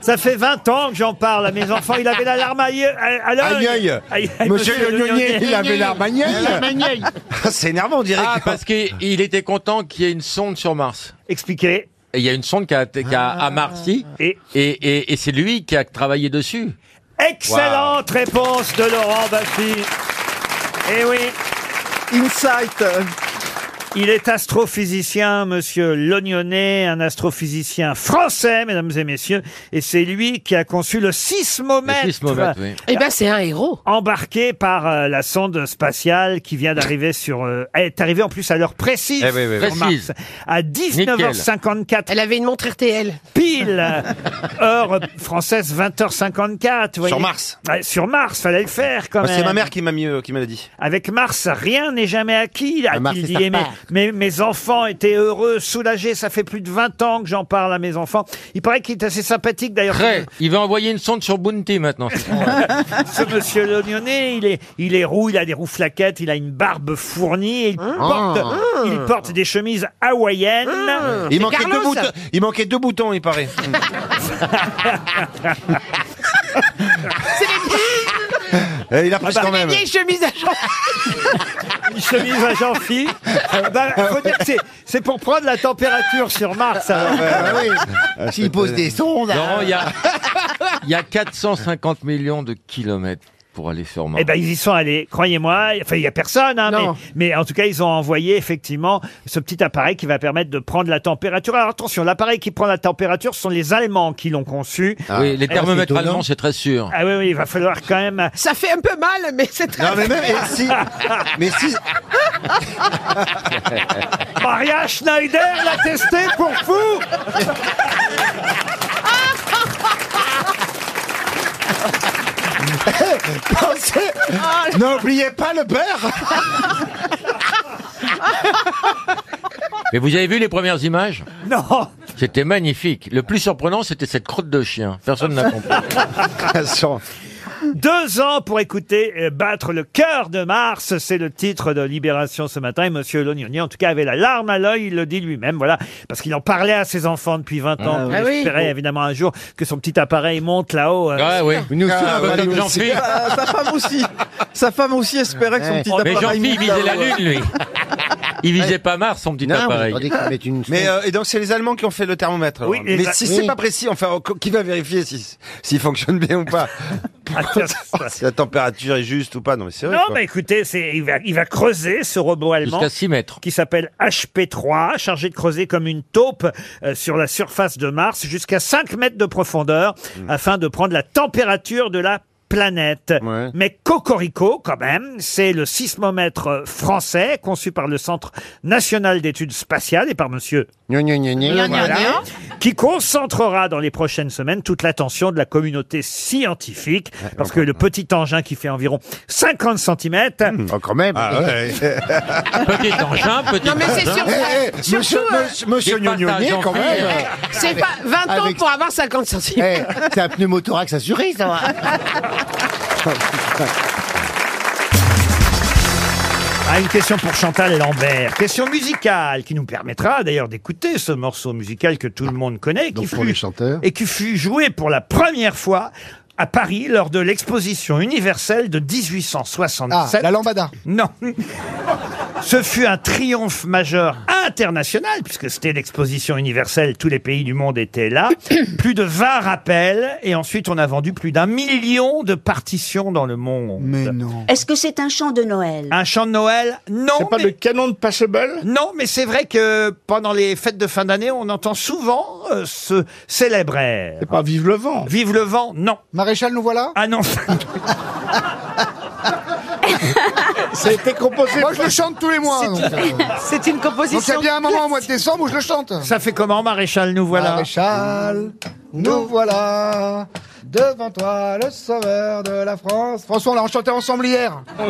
S1: Ça fait 20 ans que j'en parle à mes enfants. Il avait la larme à l'œil. à- à l'œil.
S11: Aïe.
S1: Aïe, aïe,
S11: Monsieur
S1: Monsieur
S11: L'Ognonnet,
S1: L'Ognonnet.
S11: il avait la larme à l'œil. La larme à
S3: C'est énervant, on dirait.
S11: Ah, parce qu'il il était content qu'il y ait une sonde sur Mars.
S1: Expliquez. Ah.
S11: Et il y a une sonde qui a, qui a- à Mars, si.
S1: et,
S11: et, et c'est lui qui a travaillé dessus.
S1: Excellente réponse de Laurent Baffy. Eh oui. Insight. Il est astrophysicien, monsieur Lognonnet, un astrophysicien français, mesdames et messieurs, et c'est lui qui a conçu le sismomètre.
S11: Le sismomètre, oui.
S17: Eh ben, c'est un héros.
S1: Embarqué par euh, la sonde spatiale qui vient d'arriver sur, euh, est arrivée en plus à l'heure précise.
S11: Eh oui, oui, oui.
S1: sur Mars.
S11: Précise.
S1: à 19h54.
S17: Elle avait une montre RTL.
S1: Pile heure française 20h54. vous voyez.
S14: Sur Mars. Bah,
S1: Ouais, sur Mars, fallait le faire quand même.
S14: C'est ma mère qui m'a mis, euh, qui me l'a dit.
S1: Avec Mars, rien n'est jamais acquis,
S14: Bah, Mars,
S1: a-t-il
S14: c'est
S1: dit.
S14: sa
S1: Et mes-
S14: part.
S1: mes, mes enfants étaient heureux, soulagés. Ça fait plus de 20 ans que j'en parle à mes enfants. Il paraît qu'il est assez sympathique d'ailleurs.
S11: Très. Il va envoyer une sonde sur Bounty maintenant.
S1: Ce monsieur Lognonnet, il est, il est roux, il a des roues flaquettes, il a une barbe fournie, et il, porte,
S14: Mmh.
S1: il porte des chemises hawaïennes.
S14: Il manquait, deux boutons, il manquait deux boutons, il paraît.
S32: Eh, il a pris
S1: Ah bah,
S32: quand même.
S17: Vieille chemise à Jean.
S1: Une chemise à jean phi faut dire que c'est- c'est pour prendre la température sur Mars. hein. alors. Ah,
S11: Ah, hein.
S1: hein.
S11: Laurent, il y a, il y a 450 millions de kilomètres. pour aller sur Mars
S1: Eh ben, ils y sont allés, croyez-moi. Enfin, il n'y a personne, hein, mais, mais en tout cas, ils ont envoyé effectivement ce petit appareil qui va permettre de prendre la température. Alors attention, l'appareil qui prend la température, ce sont les Allemands qui l'ont conçu.
S11: Ah. Oui, les
S1: Et-
S11: thermomètres allemands, c'est très sûr.
S1: Ah oui, oui, il va falloir quand même. euh,
S18: Ça fait un peu mal, mais c'est très
S11: Non, mais même-
S18: bien.
S11: et si-
S1: mais si. Maria Schneider l'a testé pour vous
S3: Pensez- N'oubliez pas le beurre
S11: Mais vous avez vu les premières images
S1: Non
S11: C'était magnifique. Le plus surprenant, c'était cette crotte de chien. Personne n'a compris.
S1: Deux ans pour écouter euh, Battre le cœur de Mars, c'est le titre de Libération ce matin. Et Monsieur Lognoni, en tout cas, avait la larme à l'œil, il le dit lui-même, voilà, parce qu'il en parlait à ses enfants depuis 20 ans. Il
S11: Ah oui. Ah oui.
S1: espérait évidemment un jour que son petit appareil monte là-haut. euh.
S11: Ah oui. Nous aussi, Ah, on veut oui, comme nous aussi. Jean-Philippe.
S12: Ah, sa femme aussi. Sa femme aussi espérait que son petit
S11: Oh, Mais
S12: appareil.
S11: Jean-Philippe, il
S12: Mouton-
S11: visait la Lune, lui. Il visait pas Mars, son petit appareil.
S5: Mais euh, et donc c'est les Allemands qui ont fait le thermomètre.
S11: Oui,
S5: alors.
S11: les
S5: mais
S11: A-
S5: si
S11: oui.
S5: c'est pas précis, enfin on- qui va vérifier si s'il fonctionne bien ou pas
S11: Ah,
S5: Si la température est juste ou pas Non mais c'est vrai.
S1: Non,
S5: quoi.
S1: mais écoutez, c'est, il, va, il va creuser ce robot allemand.
S11: Jusqu'à 6 mètres.
S1: Qui s'appelle HP3, chargé de creuser comme une taupe euh, sur la surface de Mars jusqu'à 5 mètres de profondeur
S14: Hmm.
S1: afin de prendre la température de la planète. Mais Cocorico, quand même, c'est le sismomètre euh, français conçu par le Centre national d'études spatiales et par monsieur
S14: Gna, gna,
S1: voilà,
S14: gna.
S1: qui concentrera dans les prochaines semaines toute l'attention de la communauté scientifique, parce que le petit engin qui fait environ 50 cm...
S11: Oh,
S1: quand même
S11: Ah,
S14: Ah
S11: Petit engin, petit
S18: Non, mais c'est
S11: engin.
S18: sûr.
S11: Eh, eh,
S18: surtout,
S11: monsieur-
S18: euh,
S11: monsieur- monsieur
S18: des
S11: Gnognonier,
S18: passages
S11: quand
S18: en
S11: même.
S18: fil. Eh, C'est pas 20 ans
S11: Avec-
S18: pour avoir 50 centimes.
S8: C'est un pneumothorax assuré, ça va.
S1: Ah, une question pour Chantal Lambert. Question musicale qui nous permettra d'ailleurs d'écouter ce morceau musical que tout le monde connaît. qui fut, Et qui fut joué pour la première fois à Paris lors de l'exposition universelle de 1867. Ah, la lambada. Non. Ce fut un triomphe majeur international, puisque c'était l'exposition universelle, tous les pays du monde étaient là. plus de 20 rappels, et ensuite on a vendu plus d'un million de partitions dans le monde. Mais non.
S22: Est-ce que c'est un chant de Noël
S1: Un chant de Noël Non. C'est pas le canon de Pachebel Non, mais c'est vrai que pendant les fêtes de fin d'année, on entend souvent euh, ce célèbre air. C'est pas Vive le vent Vive le vent, non. Maréchal, nous voilà Ah non C'était composé.
S14: Moi, je le chante tous les mois. donc.
S1: C'est une composition.
S14: Donc, il y a bien un moment au mois de décembre où je le chante.
S1: Ça fait comment, Maréchal, nous voilà
S5: Ah,
S14: Maréchal, nous voilà. Devant toi, le sauveur de la France. François, on l'a enchanté ensemble hier. Ouais,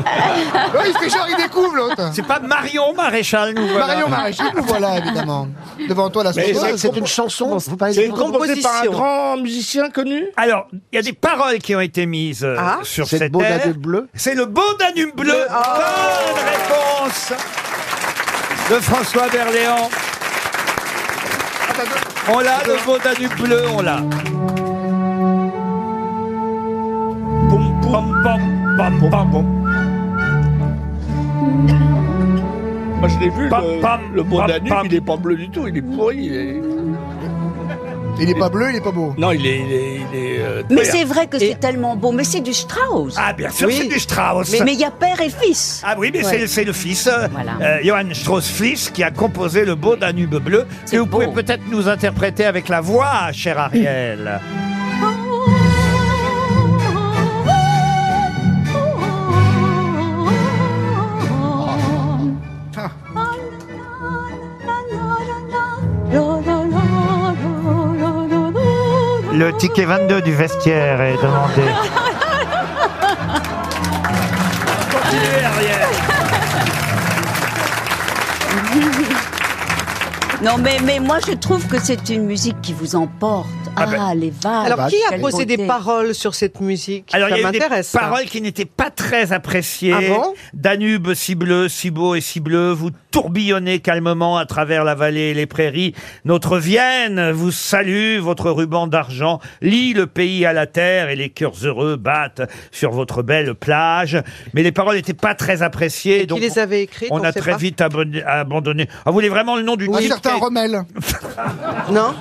S14: il fait genre, il découvre l'autre.
S1: C'est pas Marion Maréchal, nous voilà.
S14: Marion Maréchal, nous voilà, évidemment. Devant toi, la
S1: Mais
S14: sauveuse.
S1: c'est vrai que c'est une
S14: chanson. Vous parlez
S1: C'est composée par un
S14: grand musicien connu
S1: Alors, il y a des paroles qui ont été mises euh,
S14: Ah.
S1: sur
S14: C'est le
S1: cette
S14: beau
S1: aire.
S14: Danube
S1: C'est le beau Danube bleu. Bonne réponse de François Berléand. On l'a, le beau Danube bleu, on l'a. Pom, pom, pom, pom, pom, pom.
S19: Moi je l'ai vu, le, le bon
S1: pam,
S19: Danube,
S1: pam.
S19: il est pas bleu du tout, il est pourri. Il est,
S14: Il est pas bleu, il est pas beau.
S19: Non, il est. Il est, il est, euh,
S22: Mais
S19: vert.
S22: c'est vrai que c'est tellement beau. Mais c'est du Strauss.
S1: Ah, bien sûr, c'est du Strauss.
S22: Mais- Mais il y a père et fils.
S1: Ah oui, mais
S22: Ouais.
S1: c'est- c'est le fils, euh, euh, Johann Strauss fils, qui a composé le beau Danube bleu, que vous pouvez peut-être nous interpréter avec la voix, cher Ariel. Le ticket 22 du vestiaire est demandé. Continuez, Ariel.
S22: Non, mais, mais moi, je trouve que c'est une musique qui vous emporte. Ah,
S1: ben.
S22: les vagues.
S18: Alors, qui a
S22: quelle
S18: posé des
S22: beauté.
S18: paroles sur cette musique
S1: Alors, il
S18: Ça
S1: y a eu des
S18: m'intéresse. ça.
S1: paroles qui n'étaient pas très appréciées.
S18: Ah bon
S1: Danube si bleu, si beau et si bleu, vous tourbillonnez calmement à travers la vallée et les prairies. Notre Vienne vous salue, votre ruban d'argent lie le pays à la terre et les cœurs heureux battent sur votre belle plage. Mais les paroles n'étaient pas très appréciées. donc
S18: les avait écrites,
S1: On
S18: on
S1: a
S18: sait
S1: très
S18: pas.
S1: vite abonné- abandonné. Ah, vous voulez vraiment le nom du
S14: Ou un
S1: titre
S14: certain Rommel.
S18: Non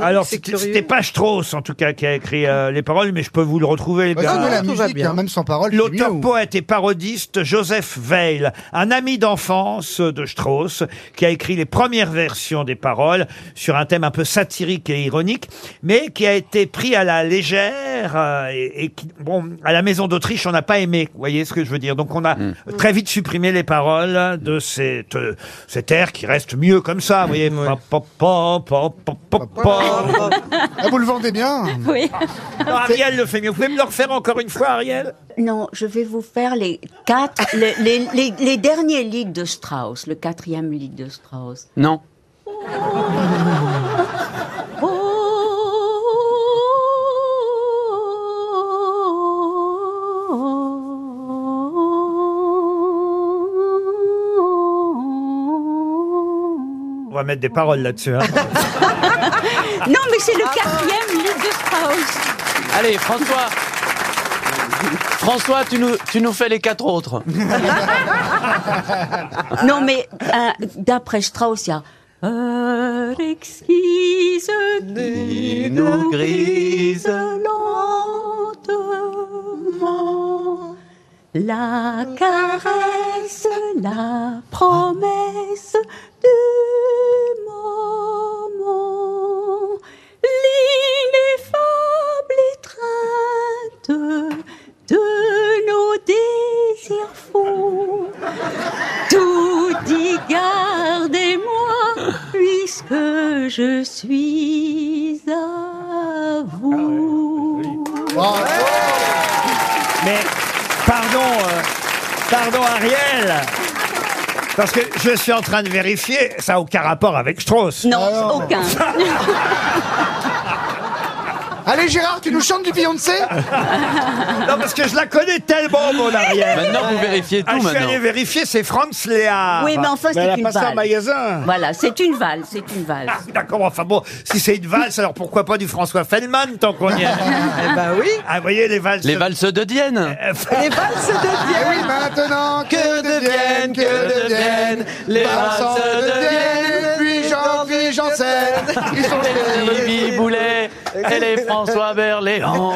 S1: Alors, c'était c'était pas Strauss, en tout cas, qui a écrit euh, les paroles, mais je peux vous le retrouver, les
S2: Bah,
S1: gars.
S2: sinon, la musique, hein, même sans parole.
S1: L'auteur, poète et parodiste Joseph Weil, un ami d'enfance de Strauss, qui a écrit les premières versions des paroles sur un thème un peu satirique et ironique, mais qui a été pris à la légère euh, et, et qui, bon, à la Maison d'Autriche, on n'a pas aimé. Vous voyez ce que je veux dire Donc on a très vite supprimé les paroles de cette euh, cet air qui reste mieux comme ça. Vous voyez Pa, pa, pa, pa, pa, pa, pa.
S2: Ah, vous le vendez bien
S22: Oui.
S1: Non, Ariel le fait mieux. Vous pouvez me le refaire encore une fois, Ariel
S22: Non, je vais vous faire les quatre, les, les- les- les derniers ligues de Strauss, le quatrième ligue de Strauss.
S5: Non.
S1: On va mettre des paroles là-dessus. hein.
S22: Non, mais c'est le quatrième ligue de Strauss.
S33: Allez, François. François, tu nous, tu nous fais les quatre autres.
S22: Non, mais euh, d'après Strauss, il y a. Heure exquise qui nous grise lentement la caresse, la promesse du moment, l'ineffable étreinte de nos désirs fous. Tout y gardez-moi, puisque je suis à vous.
S1: Mais pardon, euh, pardon Ariel. Parce que je suis en train de vérifier, ça n'a aucun rapport avec Strauss.
S22: Non, aucun.
S2: Allez Gérard, tu nous chantes du Beyoncé
S1: Non, parce que je la connais tellement, mon Ariel.
S5: Maintenant, vous vérifiez tout,
S1: Ah, Je suis
S5: maintenant.
S1: allé vérifier, c'est Franz Léard.
S22: Oui, mais enfin, c'est une valse.
S1: magasin.
S22: Voilà, c'est une valse, c'est une valse.
S1: Ah, D'accord, enfin bon, si c'est une valse, alors pourquoi pas du François Feldman tant qu'on y est Eh
S22: ben
S1: oui. Ah, vous voyez, les valses.
S33: Les valses de Dienne.
S1: Les
S33: valses de
S2: Eh oui, maintenant, que deviennent, que deviennent les
S33: valses
S2: valses
S33: de
S2: de Vienne, puis j'en puis Janssen, ils sont les
S33: Bibi Boulet et les François Berléand.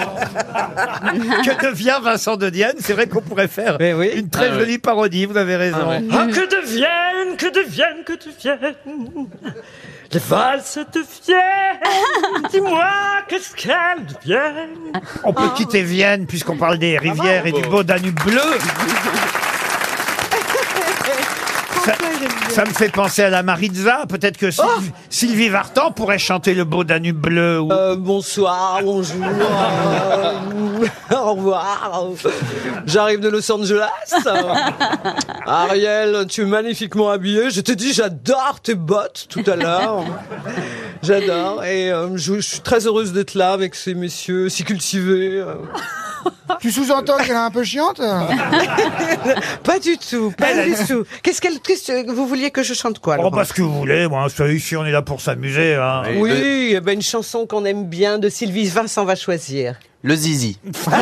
S1: que devient Vincent de Dienne C'est vrai qu'on pourrait faire une très
S33: Ah ouais.
S1: jolie parodie, vous avez raison.
S33: Ah ouais.
S12: Ah, que deviennent, que deviennent, que deviennent les valses deviennent. Dis-moi, qu'est-ce qu'elles deviennent
S1: On
S12: Ah,
S1: peut quitter Vienne puisqu'on parle des rivières et du beau Danube bleu. Ça, ça me fait penser à la Maritza. Peut-être que Sylv-
S12: Oh
S1: Sylvie Vartan pourrait chanter le beau Danube bleu. ou-
S12: Euh, Bonsoir, bonjour, euh, au revoir. J'arrive de Los Angeles. Ariel, tu es magnifiquement habillée. Je te dis, j'adore tes bottes tout à l'heure. J'adore. Et euh, je, je suis très heureuse d'être là avec ces messieurs si cultivés. euh.
S2: Tu sous-entends qu'elle est un peu chiante
S12: Pas du tout,
S1: Elle,
S12: pas du
S1: elle-
S12: tout. Qu'est-ce qu'elle, qu'est-ce que vous vouliez que je chante quoi
S1: Oh,
S12: alors
S1: bah, ce que vous voulez, moi, c'est- ici, on est là pour s'amuser. hein.
S12: Oui,
S5: euh,
S12: eh ben, une chanson qu'on aime bien de Sylvie Vincent va choisir.
S34: Le zizi.
S12: En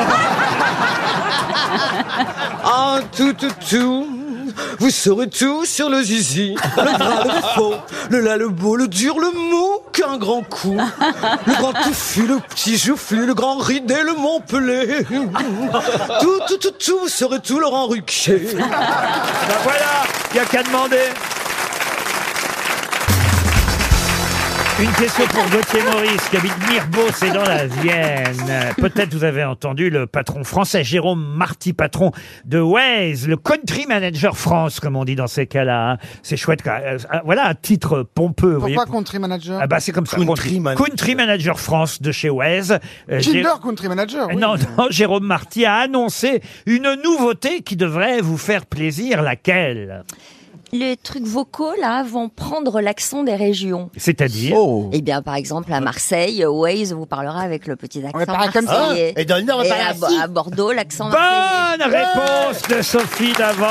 S12: Ah, tout, tout, tout. Vous saurez tout sur le zizi, le bras, le faux, le là, le beau, le dur, le mou, qu'un grand coup. Le grand touffu, le petit joufflu, le grand ridé, le Montpellier. Tout, tout, tout, tout, vous saurez tout, Laurent Ruquier.
S1: Bah, voilà, il n'y a qu'à demander. Une question pour Gauthier Maurice, qui habite Mirbeau, c'est dans la Vienne. Euh, Peut-être vous avez entendu le patron français, Jérôme Marty, patron de Waze, le country manager France, comme on dit dans ces cas-là. hein. C'est chouette. quand- euh, euh, Voilà un titre pompeux. vous voyez.
S2: Pourquoi Country Manager
S1: Ah bah c'est comme ça. qu'on dit. Country manager France de chez Waze. Euh,
S2: Kinder
S1: Jérôme-
S2: Country
S14: Ah
S2: Manager. oui.
S1: non, non, Jérôme Marty a annoncé une nouveauté qui devrait vous faire plaisir. Laquelle
S19: Les trucs vocaux, là, vont prendre l'accent des régions.
S1: C'est-à-dire
S14: Oh.
S19: Eh bien, par exemple, à Marseille, Waze vous parlera avec le petit accent
S1: parle comme ça.
S19: marseillais.
S1: Et dans le Nord, on
S19: Et
S1: parle
S19: à,
S1: ainsi.
S19: Bo- à Bordeaux, l'accent marseillais.
S1: Bonne réponse de Sophie d'avant.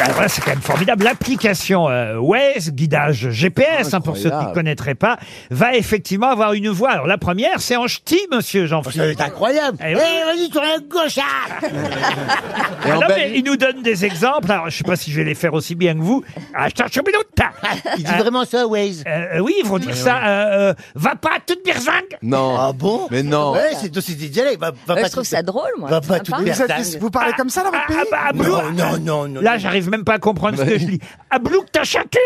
S1: Alors là, Ah c'est quand même formidable. L'application euh, Waze, guidage GPS, hein, pour ceux qui ne
S14: Ah, Incroyable.
S1: connaîtraient pas, va effectivement avoir une voix. Alors la première, c'est en ch'ti, monsieur
S14: Ah,
S1: Jean-Philippe. C'est incroyable.
S14: Eh, vas-y, toi, un gauchard
S1: Ah non, mais il nous donne des exemples. Alors, je sais pas si je vais les faire aussi bien que vous. Ah, je t'en chopine autre tas.
S14: dit
S1: Ah,
S14: vraiment ça, Waze
S1: euh, oui, ils vont dire ça. euh, euh, va pas à toute berzingue.
S14: Non. Ah bon
S1: Mais non.
S14: Ouais, c'est aussi des dialectes. Va, va
S1: Euh,
S14: pas
S1: je trouve
S14: tout-
S1: ça drôle, moi.
S14: Va
S1: C'est
S14: Bah, pas
S1: sympa.
S14: tout
S1: Vous êtes- Ah, vous parlez
S19: Ah.
S14: comme ça dans votre pays Non, non, non, non.
S1: bah, Là, j'arrive même pas à comprendre ce que je lis. À bouc ta ceinture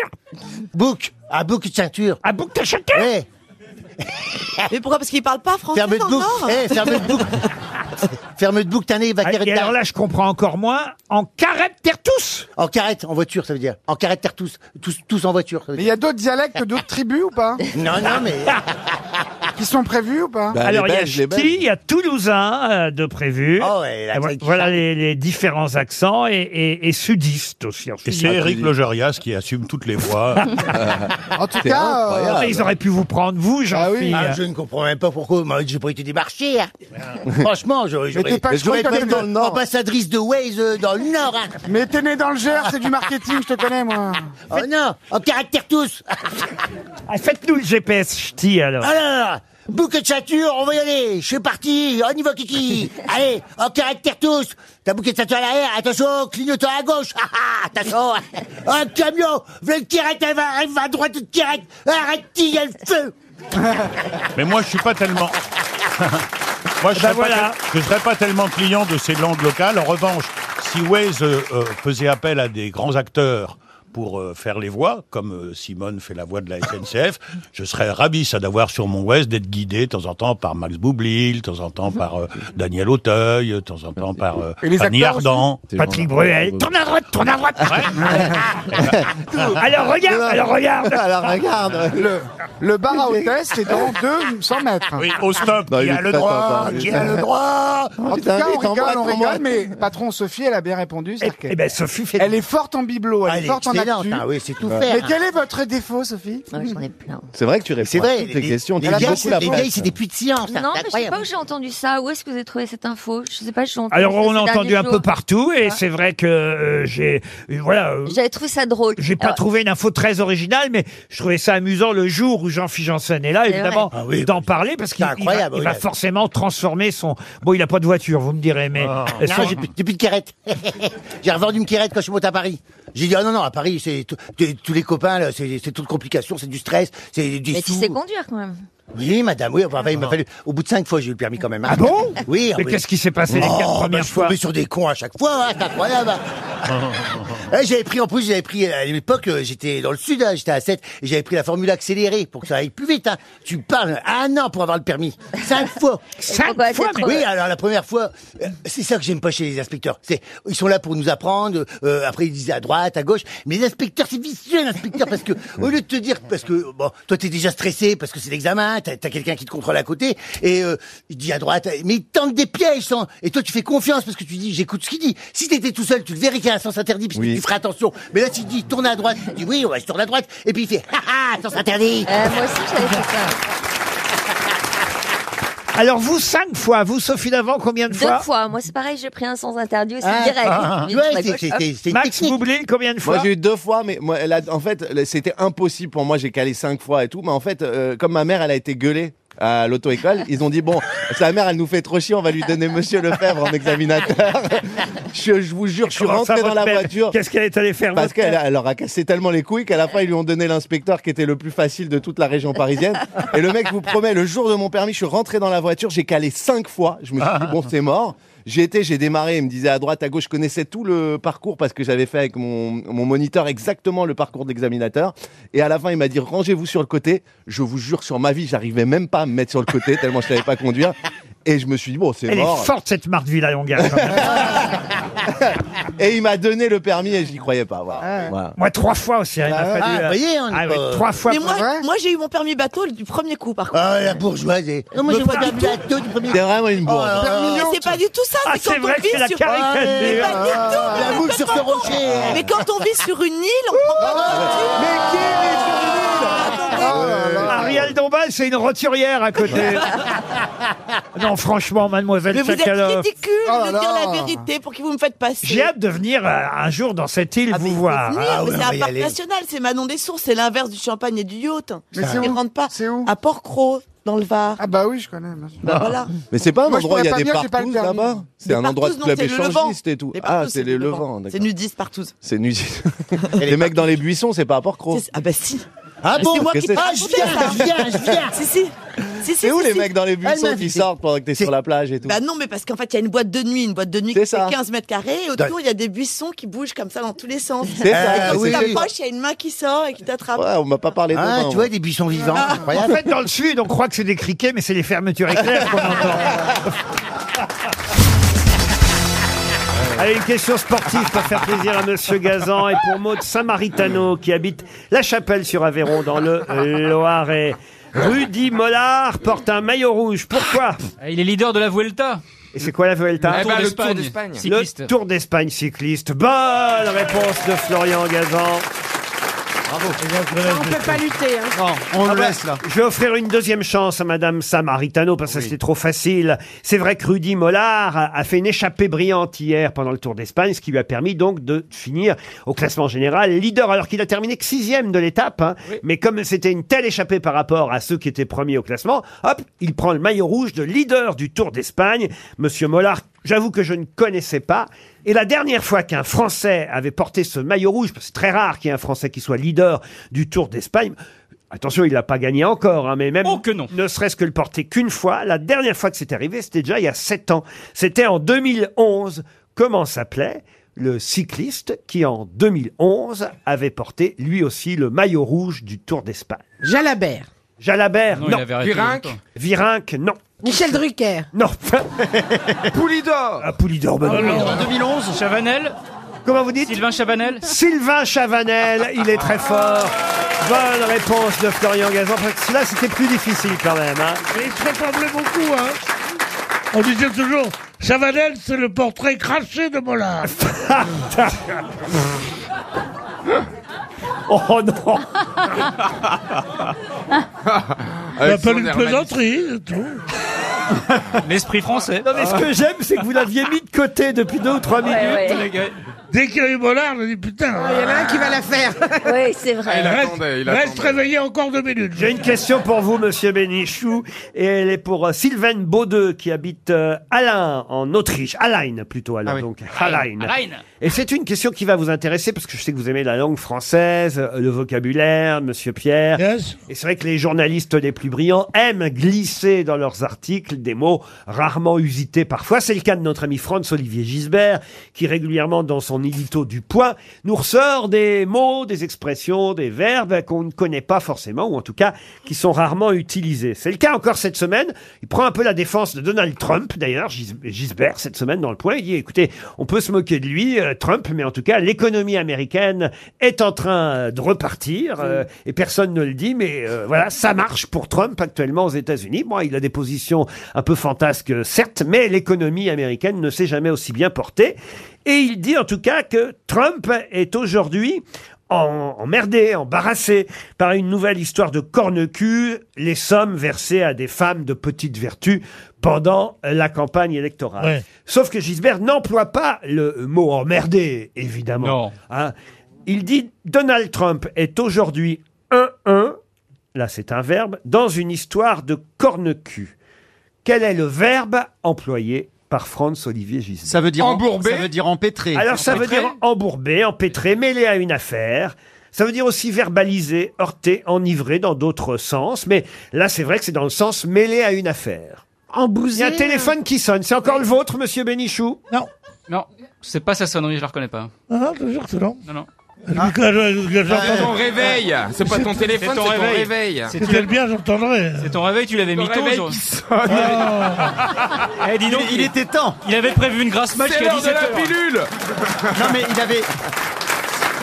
S14: Bouc À bouc de ceinture
S1: À bouc ta ceinture
S14: Ouais
S17: Mais pourquoi Parce qu'ils parlent pas français
S14: Ferme
S17: dans
S14: de
S17: le
S14: bouc
S17: Nord.
S14: Eh, ferme de bouc Ferme de bouc, t'as né, va
S1: Ah, et alors là, je comprends encore moins. En carrette, terre tous
S14: En carrette, en voiture, ça veut dire. En carrette, terre tous. Tous, tous en voiture.
S2: Mais il y a d'autres dialectes, d'autres tribus ou pas
S14: Non, non, mais.
S2: Qui sont prévus ou pas
S1: Alors, il y a ch'ti, il y a toulousain euh, de prévu.
S14: Oh, la
S1: Et vo- voilà les, les différents accents et, et, et sudistes aussi. en
S5: Et
S1: fait.
S5: c'est Eric Lojarias qui assume toutes les voix. Ah,
S14: En tout
S1: C'est
S14: cas, euh,
S1: incroyable. ils auraient pu vous prendre, vous, jean philippe
S2: euh,
S14: Ah, je ne comprends même pas pourquoi. Moi, j'ai pas été démarché. hein. Franchement, j'aurais.
S2: Mais t'es pas
S14: j'aurais-
S2: Mais je crois
S14: j'aurais
S2: que
S14: pas
S2: t'es
S14: été
S2: dans le Nord.
S14: Ambassadrice de Waze euh, dans le Nord. hein.
S2: Mais t'es né dans le Gers, c'est du marketing, je te connais, moi.
S14: Oh non, en caractère tous. Ah
S1: Ah, Faites-nous le GPS ch'ti alors.
S14: Alors, bouquet de ceinture, on va y aller. Je suis parti, on y va, Kiki. Allez, en caractère tous. T'as bouquet de ceinture à l'arrière, attention, clignotant à gauche. Ah, ah, attention. Un camion, le tirette, elle va, elle va à droite, le tirette. Arrête, il y a le feu.
S5: Mais moi, je suis pas tellement. moi, je
S1: Ben
S5: serais
S1: voilà.
S5: pas, tel- je serais pas tellement client de ces langues locales. En revanche, si Waze euh, euh, faisait appel à des grands acteurs pour euh, faire les voix, comme euh, Simone fait la voix de la SNCF, je serais ravi ça d'avoir sur mon Waze d'être guidé de temps en temps par Max Boublil, de temps en temps par euh, Daniel Auteuil, de temps en temps par euh, Fanny Ardant,
S1: Patrick Bruel. Tourne à droite, tourne à droite.
S14: Alors, regarde,
S1: alors, regarde.
S14: Alors, regarde.
S2: Le, le bar à hôtesse est dans 200 mètres.
S5: Oui, au stop, qui a le droit, qui a le
S2: droit En tout
S5: Putain,
S2: cas,
S5: il
S2: on rigole,
S5: t'embrasse,
S2: on rigole,
S5: t'embrasse.
S2: mais patron Sophie, elle a bien répondu, c'est
S1: eh ben, Sophie fait-
S2: Elle est forte en bibelot, elle,
S14: Elle
S2: est
S14: est
S2: forte en
S14: excellente,
S2: actu. Bah.
S14: hein, oui, c'est tout
S2: Mais
S14: faire, hein.
S2: quel est votre défaut, Sophie
S19: Ah, J'en ai plein.
S7: C'est vrai que tu réponds
S14: C'est vrai,
S7: à toutes les,
S14: les-
S7: questions.
S14: les
S7: tu lis
S14: vieilles,
S7: beaucoup la
S14: les
S7: presse.
S14: vieilles, c'est des puits de science.
S19: Non, mais je sais pas où j'ai entendu ça. Où est-ce que vous avez trouvé cette info Je sais pas, je l'ai entendu
S1: Alors
S19: ça
S1: on
S19: ces
S1: l'a entendu
S19: derniers
S1: un peu
S19: jours.
S1: partout
S19: Ah.
S1: et c'est vrai que euh, j'ai euh, voilà euh,
S19: J'avais trouvé ça drôle.
S1: j'ai pas
S19: Alors,
S1: trouvé une info très originale mais je trouvais ça amusant le jour où Jean-Philippe Janssen est là
S19: C'est
S1: évidemment
S19: vrai. Ah
S1: d'en parler parce qu'il il va,
S14: incroyable,
S1: il
S14: oui,
S1: va
S14: là.
S1: forcément transformer son bon il a pas de voiture vous me direz mais euh, son-
S14: Non, j'ai plus, j'ai plus de carrette. j'ai revendu une carrette quand je suis monté à Paris. J'ai dit, ah non, non, à Paris, c'est tout- t- tous les copains, là, c'est c'est toute complication, c'est du stress, c'est du
S19: Mais tu
S14: sous.
S19: sais conduire quand même.
S14: Oui, madame, oui, enfin, il m'a fallu. Au bout de cinq fois, j'ai eu le permis quand même. hein.
S1: Ah bon
S14: Oui. ah
S1: Mais
S14: oui.
S1: qu'est-ce qui s'est passé les
S14: Oh,
S1: quatre
S14: bah,
S1: premières
S14: je suis tombé
S1: fois
S14: sur des cons à chaque fois, hein, c'est incroyable. Eh, j'avais pris, en plus, j'avais pris, à l'époque, euh, j'étais dans le sud, hein, j'étais à 7, et j'avais pris la formule accélérée pour que ça aille plus vite. hein. Tu parles un an pour avoir le permis. Cinq fois. Cinq
S19: pourquoi fois, t'es mais- trop-
S14: Oui, alors la première fois, euh, c'est ça que j'aime pas chez les inspecteurs. C'est, ils sont là pour nous apprendre, euh, après ils disent à droite, à gauche. Mais l'inspecteur, c'est vicieux, l'inspecteur, parce que, au lieu de te dire, parce que, bon, toi t'es déjà stressé, parce que c'est l'examen, t'as, t'as quelqu'un qui te contrôle à côté, et euh, il dit à droite, mais il tente des pièges, sans, et toi tu fais confiance, parce que tu dis, j'écoute ce qu'il dit. Si t'étais tout seul, tu le verrais qu'il y a un sens interdit, puisque tu feras attention. Mais là, tu te dis, tourne à droite, tu dis, oui, ouais, je tourne à droite, et puis il fait, ah ah, sens interdit.
S19: Euh, moi aussi, j'avais fait ça.
S1: Alors vous cinq fois vous Sophie Davant combien de
S19: Deux
S1: fois,
S19: fois. Moi, c'est pareil, j'ai pris un sens interdit aussi
S14: Ah,
S19: direct.
S14: ah, ah.
S19: Je
S14: Ouais,
S19: me dis,
S14: c'est-
S19: bah,
S14: c'est-
S19: hop.
S14: c'est- c'est
S1: Max
S14: technique.
S1: Boublil combien de fois
S7: Moi, j'ai eu deux fois, mais moi, elle a- en fait, le- c'était impossible pour moi. J'ai calé cinq fois et tout. Mais en fait, euh, comme ma mère, elle a été gueulée à l'auto-école, ils ont dit bon, sa mère, elle nous fait trop chier, on va lui donner Monsieur Lefebvre en examinateur. je, je vous jure, je suis
S1: Comment Oh, ça,
S7: rentré dans
S1: votre
S7: la
S1: mère
S7: voiture.
S1: Qu'est-ce qu'elle est allée faire
S7: Parce
S1: votre mère
S7: qu'elle a- elle leur a cassé tellement les couilles qu'à la fin, ils lui ont donné l'inspecteur qui était le plus facile de toute la région parisienne. Et le mec, je vous promets, le jour de mon permis, je suis rentré dans la voiture, j'ai calé cinq fois. Je me suis dit, bon, c'est mort. J'ai été, j'ai démarré, il me disait à droite, à gauche, je connaissais tout le parcours parce que j'avais fait avec mon, mon moniteur exactement le parcours de l'examinateur. Et à la fin, il m'a dit, rangez-vous sur le côté. Je vous jure, sur ma vie, j'arrivais même pas à me mettre sur le côté tellement je savais pas conduire. Et je me suis dit, bon, c'est
S1: Elle
S7: mort.
S1: est forte cette Marthe Villalonga. quand même.
S7: Et il m'a donné le permis et je n'y croyais pas. Voilà.
S17: Ah.
S7: Voilà.
S1: Moi trois fois aussi. hein, il
S17: Bah
S1: m'a
S14: Ah,
S1: fallu,
S14: vous
S1: euh,
S14: voyez, on est
S1: ah, ouais,
S14: pas-
S1: trois fois.
S17: Mais
S1: pour-
S17: moi, moi j'ai eu mon permis bateau du premier coup, par contre.
S14: Ah, la bourgeoisie. Non, moi,
S17: Me
S14: j'ai pas
S17: pas
S14: perdu
S17: du
S14: la taux du premier
S7: T'es vraiment une bourre.
S14: Oh,
S17: Mais euh, c'est pas du tout ça,
S1: Ah,
S17: c'est quand
S1: c'est
S17: on
S1: vrai que
S17: vit
S1: c'est la
S17: sur... Mais
S1: caricature.
S17: pas du tout
S14: euh, La moule sur ce rocher.
S17: Mais quand on vit sur une île, on prend pas de voiture. Ah,
S7: Mais qui est né sur une île
S17: Attendez.
S1: Ariel Dombal, c'est une roturière à côté. non, franchement, mademoiselle
S17: Mais vous êtes
S1: Tchakalov.
S17: ridicule
S1: Oh
S17: de
S1: là
S17: dire la
S1: là.
S17: vérité pour qui vous me faites passer.
S1: J'ai hâte de venir euh, un jour dans cette île vous
S7: Ah,
S1: voir.
S17: Ah, Oui, mais c'est un parc national, c'est Manon des Sources, c'est l'inverse du champagne et du yacht.
S1: Mais c'est
S17: Ils
S1: où
S17: rentrent pas. C'est où À Port-Cros, dans le Var. Ah bah oui, je connais. Bah voilà.
S7: Mais c'est pas un
S17: Moi, je
S7: endroit où il y a
S17: pourrais
S7: des
S17: pas bien, j'ai pas le
S7: partous
S17: permis.
S7: là-bas C'est
S17: Des
S7: un endroit de
S17: partous, non,
S7: club
S17: c'est le Levant.
S7: échangiste et tout.
S17: Les
S7: Ah,
S17: partous,
S7: c'est les Levants,
S17: C'est
S7: d'accord.
S17: nudiste partout.
S7: C'est nuisible. Les mecs dans les buissons, c'est pas à Port-Cros.
S17: Ah bah si.
S7: Ah bon
S17: C'est moi qui
S7: Qu'est-ce que
S17: parle,
S7: c'est
S17: je viens, je viens. Si, si. Si, si,
S7: C'est où
S17: si,
S7: les
S17: si.
S7: mecs dans les
S17: Elle m'a
S7: buissons qui
S17: invité.
S7: sortent pendant que t'es sur la plage et tout
S17: Bah non, mais parce qu'en fait, il y a une boîte de nuit, une boîte de nuit qui fait 15 mètres carrés, et autour, il y a des buissons qui bougent comme ça dans tous les sens.
S7: C'est ça,
S17: Et quand
S7: oui.
S17: tu t'approches, il y a une main qui sort et qui t'attrape.
S7: Ouais, on m'a pas parlé de
S17: Ah,
S7: main,
S17: tu
S7: moi.
S17: vois, des buissons vivants, Ah.
S1: En
S7: incroyable.
S1: fait, dans le sud, on croit que c'est des criquets, mais c'est les fermetures éclairs qu'on entend. Allez, une question sportive pour faire plaisir à Monsieur Gazan et pour Maud Samaritano qui habite La Chapelle sur Aveyron dans le Loiret. Rudy Mollard porte un maillot rouge. Pourquoi Ah, Il est leader de la Vuelta. Et c'est quoi la Vuelta
S12: Le Tour Eh ben, le d'Espagne. Tour d'Espagne.
S1: Le
S12: Cycliste.
S1: Tour d'Espagne cycliste. Bonne réponse de Florian Gazan.
S12: Bravo.
S1: Eh
S18: On peut pas lutter. hein.
S1: Ah bah, Je vais offrir une deuxième chance à Madame Samaritano parce que c'était trop facile. C'est vrai que Rudy Mollard a a fait une échappée brillante hier pendant le Tour d'Espagne, ce qui lui a permis donc de finir au classement général leader, alors qu'il a terminé que sixième de l'étape. hein. Mais comme c'était une telle échappée par rapport à ceux qui étaient premiers au classement, hop, il prend le maillot rouge de leader du Tour d'Espagne. Monsieur Mollard, j'avoue que je ne connaissais pas. Et la dernière fois qu'un Français avait porté ce maillot rouge, parce que c'est très rare qu'il y ait un Français qui soit leader du Tour d'Espagne, Attention, il n'a pas gagné encore, hein, mais même ne serait-ce que le porter qu'une fois. La dernière fois que c'est arrivé, c'était déjà il y a sept ans. C'était en 2011. Comment s'appelait le cycliste qui, en 2011, avait porté lui aussi le maillot rouge du Tour d'Espagne Jalabert. Jalabert,
S12: Non,
S1: non.
S12: il avait arrêté Virenque longtemps.
S1: Virenque, non. Michel Drucker. Non. Poulidor. Ah, Poulidor, bah non.
S12: En 2011, Chavanel.
S1: Comment vous dites
S12: Sylvain Chavanel.
S1: Sylvain Chavanel, il est très fort. Bonne réponse de Florian Gazan. Parce que là, c'était plus difficile quand même. hein.
S19: Mais il se ressemblait beaucoup, hein. On disait toujours, Chavanel, c'est le portrait craché de Mollard.
S1: oh non
S19: On
S12: Avec
S19: pas
S12: son
S19: une
S12: air
S19: plaisanterie, c'est tout.
S12: L'esprit français.
S1: Non, mais ce que j'aime, c'est que vous l'aviez mis de côté depuis deux ou trois minutes.
S19: Dès qu'il y a eu Mollard, on dit putain.
S18: Ah, Il y en a un qui va la faire.
S9: Oui, c'est
S5: Ah,
S19: Il
S9: vrai.
S19: reste- Reste réveillé encore deux minutes.
S1: J'ai une question pour vous, monsieur Bénichou, et elle est pour euh, Sylvaine Baudeux, qui habite euh, Alain, en Autriche. Alain, plutôt, alors, donc. Alain.
S12: Alain.
S1: Et c'est une question qui va vous intéresser, parce que je sais que vous aimez la langue française, euh, le vocabulaire, monsieur Pierre. Et c'est vrai que les journalistes les plus brillants aiment glisser dans leurs articles des mots rarement usités parfois. C'est le cas de notre ami Franz-Olivier Gisbert, qui régulièrement, dans son édito du Point, nous ressort des mots, des expressions, des verbes qu'on ne connaît pas forcément, ou en tout cas, qui sont rarement utilisés. C'est le cas encore cette semaine. Il prend un peu la défense de Donald Trump, d'ailleurs, Gis- Gisbert, cette semaine dans le Point. Il dit, écoutez, on peut se moquer de lui, euh, Trump, mais en tout cas, l'économie américaine est en train euh, de repartir, euh, et personne ne le dit, mais euh, voilà, ça marche pour Trump actuellement aux États-Unis. Bon, il a des positions un peu fantasques, certes, mais l'économie américaine ne s'est jamais aussi bien portée. Et il dit en tout cas que Trump est aujourd'hui en- emmerdé, embarrassé par une nouvelle histoire de corne-cul, les sommes versées à des femmes de petite vertu pendant la campagne électorale.
S19: Ouais.
S1: Sauf que Gisbert n'emploie pas le mot emmerdé, évidemment. Hein. Il dit Donald Trump est aujourd'hui 1-1, là c'est un verbe, dans une histoire de corne-cul. Quel est le verbe employé par Franz Olivier Gisbert
S13: Ça veut dire en-
S1: Embourbé
S13: Ça veut dire empêtré.
S1: alors ça veut dire embourbé, empêtré, mêlé à une affaire. Ça veut dire aussi verbaliser, heurter, enivrer dans d'autres sens. Mais là, c'est vrai que c'est dans le sens mêlé à une affaire. Il y a un téléphone qui sonne. C'est encore le vôtre, monsieur Bénichou Non.
S12: Non, c'est pas sa sonnerie, je la reconnais pas.
S19: Non, non, je te jure que non.
S12: Non, non.
S19: Ah, C'est
S10: ton réveil. C'est pas ton téléphone, c'est ton réveil.
S19: Si tu l'aimes bien, j'entendrai.
S12: C'est ton réveil, tu l'avais mis tôt.
S10: réveil
S12: Jean.
S10: qui
S12: Eh, dis donc,
S13: Il- il était temps.
S12: Il avait prévu une grasse match
S13: C'est
S12: qui a
S13: l'heure de
S12: 17
S13: la pilule Non mais il avait...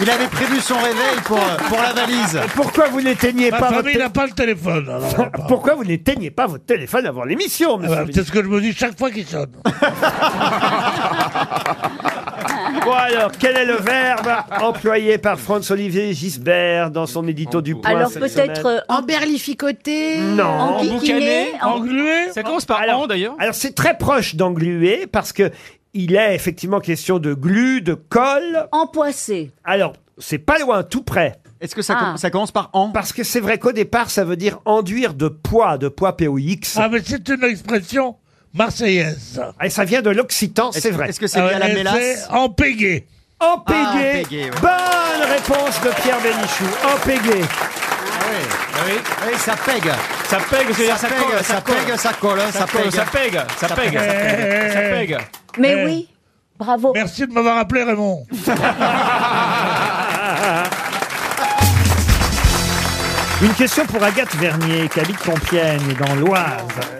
S13: Il avait prévu son réveil pour, euh, pour la valise.
S1: Pourquoi vous n'éteignez
S19: Ma
S1: pas votre
S19: famille n'a pas le téléphone. alors.
S1: Pourquoi vous n'éteignez pas votre téléphone avant l'émission, monsieur
S19: Ah bah,
S1: Bénichou
S19: C'est ce que je me dis chaque fois qu'il sonne.
S1: Ah. Bon, Alors, quel est le verbe employé par Franz-Olivier Gisbert dans son édito
S12: Oh.
S1: du point
S9: Alors
S1: cette
S9: peut-être
S1: semaine
S9: euh, en berlificoté,
S1: Non,
S9: en boucané,
S1: Ça commence par alors, d'ailleurs. Alors c'est très proche d'engluer parce que il est effectivement question de glu, de colle.
S9: Empoissé.
S1: Alors c'est pas loin, tout près.
S13: Est-ce que ça, com- Ah. ça
S1: commence par en Parce que c'est vrai qu'au départ, ça veut dire enduire de poids, de poids POX. Ah, mais c'est une expression marseillaise. Et ça vient de l'occitan, c'est vrai.
S13: est-ce que c'est lié à la Ah, et mélasse c'est
S1: Empégué. Empégué.
S13: empégué, ouais.
S1: Bonne réponse de Pierre Bénichou. Empégué.
S13: Oui. ça pègue. Ça pègue,
S10: c'est-à-dire ça
S13: ça
S10: colle,
S13: pègue,
S10: ça
S13: ça pègue, ça colle, ça pègue.
S10: ça pègue, ça pègue, ça pègue, ça pègue.
S9: Mais oui, bravo.
S19: Merci de m'avoir appelé Raymond.
S1: Une question pour Agathe Vernier, qui habite Compiègne, dans l'Oise.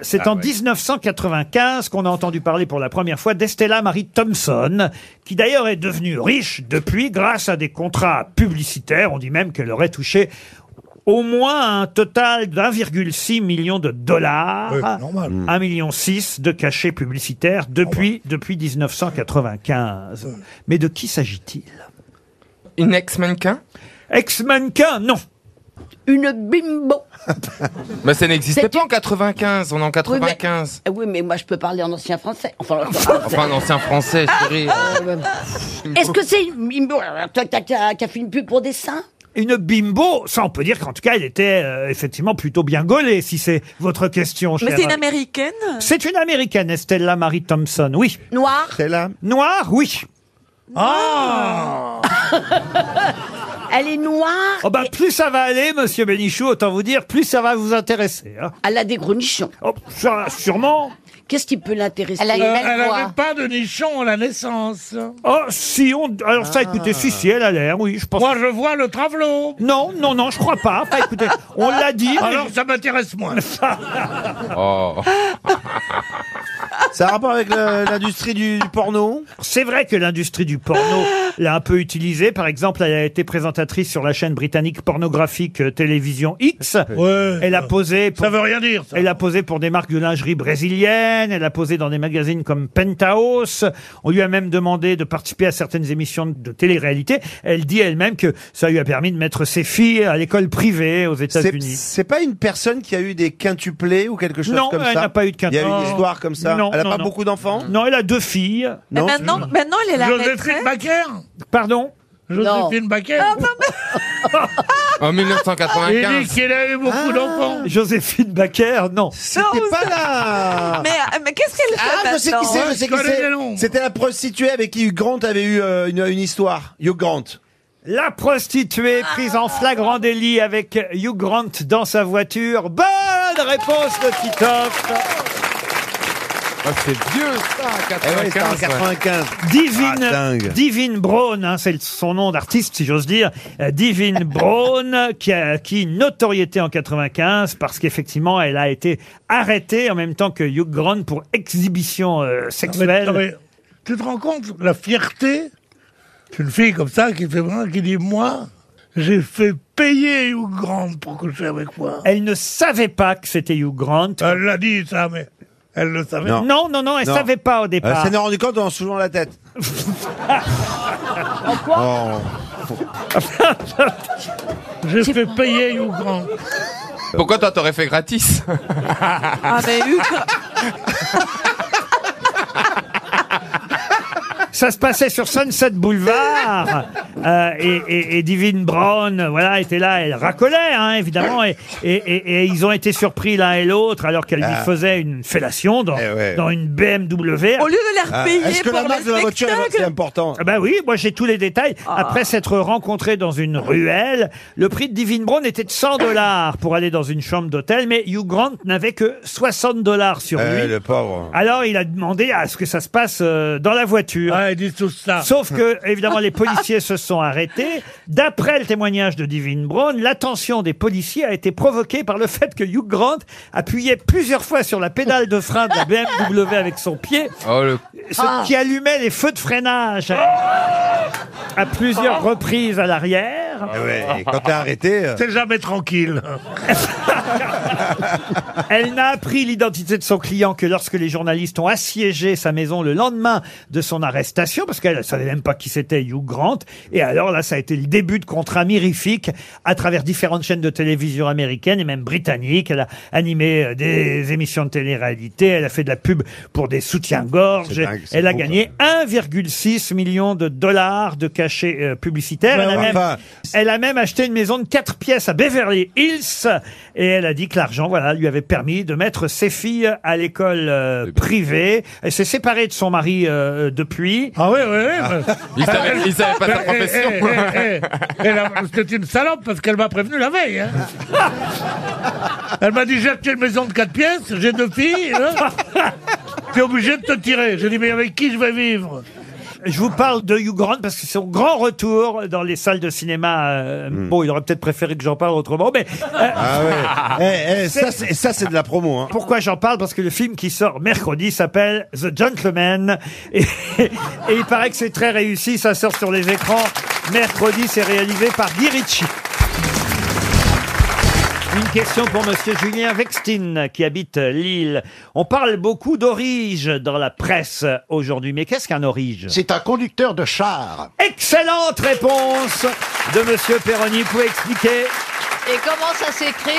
S1: C'est
S15: Ah
S1: en
S15: ouais.
S1: 1995 qu'on a entendu parler pour la première fois d'Estella Marie Thompson, qui d'ailleurs est devenue riche depuis grâce à des contrats publicitaires. On dit même qu'elle aurait touché au moins un total d'1,6 million de dollars,
S6: Oui, normal.
S1: 1,6 million de cachets publicitaires depuis, depuis 1995. Mais de qui s'agit-il Une ex-mannequin Ex-mannequin, non
S15: Une bimbo.
S10: Mais ça n'existait pas en 95, on est en 95.
S15: Ah Oui, mais, moi je peux parler en ancien français. Enfin,
S10: Enfin, un ancien français, chérie.
S15: Est-ce que c'est une bimbo Toi, t'as t'as- t'as fait une pub pour des seins
S1: Une bimbo, ça on peut dire qu'en tout cas elle était euh, effectivement plutôt bien gaulée, si c'est votre question.
S15: Mais
S1: chère-
S15: c'est une
S20: Américaine
S1: C'est une américaine, Estella Marie Thompson, oui.
S15: Noire
S1: Estella Noire, oui. Ah
S15: Elle est noire
S1: Oh bah, plus ça va aller, monsieur Bénichou, autant vous dire, plus ça va vous intéresser. hein.
S15: Elle a des gros nichons.
S1: Oh, ça, sûrement.
S15: Qu'est-ce qui peut l'intéresser
S19: Euh, elle n'avait pas de nichon à la naissance. Ah.
S1: Oh, si on. Alors, ça, écoutez, si, si, elle a l'air, oui, je pense. Moi,
S19: je vois le travelot.
S1: Non, non, non, je crois pas. Enfin, écoutez, on l'a dit. mais-
S19: Alors ça m'intéresse moins.
S1: Oh. Ça a rapport avec l'industrie du, porno C'est vrai que l'industrie du porno l'a un peu utilisée. Par exemple, elle a été présentatrice sur la chaîne britannique pornographique euh, Télévision X. elle a posé. Pour, ça veut rien dire. Elle a posé pour des marques de lingerie brésiliennes. Elle a posé dans des magazines comme Penthouse. On lui a même demandé de participer à certaines émissions de télé-réalité. Elle dit elle-même que ça lui a permis de mettre ses filles à l'école privée aux États-Unis.
S13: C'est pas une personne qui a eu des quintuplés ou quelque chose
S1: Non,
S13: comme ça
S1: elle n'a pas eu de
S13: Il y a eu une
S1: quintuplés.
S13: histoire comme ça
S1: Non,
S13: Elle a
S1: non,
S13: pas
S1: non.
S13: beaucoup d'enfants
S1: Non, elle a deux filles.
S20: Eh
S13: Non.
S20: maintenant, maintenant, ben elle est la
S19: Joséphine
S20: retraite.
S19: Baker
S1: Pardon
S19: Joséphine Baker
S20: Ah,
S10: En
S19: Il dit
S10: 1995.
S19: qu'elle avait beaucoup d'enfants.
S1: Joséphine Baker, non.
S13: C'était Ah, pas là
S3: euh,
S20: Mais, mais qu'est-ce qu'elle fait
S13: Ah, je sais qui
S20: maintenant
S13: c'est, je sais qui c'est. C'était la prostituée avec qui Hugh Grant avait eu euh, une, une histoire. Hugh Grant.
S1: La prostituée prise en flagrant délit avec Hugh Grant dans sa voiture. Bonne réponse de Titoff.
S10: Ah, c'est vieux ça,
S13: Eh ouais, c'était en
S10: 95.
S13: 95.
S1: Divine,
S13: Ah, dingue.
S1: Divine Brown, hein, c'est le- son nom d'artiste si j'ose dire. Euh, Divine Brown qui a acquis une notoriété en 95 parce qu'effectivement elle a été arrêtée en même temps que Hugh Grant pour exhibition euh, sexuelle.
S19: Non, mais- Tu te rends compte la fierté d'une fille comme ça qui fait vraiment- qui dit moi j'ai fait payer Hugh Grant pour coucher avec moi.
S1: Elle ne savait pas que c'était Hugh Grant.
S19: Elle l'a dit ça mais elle le savait.
S1: Non, non, non, elle savait pas au départ.
S13: Elle s'en est rendu compte en soulevant la tête. Oh.
S19: J'ai fait payer Hugh Grant.
S10: Pourquoi toi t'aurais fait gratis
S20: Ah, mais Hugh-
S1: Ça se passait sur Sunset Boulevard. Euh, et, et- et Divine Brown, voilà, était là, elle racolait, hein, évidemment. Et, et- et- et ils ont été surpris l'un et l'autre alors qu'elle lui
S13: Ah.
S1: faisait une fellation dans,
S13: Eh ouais.
S1: dans une BMW.
S20: Au lieu de la
S13: Ah,
S20: repayer
S13: Est-ce que
S20: pour
S13: la marque
S20: le
S13: de la voiture
S20: spectacle Ah.
S13: c'est important
S1: Ah bah oui, moi j'ai tous les détails. Après s'être rencontrés dans une ruelle, le prix de Divine Brown était de 100 dollars pour aller dans une chambre d'hôtel, mais Hugh Grant n'avait que 60 dollars sur
S13: Eh,
S1: lui.
S13: Le pauvre.
S1: Alors il a demandé à ce que ça se passe euh, dans la voiture.
S19: Ah, ils disent tout ça.
S1: Sauf que, évidemment, les policiers se sont arrêtés. D'après le témoignage de Divine Brown, l'attention des policiers a été provoquée par le fait que Hugh Grant appuyait plusieurs fois sur la pédale de frein de la BMW avec son pied,
S10: Oh le.
S1: ce
S11: Ah.
S20: Ah.
S1: qui allumait les feux de freinage à, à plusieurs reprises à l'arrière.
S5: faire.
S11: Ah Eh Ouais, et quand t'es arrêté, euh,
S5: T'es jamais tranquille.
S1: Elle n'a appris l'identité de son client que lorsque les journalistes ont assiégé sa maison le lendemain de son arrestation, parce qu'elle ne savait même pas qui c'était Hugh Grant. Et alors là, ça a été le début de contrats mirifiques à travers différentes chaînes de télévision américaines et même britanniques. Elle a animé euh, des émissions de télé-réalité, elle a fait de la pub pour des soutiens-gorge.
S11: C'est dingue, c'est
S1: Elle a
S11: beau,
S1: gagné 1,6 million de dollars de cachets euh, publicitaires.
S11: Ouais,
S1: elle, a
S11: ouais.
S1: même,
S11: Enfin,
S1: elle a même acheté une maison de quatre pièces à Beverly Hills et elle a dit que l'argent, voilà, lui avait permis de mettre ses filles à l'école euh,
S35: bah
S1: privée. Elle s'est séparée de son mari euh, depuis.
S5: Ah oui, oui, oui.
S35: Il savait, il savait pas sa
S5: Eh,
S35: profession.
S5: eh, eh, eh, eh. Elle a- C'était une salope parce qu'elle m'a prévenu la veille. hein. Elle m'a dit j'ai acheté une maison de 4 pièces, j'ai deux filles. hein. T'es obligé de te tirer. J'ai dit mais avec qui je vais vivre
S1: Je vous parle de Hugh Grant parce que c'est son grand retour dans les salles de cinéma. euh,
S11: Hmm.
S1: Bon, il aurait peut-être préféré que j'en parle autrement, mais... euh,
S11: Ah ouais. Eh, eh, ça, c'est- ça, c'est de la promo. Hein.
S1: Pourquoi j'en parle Parce que le film qui sort mercredi s'appelle The Gentleman. Et, et il paraît que c'est très réussi, ça sort sur les écrans. Mercredi, c'est réalisé par Guy Ritchie. Une question pour Monsieur Julien Vextin, qui habite Lille. On parle beaucoup d'orige dans la presse aujourd'hui, mais qu'est-ce qu'un orige
S10: C'est un conducteur de char.
S1: Excellente réponse de Monsieur Perroni. Vous pouvez expliquer
S6: Et comment ça s'écrit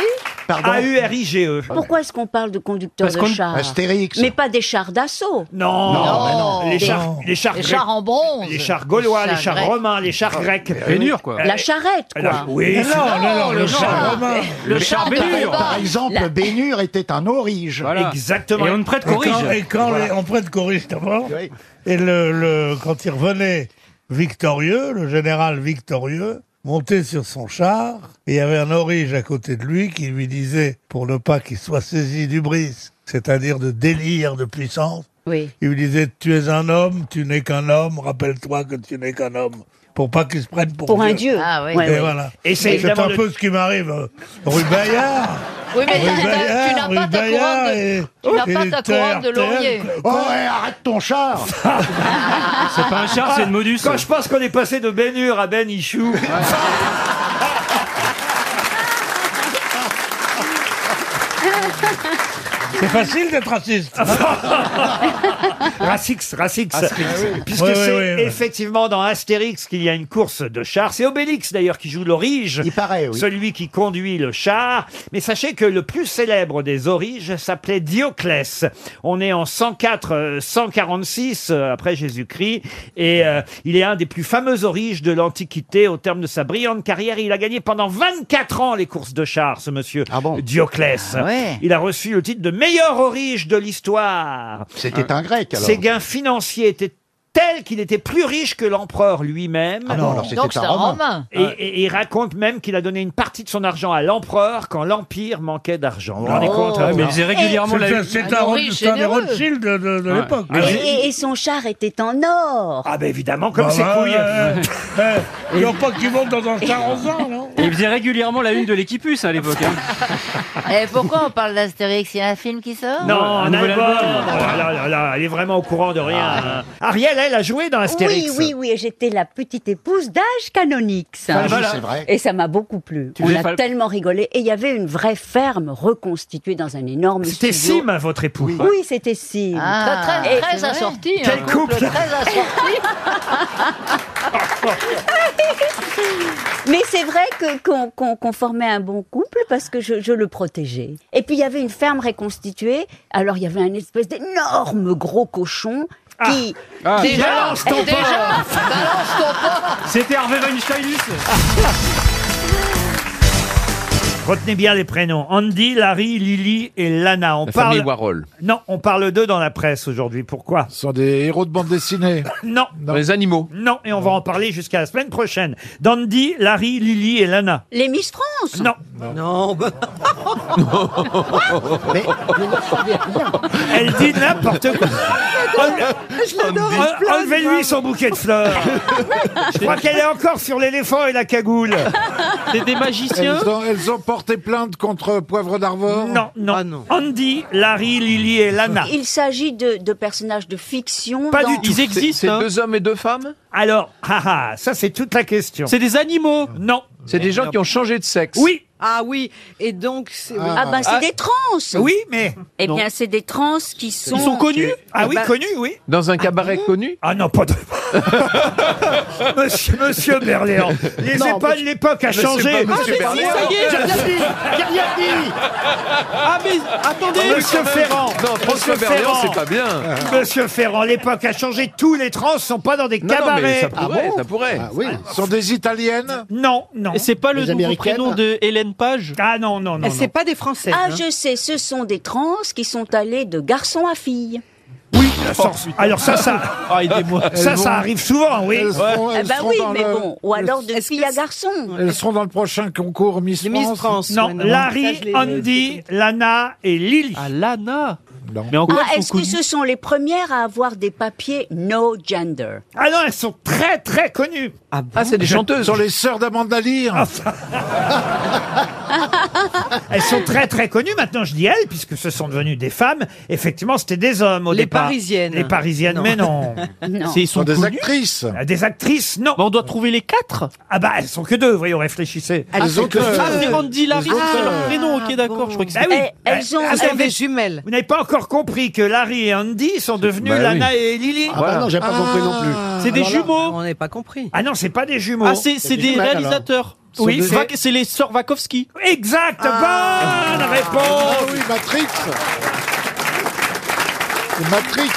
S1: A-U-R-I-G-E.
S22: Pourquoi est-ce qu'on parle de conducteur
S1: Ah, Parce
S22: de
S1: qu'on-
S22: char
S1: Astérix.
S22: Mais pas des chars d'assaut.
S1: Non,
S22: Non, mais non.
S1: Les, chars,
S22: Non.
S1: les chars
S22: Les
S1: grecs-
S22: chars en bronze.
S1: Les chars gaulois,
S22: Les
S1: les
S22: chars
S1: chars
S22: grecs.
S1: romains, les chars grecs.
S22: Et dur, La charrette, quoi.
S1: Alors, oui,
S10: Ah, Mais
S1: c'est-
S10: non, non, non, le char
S1: romain.
S10: Le char
S1: Bénur.
S10: Bénur. Par exemple,
S1: La-
S10: Bénur était un orige.
S1: Exactement.
S5: Et quand, et quand les- on prête corrige d'abord. Et le, le- quand il revenait victorieux, le général victorieux, montait sur son char, et il y avait un orige à côté de lui qui lui disait, pour ne pas qu'il soit saisi du bris, c'est-à-dire de délire, de puissance,
S22: Oui.
S5: il lui disait, tu es un homme, tu n'es qu'un homme, rappelle-toi que tu n'es qu'un homme. Pour pas qu'il se prenne pour,
S6: Pour un dieu. Ah oui.
S5: oui.
S6: Ouais,
S5: et
S6: ouais.
S5: voilà.
S6: Et c'est
S5: c'est
S6: évidemment
S5: un
S6: le-
S5: peu ce qui m'arrive. euh, Rue Bayard.
S6: Oui, mais
S5: Rue
S6: t'as- t'as- tu n'as
S5: Bayard,
S6: pas ta
S5: rue Bayard
S6: couronne de-
S5: et-
S6: tu n'as
S5: et
S6: pas
S5: les
S6: ta couronne de
S5: terres,
S6: laurier.
S5: terres,
S10: Oh, ouais, arrête ton char
S12: C'est pas un char, c'est une modus.
S1: Quand je pense qu'on est passé de Bénur à Ben Ichou.
S5: C'est facile d'être raciste.
S1: Racix, Racix.
S5: Asterix. Ah oui.
S1: Puisque
S5: Ouais, ouais,
S1: c'est
S5: ouais, ouais.
S1: effectivement dans Astérix qu'il y a une course de char. C'est Obélix d'ailleurs qui joue l'orige. Il paraît,
S10: oui.
S1: Celui qui conduit le char. Mais sachez que le plus célèbre des origes s'appelait Dioclès. On est en 104, euh, 146 euh, après Jésus-Christ. Et euh, il est un des plus fameux origes de l'Antiquité au terme de sa brillante carrière. Il a gagné pendant 24 ans les courses de char, ce monsieur Dioclès.
S10: Ah ouais.
S1: Il a reçu le titre de meilleur orige de l'histoire.
S10: C'était un Grec, alors.
S1: Ses gains financiers étaient tels qu'il était plus riche que l'empereur lui-même.
S10: Ah non, alors c'était Donc un c'est un Romain. Romain.
S1: Et, et- et il raconte même qu'il a donné une partie de son argent à l'empereur quand l'empire manquait d'argent. Vous vous rendez
S5: Oh.
S1: compte hein,
S5: Ouais, mais
S1: hein
S5: il faisait régulièrement C'est- la- c'est un Ah, oui, Rothschild- c'est un des généreux. Rothschild de,
S1: Ouais.
S5: l'époque.
S1: Ah,
S22: Et,
S1: oui.
S22: et- et son char était en or.
S1: Ah ben évidemment, comme
S5: Bah,
S1: ses
S5: bah,
S1: couilles.
S5: ouais, ouais. Eh, Il n'y a pas qui monte dans un char en sang, non
S12: Et il faisait régulièrement la une de l'équipus à l'époque. hein.
S3: Et Eh, pourquoi on parle d'Astérix Il y a un film qui sort
S1: Non,
S12: Un
S1: un
S12: nouvel
S1: album.
S12: album.
S1: Oh là là là là, elle est vraiment au courant de rien.
S5: Ah.
S1: hein. Ariel, elle a joué dans Astérix.
S22: Oui, oui, oui, et j'étais la petite épouse d'âge canonix.
S1: Ah, voilà. C'est vrai.
S22: Et ça m'a beaucoup plu.
S1: Tu
S22: On
S1: faisais
S22: a
S1: pas-
S22: tellement rigolé. Et il y avait une vraie ferme reconstituée dans un énorme
S1: C'était
S22: studio.
S1: Sim, votre épouse.
S22: Oui, c'était Sim.
S6: Ah, Très, très,
S22: Et-
S6: très
S22: c'est vrai.
S6: assorti. hein, un couple Très assorti.
S22: Mais c'est vrai que- qu'on qu'on- qu'on formait un bon couple parce que je, je le protégeais. Et puis il y avait une ferme réconstituée. Alors il y avait un espèce d'énorme gros cochon qui.
S12: Ah.
S22: qui-
S12: Déjà, Balance ton déjà,
S15: Bah,
S12: porc.
S6: balance ton
S12: C'était Harvey Weinsteinus.
S1: Ah, Retenez bien les prénoms. Andy, Larry, Lily et Lana. On
S35: La
S1: parle...
S35: famille Warhol.
S1: Non, on parle d'eux dans la presse aujourd'hui. Pourquoi Ce sont des héros de bande dessinée. non. Les animaux. Non, et on va en parler jusqu'à la semaine prochaine. D'Andy, Larry, Lily et Lana.
S22: Les Miss France
S1: Non. bah.
S22: Non,
S1: Mais Elle dit n'importe quoi. En- Enlevez-lui son bouquet de fleurs. Je crois qu'elle est encore sur l'éléphant et la cagoule.
S36: Elles ont, elles ont porté
S6: porté plainte contre Poivre d'Arvor
S1: Non, non.
S12: Ah,
S1: Andy, Larry, Lily et Lana.
S22: Il s'agit de, de personnages de fiction.
S1: Pas
S22: dans-
S1: du tout.
S12: hein
S1: hein. hommes et deux femmes Alors, haha, ça c'est toute la question.
S11: C'est des animaux
S1: Non.
S11: C'est des gens qui ont changé de sexe
S1: Oui.
S5: Ah oui, et donc... c'est-
S22: Ah, ben c'est des trans
S1: Oui, mais...
S22: Eh
S1: Non.
S22: bien, c'est des trans qui sont...
S1: Ils sont connus Ah oui,
S12: Bah-
S22: ben-
S1: connus, oui.
S37: Dans un cabaret connu
S1: Ah non, pas de... Monsieur, monsieur Berléand, les
S11: Non,
S1: épaules de l'époque a
S11: Monsieur-
S1: changé.
S11: pas Monsieur Ah, mais si, Berléand. ça y est, j'ai rien dit, j'ai rien dit. Ah mais attendez
S1: Monsieur Ferrand
S11: Non, François
S1: Monsieur
S11: Berléand,
S1: Ferrand.
S11: c'est pas bien.
S1: Monsieur Ferrand, l'époque a changé, tous les trans sont pas dans des
S11: Non, non, mais
S1: cabarets
S11: ça
S12: Ah
S11: pourrait, ça pourrait. Ah,
S1: oui. sont des Italiennes Non, non.
S12: Et c'est pas le Les nouveau Américaines prénom de
S1: Hélène Page Ah non, non, non. non.
S22: des Français.
S1: hein.
S22: Ah, je sais, ce sont des trans qui sont allés de garçon à fille.
S1: Ah, ça- Alors ça, ça,
S12: Ah, aidez-moi.
S1: ça,
S6: Elles
S1: ça
S6: vont-
S1: arrive souvent, oui.
S6: Elles seront-
S22: Eh
S6: elles
S22: ben
S6: seront
S22: oui,
S6: dans
S22: mais
S6: le-
S22: bon, ou
S6: le-
S22: alors de fille à garçon.
S6: Elles seront dans le prochain concours Miss France.
S1: Non, Larry, Andy, Lana et Lily. Ah, Lana Mais
S22: ah, est-ce que ce sont les premières à avoir des papiers no gender
S1: Ah non, elles sont très très connues.
S6: Ah,
S1: c'est des chanteuses.
S6: Sont les sœurs d'Amanda Lear.
S1: Ah, Elles sont très très connues maintenant, je dis elles, puisque ce sont devenues des femmes. Effectivement, c'était des hommes au
S5: Les
S1: départ.
S5: Parisiennes.
S1: Les Parisiennes,
S5: Non.
S1: mais non.
S5: Non. C'est- ils sont
S1: des actrices. Des actrices, non. on doit trouver les quatre Ah bah, elles sont que deux, voyons, réfléchissez.
S12: Ah, c'est que- Ah, c'est Randy, Larry,
S1: euh, Les
S12: c'est leur
S1: auteurs.
S12: prénom, ok, d'accord, je crois que c'est...
S1: Ah oui.
S12: elles ont-
S1: Ah,
S12: elles
S1: vous
S12: sont des
S1: avez- Vous n'avez pas encore compris que Larry et Andy sont devenus
S12: Bah oui.
S1: Lana et Lily
S12: Ah bah Voilà. non, j'ai pas compris non plus. C'est des jumeaux.
S5: On n'est pas compris.
S1: Ah non, c'est pas des jumeaux.
S12: Ah, c'est c'est des réalisateurs.
S1: Oui,
S12: c'est
S1: c'est...
S12: c'est les sœurs Wachowski.
S1: Exact, bonne réponse oui, Matrix Matrix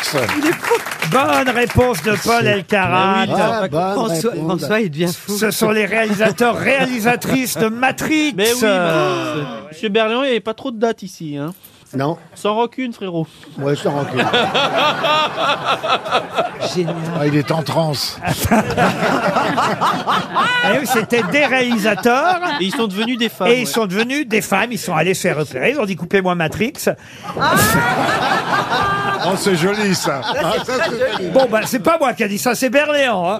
S1: Bonne réponse de Paul Elkarat.
S5: Mais oui,
S1: bah
S5: Ah, bonne François- réponse. François, il devient fou.
S1: Ce sont les réalisateurs, réalisatrices de Matrix
S12: Mais oui,
S1: Euh,
S12: madame. Monsieur Berlion, il n'y avait pas trop de dates ici. Hein. Non. Sans rancune, frérot. Ouais, sans rancune.
S6: Ah, il est en transe.
S1: Eh oui, C'était des réalisateurs.
S12: Et ils sont devenus des femmes.
S1: Et ils sont devenus des femmes, ils sont allés se faire repérer, ils ont dit coupez-moi Matrix.
S6: Oh, c'est joli ça.
S1: Bon, bah, c'est pas moi qui a dit ça, c'est Berléand. hein.